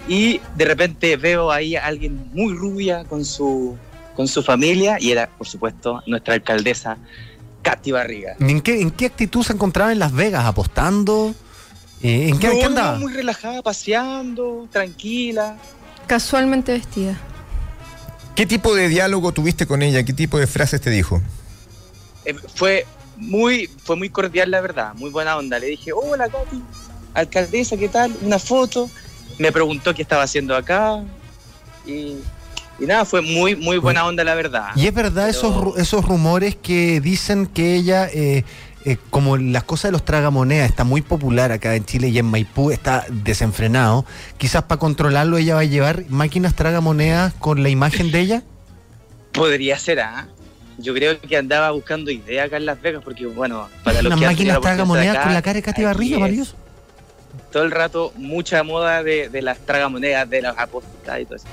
M: Y de repente veo ahí a alguien muy rubia con su, con su familia. Y era, por supuesto, nuestra alcaldesa, Katy Barriga.
B: ¿En qué, ¿En qué actitud se encontraba en Las Vegas? ¿Apostando? Eh, ¿En qué,
M: No,
B: qué
M: no,
B: andaba?
M: Muy relajada, paseando, tranquila.
K: Casualmente vestida.
A: ¿Qué tipo de diálogo tuviste con ella? ¿Qué tipo de frases te dijo?
M: Eh, fue muy fue muy cordial la verdad, muy buena onda. Le dije, hola Katy, alcaldesa, ¿qué tal? Una foto. Me preguntó qué estaba haciendo acá. Y, y nada, fue muy, muy buena onda la verdad.
B: ¿Y es verdad
M: Pero-
B: esos, ru- esos rumores que dicen que ella, eh, eh, como las cosas de los tragamonedas, está muy popular acá en Chile y en Maipú está desenfrenado? Quizás para controlarlo ella va a llevar máquinas tragamonedas con la imagen de ella.
M: Podría ser, ¿ah? Yo creo que andaba buscando ideas acá en Las Vegas, porque bueno, para los
B: Unas
M: que han tenido
B: máquinas
M: oportunidad
B: tragamonedas
M: acá,
B: con la cara de Katy Barriga,
M: aquí es
B: valioso.
M: Todo el rato, mucha moda de, de las tragamonedas, de las apostas y todo eso.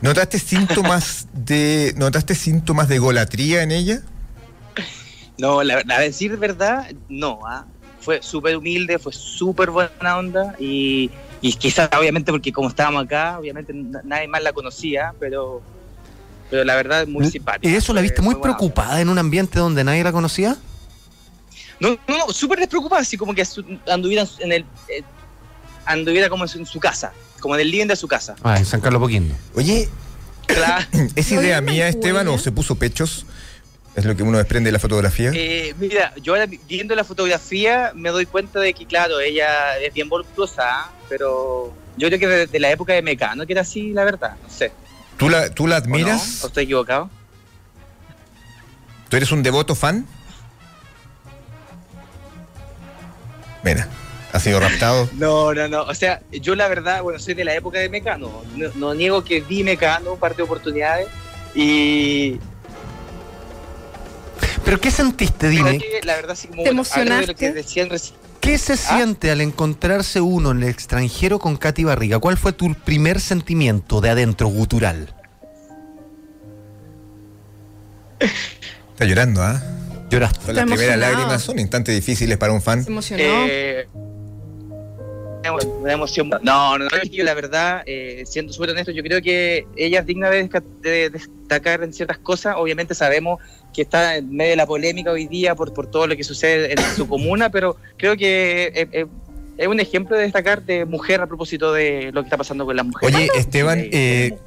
A: ¿Notaste síntomas de notaste síntomas de golatría en ella?
M: No, la, la decir verdad, no. ah. Fue súper humilde, fue súper buena onda y, y quizás obviamente porque como estábamos acá, obviamente na- nadie más la conocía, pero, pero la verdad muy simpática.
B: ¿Eh?
M: pues,
B: ¿Y eso la
M: Fue-
B: viste muy
M: fue buena onda.
B: preocupada en un ambiente donde nadie la conocía?
M: No, no, no, súper despreocupada, así como que su- anduviera en el... eh, anduviera como en su, en su casa, como en el living de su casa.
B: Ah, en San Carlos Poquindo.
A: Oye,
M: Claro.
A: ¿es
K: No,
A: idea
K: yo no me
A: mía, Esteban, o
K: acuerdo.
A: se puso pechos? Es lo que uno desprende de la fotografía.
M: Eh, mira, yo ahora viendo la fotografía me doy cuenta de que, claro, ella es bien voluptuosa, ¿ah? pero yo creo que desde la época de Mecano que era así, la verdad, no sé.
A: ¿Tú la, tú la
M: ¿O
A: admiras?
M: no? ¿O estoy equivocado?
A: ¿Tú eres un devoto fan? Mira, ha sido raptado.
M: No, no, no. O sea, yo la verdad, bueno, soy de la época de Mecano. No, no niego que vi Mecano un par de oportunidades y...
B: ¿Pero qué sentiste,
M: creo
B: dime?
M: que ¿Ah? la verdad sí como...
K: ¿Te
M: bueno, algo de lo que
K: emocionaste?
M: decían recién.
B: ¿Qué se siente al encontrarse uno en el extranjero con Katy Barriga? ¿Cuál fue tu primer sentimiento de adentro gutural?
A: Está llorando, ¿ah?
B: Lloraste.
A: Son las
K: Está
A: primeras
K: emocionado.
A: lágrimas, son instantes difíciles para un fan.
K: Se emocionó.
M: Eh, una emo- una emoción. No, no, no, yo la verdad, eh, siendo súper honesto, yo creo que ella es digna de, desca- de destacar en ciertas cosas. Obviamente sabemos que está en medio de la polémica hoy día por, por todo lo que sucede en su comuna, pero creo que eh, eh, es un ejemplo de destacar de mujer a propósito de lo que está pasando con las mujeres.
A: Oye, Esteban,
M: Sí,
A: eh,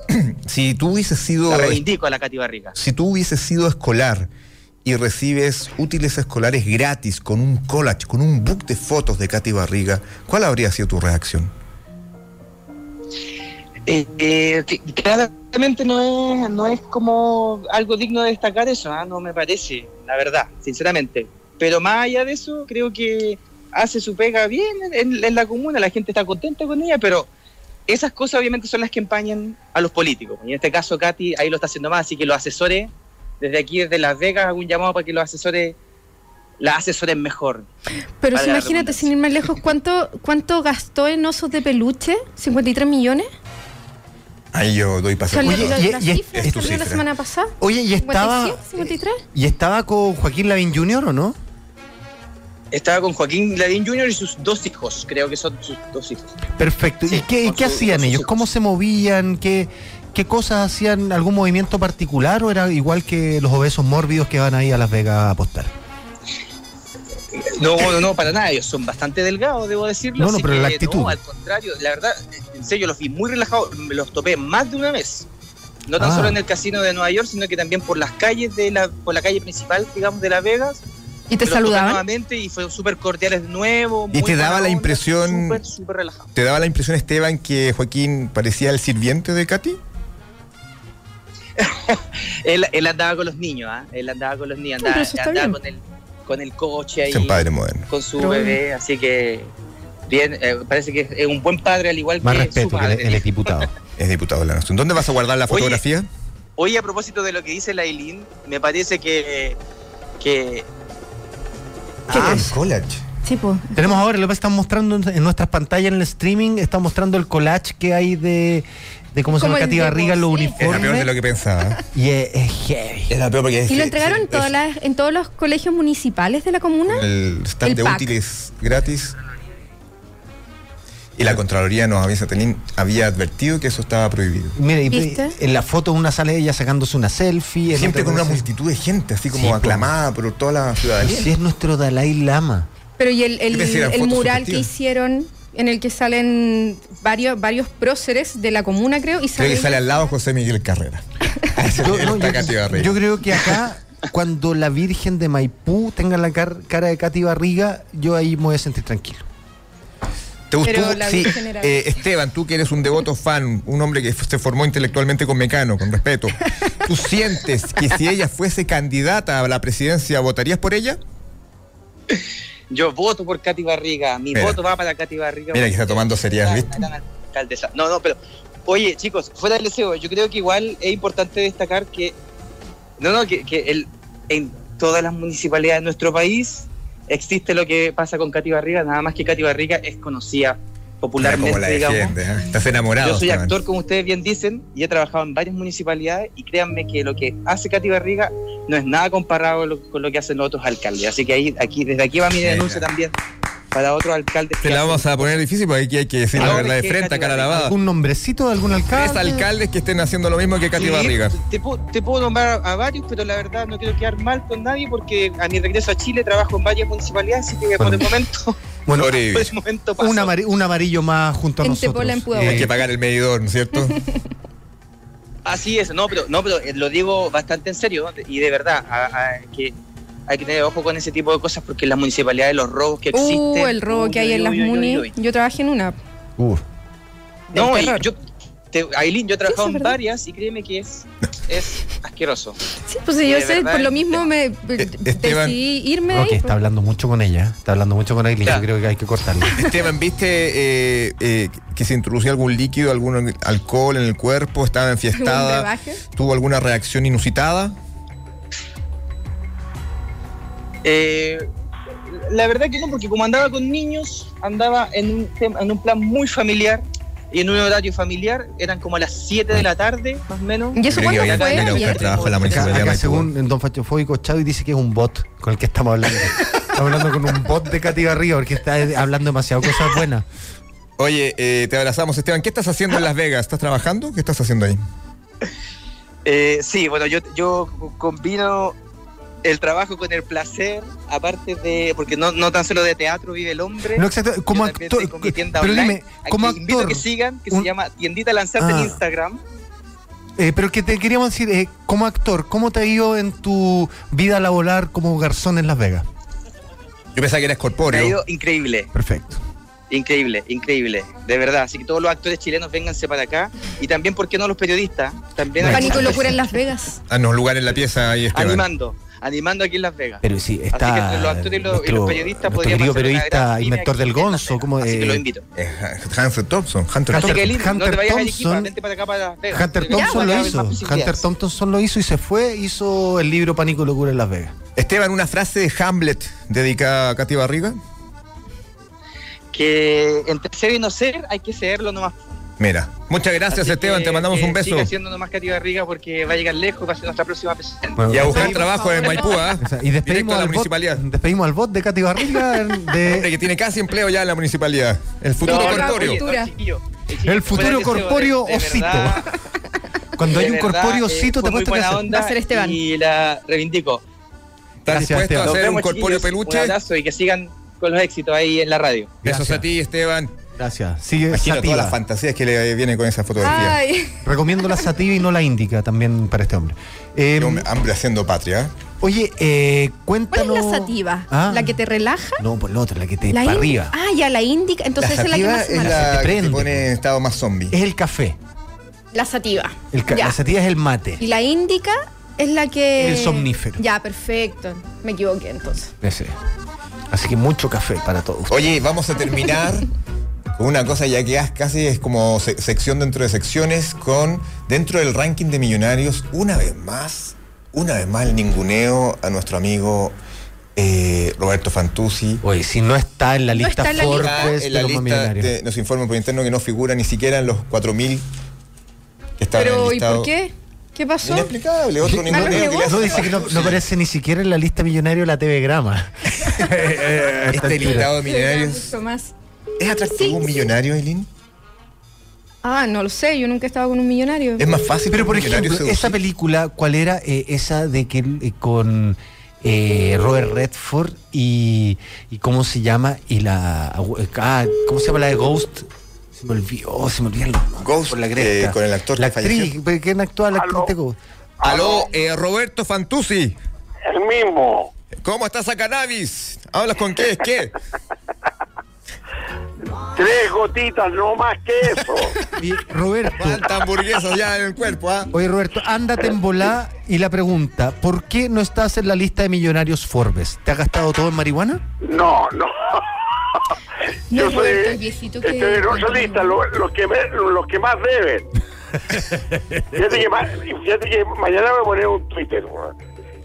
A: si tú hubieses sido
M: la reivindico a la Katy Barriga.
A: si tú hubieses sido escolar y recibes útiles escolares gratis con un collage, con un book de fotos de Katy Barriga, ¿cuál habría sido tu reacción?
M: Eh, eh, que- claramente no es, no es como algo digno de destacar eso, ah, no me parece, la verdad, sinceramente. Pero más allá de eso, creo que hace su pega bien en, en la comuna, la gente está contenta con ella, pero esas cosas obviamente son las que empañan a los políticos. Y en este caso, Katy ahí lo está haciendo más, así que los asesores, desde aquí, desde Las Vegas, hago un llamado para que los asesores la asesoren mejor.
K: Pero
M: Vale
K: si
M: la
K: imagínate,
M: redundancia.
K: sin ir más lejos, ¿cuánto, ¿cuánto gastó en osos de peluche? ¿53 millones?
A: Ahí yo doy paso.
K: Salió
B: Oye,
K: la,
B: y-
K: la
B: y-
K: cifra,
A: es tu
K: salió la
A: cifra.
K: semana pasada.
B: Oye, y estaba-
K: 57, 53.
B: ¿Y estaba con Joaquín Lavín Jr. o no?
M: Estaba con Joaquín Ladín Jr. y sus dos hijos, creo que son sus dos hijos.
B: Perfecto. ¿Y
M: Sí,
B: qué, y
M: con
B: qué
M: su-
B: hacían
M: con sus
B: ellos?
M: hijos.
B: ¿Cómo se movían? ¿Qué, ¿Qué cosas hacían? ¿Algún movimiento particular o era igual que los obesos mórbidos que van ahí a Las Vegas a apostar?
M: No, no, no, para nada, ellos son bastante delgados, debo decirlo.
B: No, no,
M: así
B: pero la
M: que
B: actitud.
M: no, al contrario, la verdad, en serio, los vi muy relajados, me los topé más de una vez. No tan
B: Ah.
M: solo en el casino de Nueva York, sino que también por las calles de la, por la calle principal, digamos, de Las Vegas.
K: ¿Y te
M: Me los topé
K: saludaban?
M: nuevamente y fueron súper cordiales de nuevo.
A: ¿Y
M: muy
A: te daba
M: buena
A: la
M: onda,
A: impresión-
M: Súper, súper relajado.
A: ¿Te daba la impresión, Esteban, que Joaquín parecía el sirviente de Katy?
M: Él, él andaba con los niños, ¿ah? Él andaba con los niños,
K: No, pero
M: andaba,
K: eso está
M: andaba
K: bien.
M: con, el, con el coche ahí.
A: Es un padre moderno.
M: con su
K: Pero bueno.
M: bebé, así que bien, eh, parece que es un buen padre al igual
B: Más
M: que su
B: respeto que
M: padre.
B: el, el exdiputado.
A: Es diputado de la Nación. ¿Dónde vas a guardar la
M: Oye.
A: fotografía?
M: Hoy a propósito de lo que dice la Eileen, me parece que que
A: Ah, en college.
K: Sí, pues.
B: Tenemos ahora, lo que están mostrando en- en nuestras pantallas en el streaming, están mostrando el collage que hay de, de cómo se
K: Como
B: llama
K: el
B: Katy
K: de
B: Barriga, los
K: José.
A: Es la peor de lo
B: uniformes.
A: que pensaba. ¿eh?
B: Y es, es heavy.
A: Es la peor porque es
K: ¿Y
A: que-
K: lo entregaron en,
A: es-
K: todas las- en todos los colegios municipales de la comuna?
A: el stand
K: El
A: de
K: pack.
A: útiles gratis. Y la Contraloría nos había, teni- había advertido que eso estaba prohibido.
B: Mira, y-
K: ¿Viste?
B: en la foto una sale ella sacándose una selfie. en
A: Siempre
B: otra
A: con una
B: cosa.
A: multitud de gente, así como
B: Sí, pues.
A: aclamada por toda la ciudadanía.
B: Si es nuestro Dalai Lama.
K: Pero y el, el-
A: Yo pensé eran
K: el
A: fotos
K: mural que
A: sugestivas.
K: hicieron en el que salen varios varios próceres de la comuna, creo, y
A: Creo
K: sale,
A: que sale al lado José Miguel Carrera. A ese
B: Yo,
A: nivel
B: no,
A: está
B: yo-
A: Katy Barriga.
B: yo creo que acá, cuando la Virgen de Maipú tenga la car- cara de Katy Barriga, yo ahí me voy a sentir tranquilo.
A: ¿Te gustó?
K: Pero la
A: Sí,
K: Virgen era-
A: eh, Esteban, tú que eres un devoto fan, un hombre que f- se formó intelectualmente con Mecano, con respeto. ¿Tú sientes que si ella fuese candidata a la presidencia, votarías por ella?
M: yo voto por Katy Barriga, mi
A: Mira.
M: voto va para Katy Barriga.
A: Mira que está tomando serias, ¿viste?
M: Gran alcaldesa. No, no, pero oye, chicos, fuera del deseo, yo creo que igual es importante destacar que no, no, que, que el, en todas las municipalidades de nuestro país existe lo que pasa con Katy Barriga, nada más que Katy Barriga es conocida
A: Mira cómo
M: popularmente,
A: la
M: digamos.
A: defiende, ¿eh? Estás enamorado.
M: Yo soy
A: Esteban.
M: actor, como ustedes bien dicen, y he trabajado en varias municipalidades, y créanme que lo que hace Katy Barriga no es nada comparado con lo, con lo que hacen los otros alcaldes. Así que ahí, aquí, desde aquí va mi
A: Mira.
M: denuncia también para otros alcaldes.
A: Te
M: que
A: la vamos
M: hacen-
A: a poner difícil porque aquí hay que decir la
M: Ahora
A: verdad de
M: es que
A: frente a
M: Katy
A: cara
M: Barriga-
A: lavada.
B: ¿Un nombrecito de algún alcalde?
A: Tres alcaldes que estén haciendo lo mismo que Katy
M: Sí,
A: Barriga.
M: Te, puedo- te puedo nombrar a varios, pero la verdad no quiero quedar mal con nadie porque a mi regreso a Chile trabajo en varias municipalidades, así que por el momento,
B: Bueno, pues, eh,
M: por
A: Sobrevive.
M: el momento paso.
B: un, amari- un amarillo más junto a
K: En
B: nosotros.
K: Tepola, en Pudahuel.
A: Hay que pagar el medidor, ¿no es cierto?
M: Así es, no, pero, no, pero eh, lo digo bastante en serio ¿no? y de verdad a- a- que hay que tener ojo con ese tipo de cosas porque en las municipalidades los robos que existen.
K: Uh, el robo
M: uy,
K: que hay en
M: uy,
K: las
M: uy, uy,
K: muni.
M: uy.
K: Yo trabajé en una.
B: Uh,
M: No,
K: Del
M: y
K: terror.
M: yo, te, Aileen, yo he trabajado
K: Sí, sí,
M: en
K: verdad.
M: varias y créeme que es, es asqueroso.
K: Sí, pues sí, yo
M: De
K: sé,
M: verdad, este
K: por lo mismo
B: Eh,
K: me
A: Esteban.
K: decidí irme
B: Roque
K: ahí,
B: Eh, está
K: pues.
B: hablando mucho con ella. Está hablando mucho con Aileen.
M: Ya.
B: Yo creo que hay que cortarlo.
A: Esteban, ¿viste eh, eh, que se introducía algún líquido, algún alcohol en el cuerpo? ¿Estaba
K: ¿Un
A: enfiestada?
K: rebaje?
A: ¿Tuvo alguna reacción inusitada?
M: Eh, la verdad que no, porque como andaba con niños, andaba en un, tem- en un plan muy familiar y en un horario familiar, eran como a las 7 de la tarde, más o menos.
K: ¿Y eso
A: Creo que
K: cuándo
A: vaya a
K: fue?
A: tener que buscar
K: Ayer.
A: trabajo en la
B: Acá,
A: municipalidad de
B: acá
A: Maipú.
B: según el don Fachofóbico Chávez dice que es un bot con el que estamos hablando. Estamos hablando con un bot de Katy Barriga porque está eh, hablando demasiado cosas buenas.
A: Oye, eh, te abrazamos, Esteban. ¿Qué estás haciendo en Las Vegas? ¿Estás trabajando? ¿Qué estás haciendo ahí?
M: Eh, sí, bueno, yo, yo combino el trabajo con el placer, aparte de. Porque no, no tan solo de teatro vive el hombre.
B: No, exacto, como
M: Yo también
B: actor.
M: tengo mi tienda
B: Pero
M: online,
B: dime,
M: a
B: como
M: que invito a
B: actor.
M: que sigan, que
B: un-
M: se llama Tiendita Lanzarte
B: Ah.
M: en Instagram.
B: Eh, pero que te queríamos decir, eh, como actor, ¿cómo te ha ido en tu vida laboral como garzón en Las Vegas?
A: Yo pensaba que eras
M: Me ha
A: corpóreo.
M: ido increíble.
B: Perfecto.
M: Increíble, increíble, de verdad. Así que todos los actores chilenos vénganse para acá. Y también, ¿por qué no los periodistas? También
K: Pánico y
M: animando,
K: locura en Las Vegas.
A: Ah, no, lugar en la pieza ahí, Esteban.
M: animando, animando aquí en Las Vegas.
B: Pero sí,
M: está
B: está.
M: Así que
A: Ah,
M: entre los actores y los- y los nuestro- periodistas nuestro podríamos querido hacer una periodista gran
B: periodista
M: y mina mentor
B: inventor
M: aquí del
B: del
M: en Las
B: Gonzo,
M: Gonzo,
B: como.
M: Así que los invito.
A: Eh, Hansen Thompson. Hunter
B: Hunter
M: Así
A: Thompson.
M: que Lin, no
B: Hunter
M: te vayas a Arequipa,
B: Thompson-
M: vente para acá para Las Vegas.
B: Hunter
M: Te veo
B: Thompson
M: acá,
B: lo
M: hay
B: hizo.
M: más posibilidades.
B: Hunter Thompson lo hizo y se fue, hizo el libro Pánico y Locura en Las Vegas.
A: Esteban, una frase de Hamlet dedicada a Katy Barriga.
M: Que entre ser y no ser hay que serlo nomás.
A: Mira, muchas gracias
M: Así
A: Esteban,
M: que,
A: te mandamos
M: eh,
A: un beso.
M: Siga haciendo nomás Cativa Riga porque va a llegar lejos y va a ser nuestra próxima presidenta.
A: Y a buscar trabajo en Maipú, ¿ah?
B: O sea,
A: Directo
B: y despedimos
A: a la
B: al, bot,
A: municipalidad.
B: despedimos al bot de Katy Barriga. en-
A: Hombre,
B: De,
A: que tiene casi empleo ya en la municipalidad. El futuro
M: No, no,
A: corpóreo.
M: oye, no,
K: Cultura.
M: chiquillo, eh,
B: El
M: chiquillo,
B: futuro
M: fuera de deseo,
B: corpóreo
M: de- de
B: osito.
M: verdad,
B: cuando
M: de
B: hay un
M: verdad,
B: corpóreo
M: eh,
B: osito,
M: fue
B: te
M: muy
B: puesto que
M: buena
B: hacer-
M: onda
K: Va a ser Esteban.
M: Y la reivindico.
A: ¿Estás
B: Gracias,
A: dispuesto
B: Esteban.
A: a
M: Nos
A: hacer
M: vemos,
A: un corpóreo
M: chiquillos.
A: peluche?
M: Un abrazo y que sigan con los éxitos ahí en la radio.
A: Besos a ti, Esteban.
B: Gracias. Sigue
A: Imagino todas las
B: Sativa.
A: fantasías que le vienen con esa fotografía.
K: Ay,
B: Recomiendo la Sativa y no la Índica también para este hombre. Eh,
A: Yo me- hambre haciendo patria.
B: oye, eh,
K: ¿Cuál es
B: cuéntanos.
K: la sativa?
B: Ah.
K: ¿La que te relaja?
B: No, por la otra, la que te
K: La
B: para
K: ín-
B: arriba.
K: Ah, ya, la índica. Entonces
A: la
K: esa es la que
A: sativa
K: más
A: es
K: mala.
B: Se
A: la
B: te
A: que
B: prende.
A: te pone en estado más zombie.
B: Es el café.
K: La sativa.
B: El ca-
K: Ya. Eh,
B: la sativa es el mate.
K: Y la índica es la que.
B: El somnífero.
K: Ya, perfecto. Me equivoqué entonces.
B: Ese. Así que mucho café para todos.
A: Oye, vamos a terminar con una cosa ya que haz- casi es como se- sección dentro de secciones con dentro del ranking de millonarios una vez más, una vez más el ninguneo a nuestro amigo eh, Roberto Fantuzzi.
B: Oye, si no está en la
K: No
B: lista
K: está en la lista.
A: Está
B: Forbes
A: en
B: de
A: la
B: los más
A: lista
B: millonarios.
A: de- nos informan por interno que no figura ni siquiera en los 4.000 que estaban en el
K: Pero, ¿y
A: listado.
K: por qué? ¿Qué pasó?
A: Inexplicable, otro
B: Sí,
A: ninguneo que le hace
B: No dice que no, no aparece ni siquiera en la lista millonario la TV Grama.
A: Eh, este listado de millonarios.
K: Mucho más.
A: ¿Es atractivo
K: Sí,
A: un
K: sí.
A: millonario, Eileen?
K: Ah, no lo sé. Yo nunca he estado con un millonario.
A: Es más fácil.
B: Pero
A: para un
B: por
A: millonario
B: ejemplo,
A: seducir?
B: esa película, ¿cuál era? Eh, esa de que él, eh, con eh, Robert Redford y, y ¿cómo se llama? Y la ah, ¿cómo se llama la de Ghost? Se me olvidó, se me olvidan los nombres
A: Ghost,
B: por la cresta.
A: eh, con el actor
B: la
A: que
B: actriz,
A: falleció.
B: ¿quién actúa la actriz
N: Aló.
B: de Ghost?
A: Aló, eh, Roberto Fantuzzi.
N: El mismo.
A: ¿Cómo estás a cannabis? ¿Hablas con qué? ¿Qué?
N: Tres gotitas, no más que eso.
B: Y Roberto,
A: Cuántas hamburguesas ya en el cuerpo, ¿ah?
B: oye Roberto, ándate en volá y la pregunta, ¿por qué no estás en la lista de millonarios Forbes? ¿Te has gastado todo en marihuana?
N: No, no.
K: No,
N: Yo soy
K: Roberto, el viejito que-
N: estoy en ocho listas, Este, lo- los que, me- los que más deben. fíjate, que ma- fíjate que mañana voy a poner un Twitter. weón.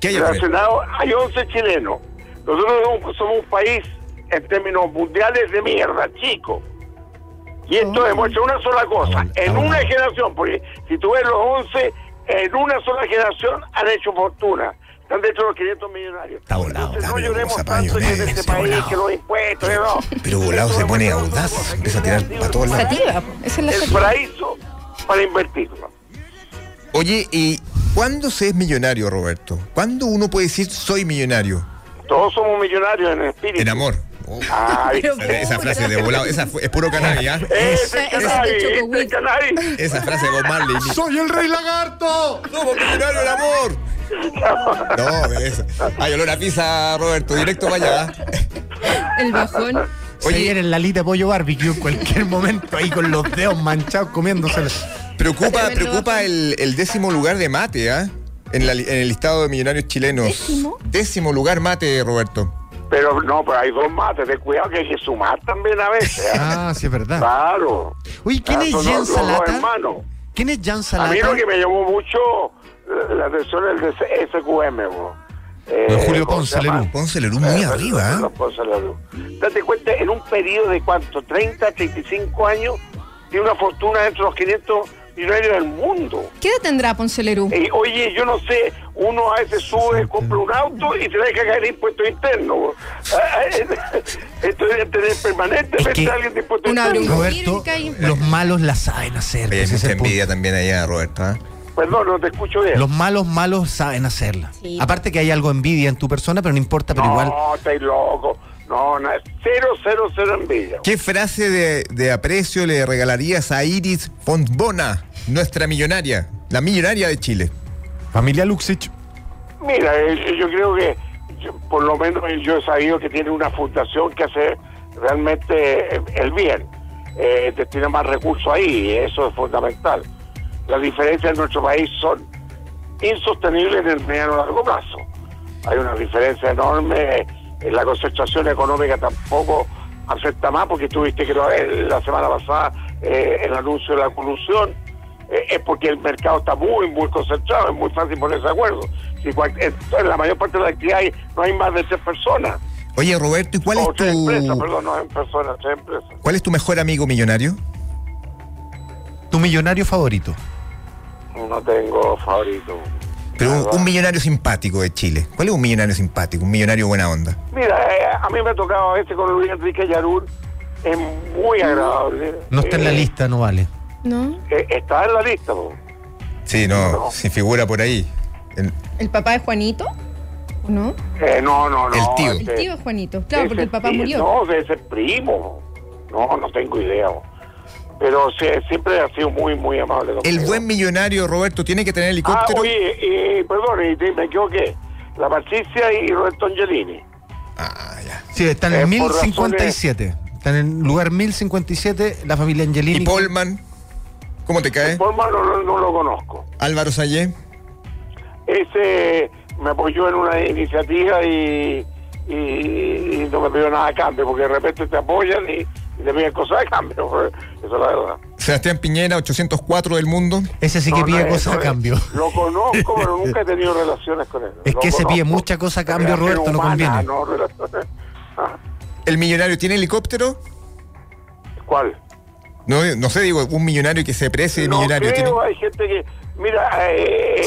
A: ¿Qué hay que poner?
N: Relacionado, hay 11 chilenos. Nosotros somos, somos un país en términos mundiales de mierda, chico. Y esto demuestra una sola cosa,
B: Está
N: en
B: bueno.
N: una generación, porque si tú ves los 11, en una sola generación han hecho fortuna. Están dentro de los 500 millonarios.
B: Está volado,
N: Entonces,
A: está
N: no
A: volado,
N: lloremos
A: Zapallo,
N: tanto que en
A: men,
N: este
A: está
N: país
A: volado.
N: que los impuestos, ¿no?
A: Pero volado se pone audaz, empieza a tirar pa' todos lados.
K: Sativa. Esa es la
N: El
K: sativa.
N: paraíso para invertirlo.
A: Oye, ¿y cuándo se es millonario, Roberto? ¿Cuándo uno puede decir soy millonario?
N: Todos somos millonarios en el espíritu. Ah,
A: En amor. Oh,
N: Ay,
K: Pero-
A: esa frase de volado, esa fue- es puro cannabis, ¿ah?
N: ese
K: Esa- esa
N: canario,
K: de Choco
N: ese
K: Whip.
N: canario.
A: Esa frase de Bob Marley. mi-
B: ¡Soy el rey lagarto!
A: ¡Somos millonarios en amor! No, esa. Ay, olor a pizza, Roberto, directo para allá. ¿ah?
K: El bajón.
B: Oye,
A: Oye.
B: viene la lita de pollo barbecue en cualquier momento ahí con los dedos manchados comiéndosela.
A: Preocupa,
K: Tremendo
A: preocupa
K: bajón.
A: el, el décimo lugar de mate, ¿ah? En, la li- en el listado de millonarios chilenos.
K: ¿Décimo?
A: Décimo lugar mate, Roberto.
N: Pero no, pero hay dos mates, de cuidado que hay que sumar también a veces. ¿eh?
B: Ah, sí, es verdad.
N: Claro.
B: Uy, ¿quién
N: Ah,
B: es
N: son
B: Jan
N: los- los dos
B: Salata?
N: hermanos.
B: ¿Quién es Jan
N: A
B: Salata?
N: mí lo que me llamó mucho eh, la atención es el de S- SQM, bro. Eh,
B: Don Julio
N: ¿cómo
B: Ponce
N: se llama?
B: Lerú.
A: Ponce Lerú muy
N: Eh,
A: arriba, ¿ah?
N: Julio Ponce Lerú. Date cuenta, en un periodo de cuánto, 30, 35 años, tiene una fortuna entre los 500 millonarios del mundo.
K: ¿Qué edad tendrá Ponce Lerú?
N: Eh, oye, yo no sé, uno a veces sube, compra un auto y te deja caer impuesto interno. bro. Ah, eh, Esto debe tener permanentemente
B: Es que-
N: alguien de impuesto
K: Una
N: interno.
K: broma.
B: Roberto,
K: Mirka y-
B: los malos la saben hacer.
A: Oye, hay
B: ese es
A: mucha
B: el punto.
A: envidia también allá, Roberto, ¿ah?
N: Perdón, Pues no te escucho bien.
B: Los malos, malos saben hacerla.
K: Sí.
B: Aparte que hay algo de envidia en tu persona, pero no importa, pero igual.
N: No, estáis loco. No, no, cero, cero, cero envidia.
A: ¿Qué frase de, de aprecio le regalarías a Iris Fontbona, nuestra millonaria, la millonaria de Chile?
B: Familia Luxich.
N: Mira, eh, yo creo que yo- por lo menos eh, yo he sabido que tiene una fundación que hace realmente eh, el bien. Eh, destina más recursos ahí, eso es fundamental. Las diferencias en nuestro país son insostenibles en el mediano y largo plazo. Hay una diferencia enorme, eh, la concentración económica tampoco afecta más porque tuviste que la semana pasada eh, el anuncio de la colusión eh, es porque el mercado está muy, muy concentrado, es muy fácil ponerse de acuerdo. Si cual- en en la mayor parte de la actividad hay- no hay más de tres personas,
A: Oye, Roberto, ¿y cuál
N: o
A: es
K: Mm.
N: tres empresas,
A: tu
N: perdón, no en personas, tres empresas.
A: cuál es tu mejor amigo millonario?
B: ¿Tu millonario favorito?
N: No tengo favorito.
A: Pero un, un millonario simpático de Chile. ¿Cuál es un millonario simpático? Un millonario buena onda.
N: Mira, eh, a mí me ha tocado este con Luis Enrique Yarur. Es
K: ¿Mm?
N: muy agradable.
B: No está en la
N: Eh,
B: lista, no vale.
K: ¿No?
N: eh, está en la lista, po.
A: Sí, no, si figura por ahí. El,
K: ¿El papá de Juanito? ¿O no?
N: Eh, no, no, no.
A: El tío.
K: El
N: ese-
K: tío de Juanito. Claro,
N: ese
K: porque el papá
N: tío-
K: murió.
N: No, de ese primo. No, no tengo idea. po. Pero se- siempre ha sido muy, muy amable. conmigo.
A: el buen millonario, Roberto, tiene que tener
N: Ah,
A: helicóptero.
N: oye, eh, perdón, eh, te- me equivoqué. La Patricia y Roberto Angelini.
B: Sí, están
N: Eh,
B: en
N: por
B: 1057. Están en lugar 1057, Eh, la familia Angelini.
A: ¿Y Polman? ¿Cómo te cae?
N: Por mano no, no lo conozco.
A: Álvaro Sayé.
N: Ese me apoyó en una iniciativa y, y- y no me pidió nada a cambio, porque de repente te apoyan y, y te piden cosas a cambio. po. Eso es la verdad.
A: Sebastián Piñera, 804 del mundo.
B: Ese sí que
N: No,
B: pide
N: no,
B: cosas
N: eso
B: a
N: es-
B: cambio.
N: Lo conozco, pero nunca he tenido relaciones con él.
B: Es
N: Lo
B: que se pide
N: conozco.
B: mucha cosa a cambio,
N: Relación
B: Roberto, no conviene.
N: humana, no Ah. relaciones-
A: ¿El millonario tiene helicóptero?
N: ¿Cuál?
A: No, no sé, digo, un millonario que se precie de
N: No
A: millonario.
N: creo,
A: tiene-
N: hay gente que... Mira, eh,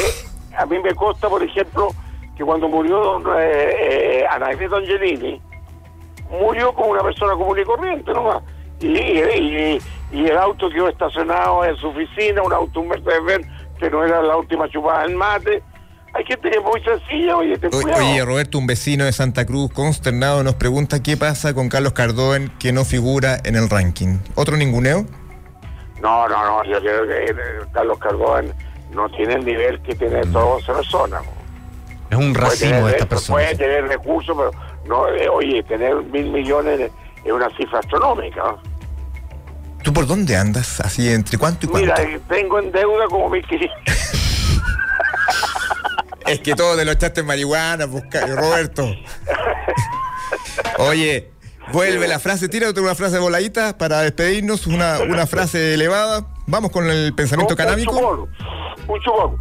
N: a mí me consta, por ejemplo, que cuando murió don, eh, eh, Anacleto Angelini, murió como una persona común y corriente nomás. Y, y- y- y el auto quedó estacionado en su oficina, un auto, un Mercedes-Benz, que no era la última chupada del mate. Hay gente que es muy sencilla, oye, te
A: O- Oye, Roberto, un vecino de Santa Cruz consternado nos pregunta qué pasa con Carlos Cardoen que no figura en el ranking. ¿Otro ninguneo?
N: No, no, no, yo creo que eh, Carlos Cardón no tiene el nivel que tiene
A: Mm.
N: todas esas personas. po.
B: Es un
N: Puede
B: racimo
N: tener-
B: de estas personas.
N: Puede tener recursos, pero no, eh, oye, tener mil millones es una cifra astronómica. ¿no?
A: ¿Tú por dónde andas? Así, ¿entre cuánto y cuánto?
N: Mira, eh, tengo en deuda como mil quinientos.
A: Es que todo te lo echaste en marihuana, pues, ca- Roberto. Oye, vuelve la frase, tírate una frase voladita para despedirnos, una, una frase elevada. Vamos con el pensamiento
N: Un
A: canábico.
N: chupón. Un chupón.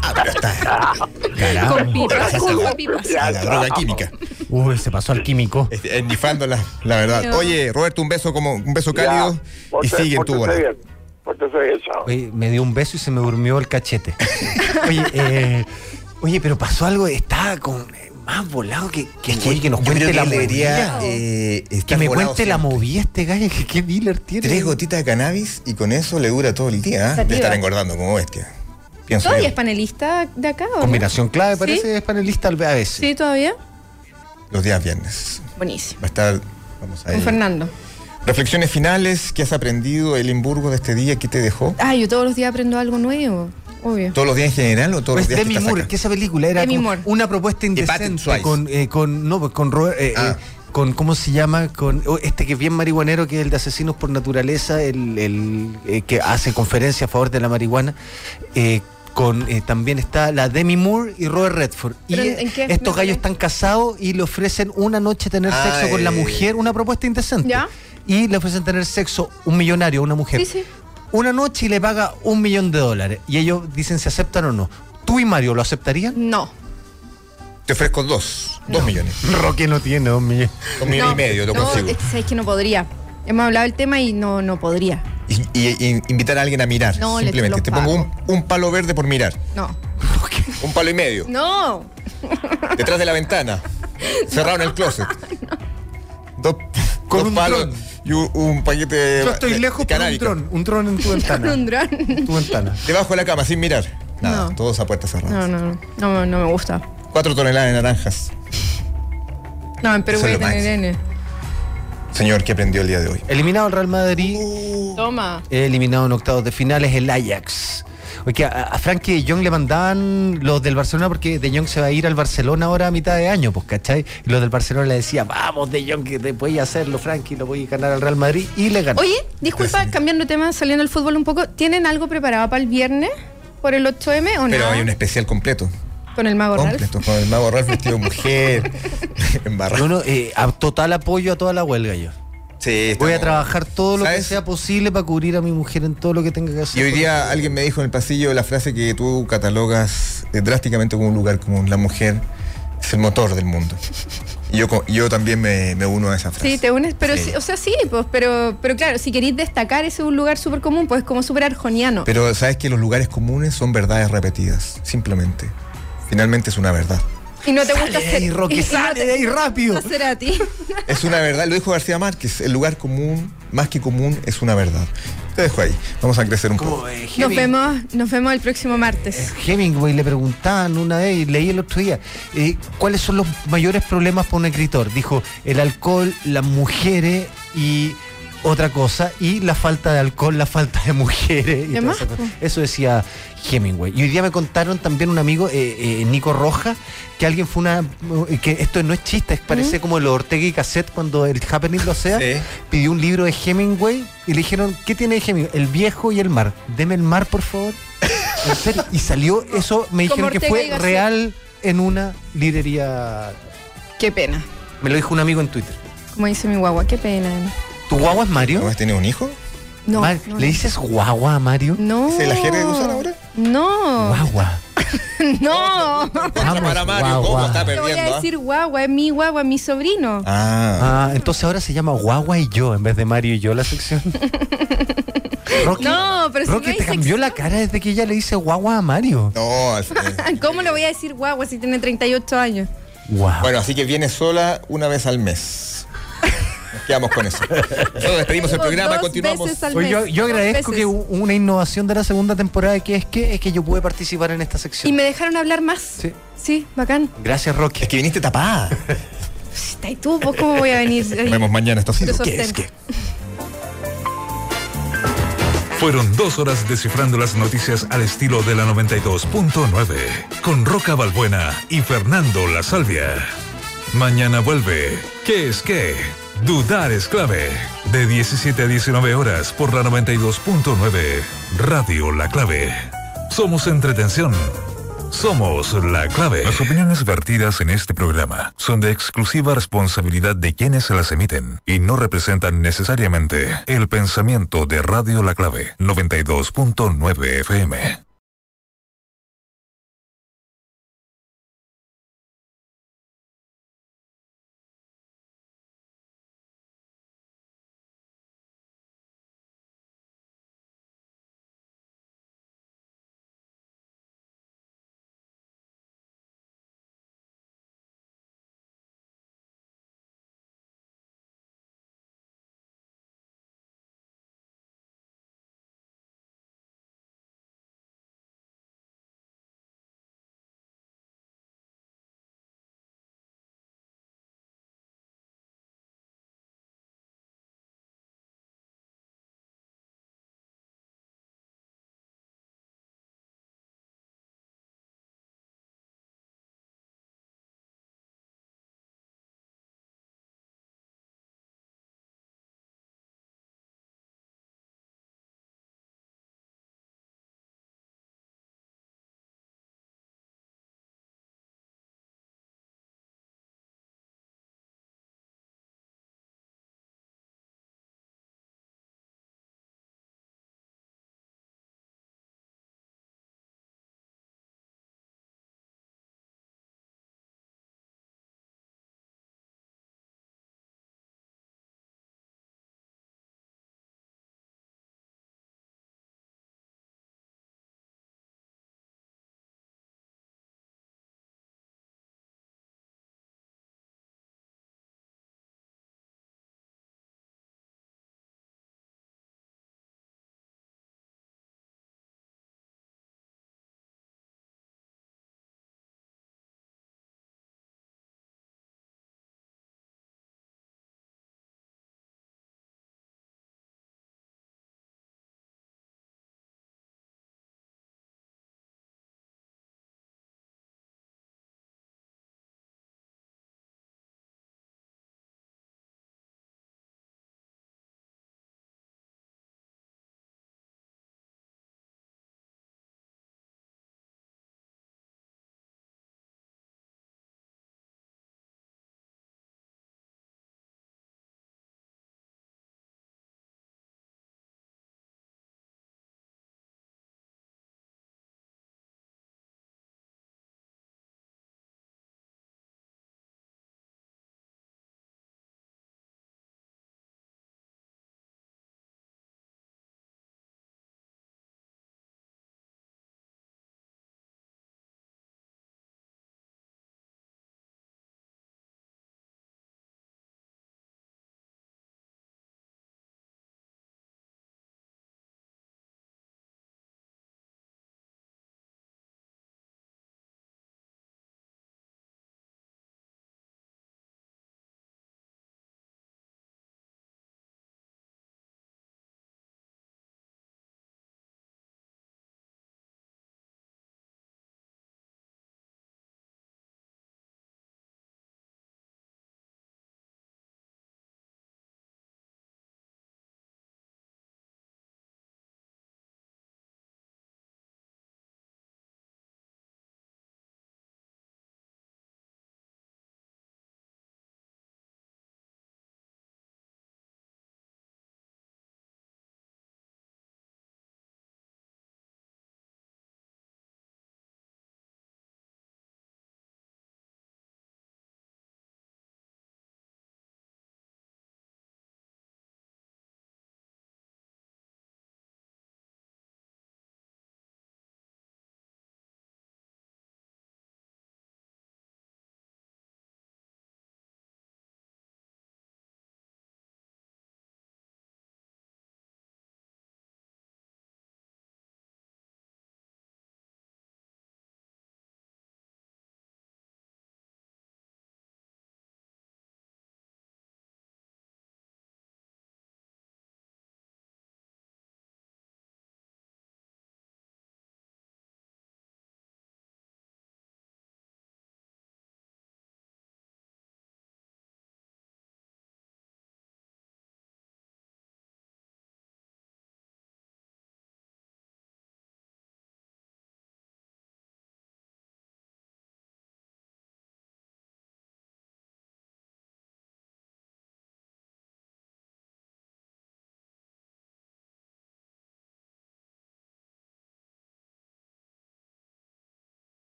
A: Ah,
K: Con pipas, con pipas.
A: A la droga química.
B: Uy, se pasó al químico.
A: Este, Ennifando la, la verdad. Oye, Roberto, un beso como un beso cálido y
N: Pórtese-
A: sigue en tu bola.
N: pórtese bien, pórtese bien, chao.
B: Oye, me dio un beso y se me durmió el cachete. Oye, eh, oye pero pasó algo, estaba con, eh, más volado que, que, oye, que nos
A: Yo
B: cuente
A: creo
B: la
A: él debería,
B: movida.
A: eh,
B: que
A: estar
B: me
A: volado
B: cuente la
A: siempre.
B: movida este gallo, que qué dealer tiene.
A: Tres gotitas de cannabis y con eso le dura todo el día. ¿eh? De
K: Sativa.
A: estar engordando como bestia. Pienso
K: ¿Todavía
A: yo.
K: es panelista de acá o no?
B: Combinación clave,
K: ¿Sí?
B: parece, es panelista al veces.
K: Sí, todavía.
A: Los días viernes.
K: Buenísimo.
A: Va a estar. Vamos a
K: Con Fernando.
A: Reflexiones finales, ¿qué has aprendido el Limburgo de este día? ¿Qué te dejó?
K: Ah, yo todos los días aprendo algo nuevo, obvio.
A: ¿Todos los días en general o todos
B: Pues
A: los días que
B: Demi
A: estás
B: Moore,
A: acá?
B: que esa película era
K: Demi
B: como
K: Moore.
B: una propuesta
A: Patrick
B: indecente
A: Swayze.
B: con, eh, con no pues, con Robert, eh,
A: Ah.
B: eh, con cómo se llama con oh, este que es bien marihuanero que es el de asesinos por naturaleza el, el, eh, que hace conferencia a favor de la marihuana eh, con eh, también está la Demi Moore y Robert Redford y
K: ¿Pero en-
B: eh,
K: en qué
B: estos gallos
K: película?
B: están casados y le ofrecen una noche tener
A: Ah,
B: sexo con la
A: eh.
B: mujer una propuesta indecente
K: ¿Ya?
B: y le ofrecen tener sexo un millonario a una mujer
K: Sí, sí.
B: una noche y le paga un millón de dólares. Y ellos dicen si aceptan o no. ¿Tú y Mario lo aceptarían?
K: No.
A: Te ofrezco dos, dos millones.
B: Roque no tiene dos millones.
A: Dos millones
K: no,
A: y medio lo
K: no,
A: consigo.
K: es que sabes que no podría. Hemos hablado del tema y no, no podría.
A: Y, y- y invitar a alguien a mirar,
K: No, le-
A: simplemente.
K: lo
A: Te pongo un, un palo verde por mirar,
K: No.
A: un palo y medio,
K: No.
A: detrás de la ventana, cerrado en el closet. Dos,
B: Con
A: dos
B: un
A: palos
B: dron.
A: y un, un paquete de.
B: Yo estoy
A: de-
B: lejos
A: de
B: por un
A: canábica.
B: dron. Un dron en tu ventana.
K: Un dron.
B: En tu ventana.
A: Debajo de la cama, sin mirar. Nada,
K: No.
A: todos a puertas cerradas.
K: No, no, no. No, no me gusta.
A: Cuatro toneladas de naranjas.
K: No, en Perú
A: Eso
K: voy
A: es
K: a
A: lo
K: tener N.
A: Señor, ¿qué aprendió el día de hoy?
B: Eliminado el Real Madrid.
K: Toma.
B: Eliminado en octavos de finales el Ajax. Oye, que a, a Frankie de Jong le mandaban los del Barcelona porque De Jong se va a ir al Barcelona ahora a mitad de año, pues, ¿cachai? Y los del Barcelona le decían, vamos De Jong, que te puedes hacerlo, Frankie, lo voy a ganar al Real Madrid. Y le ganó.
K: Oye, disculpa, cambiando de tema, saliendo del fútbol un poco, ¿tienen algo preparado para el viernes por el 8M o
A: Pero hay un
K: no?
A: especial completo.
K: Con el mago Ralph.
A: Completo, con el mago Ralph vestido de mujer, en barra.
B: Yo no, eh, a- total apoyo a toda la huelga yo.
A: Sí,
B: Voy a
A: estamos-
B: trabajar todo lo que
A: ¿Sabes?
B: sea posible para cubrir a mi mujer en todo lo que tenga que hacer.
A: Y hoy día alguien me dijo en el pasillo la frase que tú catalogas eh, drásticamente como un lugar común, la mujer Es el motor del mundo. Y yo, co- yo también me, me uno a esa frase.
K: Sí, te unes, pero
A: Sí.
K: sí, o sea, sí, pues, pero, pero claro, si queréis destacar ese es un lugar súper común, pues es como súper arjoniano.
A: Pero sabes que los lugares comunes son verdades repetidas, simplemente. Finalmente es una verdad.
K: y no te
B: Sale
K: gusta
B: de
K: hacer.
B: ahí, Roque,
K: y no
B: sale
K: te-
B: de ahí rápido.
K: no será a ti.
A: Es una verdad, lo dijo García Márquez, el lugar común, más que común, es una verdad. Te dejo ahí, vamos a crecer un poco.
K: Nos vemos, nos vemos el próximo martes.
B: Hemingway Eh, le preguntaban una vez y leí el otro día eh, cuáles son los mayores problemas para un escritor. Dijo el alcohol, las mujeres y otra cosa y la falta de alcohol, la falta de mujeres. y
K: ¿Qué
B: todas
K: más?
B: esas cosas. Eso decía Hemingway. Y hoy día me contaron también un amigo, eh, eh, Nico Roja, que alguien fue una eh, que esto no es chiste, es- parece como los Ortega y Cassette cuando el Happening lo sea,
A: Sí.
B: pidió un libro de Hemingway y le dijeron, ¿qué tiene de Hemingway? El viejo y el mar. Deme el mar, por favor. En serio, y salió eso, me dijeron
K: Como
B: que
K: Ortega y
B: fue
K: Gasset.
B: real en una librería.
K: Qué pena,
B: Me lo dijo un amigo en Twitter.
K: como dice mi guagua, qué pena.
B: ¿Tu guagua es Mario?
A: ¿Además tiene un hijo?
K: No,
B: Mar-
K: no,
B: ¿Le
K: no.
B: dices guagua a Mario?
K: No.
A: ¿Se la quiere usar ahora?
K: No,
B: Guagua.
K: no.
B: Vamos,
A: Para Mario, ¿cómo
B: guagua.
A: está
K: Te voy
A: perdiendo,
K: a
A: ah?
K: decir guagua, es mi guagua, mi sobrino.
A: Ah,
B: Ah, entonces ahora se llama Guagua y yo en vez de Mario y yo la sección. Rocky,
K: No, pero si
B: Rocky
K: no hay
B: te cambió
K: sección.
B: la cara desde que ella le dice guagua a Mario.
A: no. eh,
K: ¿Cómo le voy a decir guagua si tiene 38 años?
B: Guau.
A: Bueno, así que viene sola una vez al mes. Nos quedamos con eso. Nosotros despedimos el
K: Tengo
A: programa,
K: dos
A: continuamos.
K: veces al
B: Oye, yo,
K: mes,
B: yo
K: dos
B: agradezco
K: veces.
B: que u- una innovación de la segunda temporada que es que es que yo pude participar en esta
K: Y
B: sección.
K: me dejaron hablar más.
B: Sí.
K: Sí. bacán.
B: Gracias, Rocky.
A: Es que viniste tapada.
K: Está, ¿Y tú? ¿Vos cómo voy a venir?
A: Nos vemos mañana, esto ha sido.
K: Te
A: ¿Qué es
K: sostén.
A: qué?
C: Fueron dos horas descifrando las noticias al estilo de la 92.9 con Roca Balbuena y Fernando La Salvia. Mañana vuelve. ¿Qué es qué? Dudar es clave. De 17 a 19 horas por la 92.9 Radio La Clave. Somos entretención. Somos la clave. Las opiniones vertidas en este programa son de exclusiva responsabilidad de quienes se las emiten y no representan necesariamente el pensamiento de Radio La Clave 92.9 FM.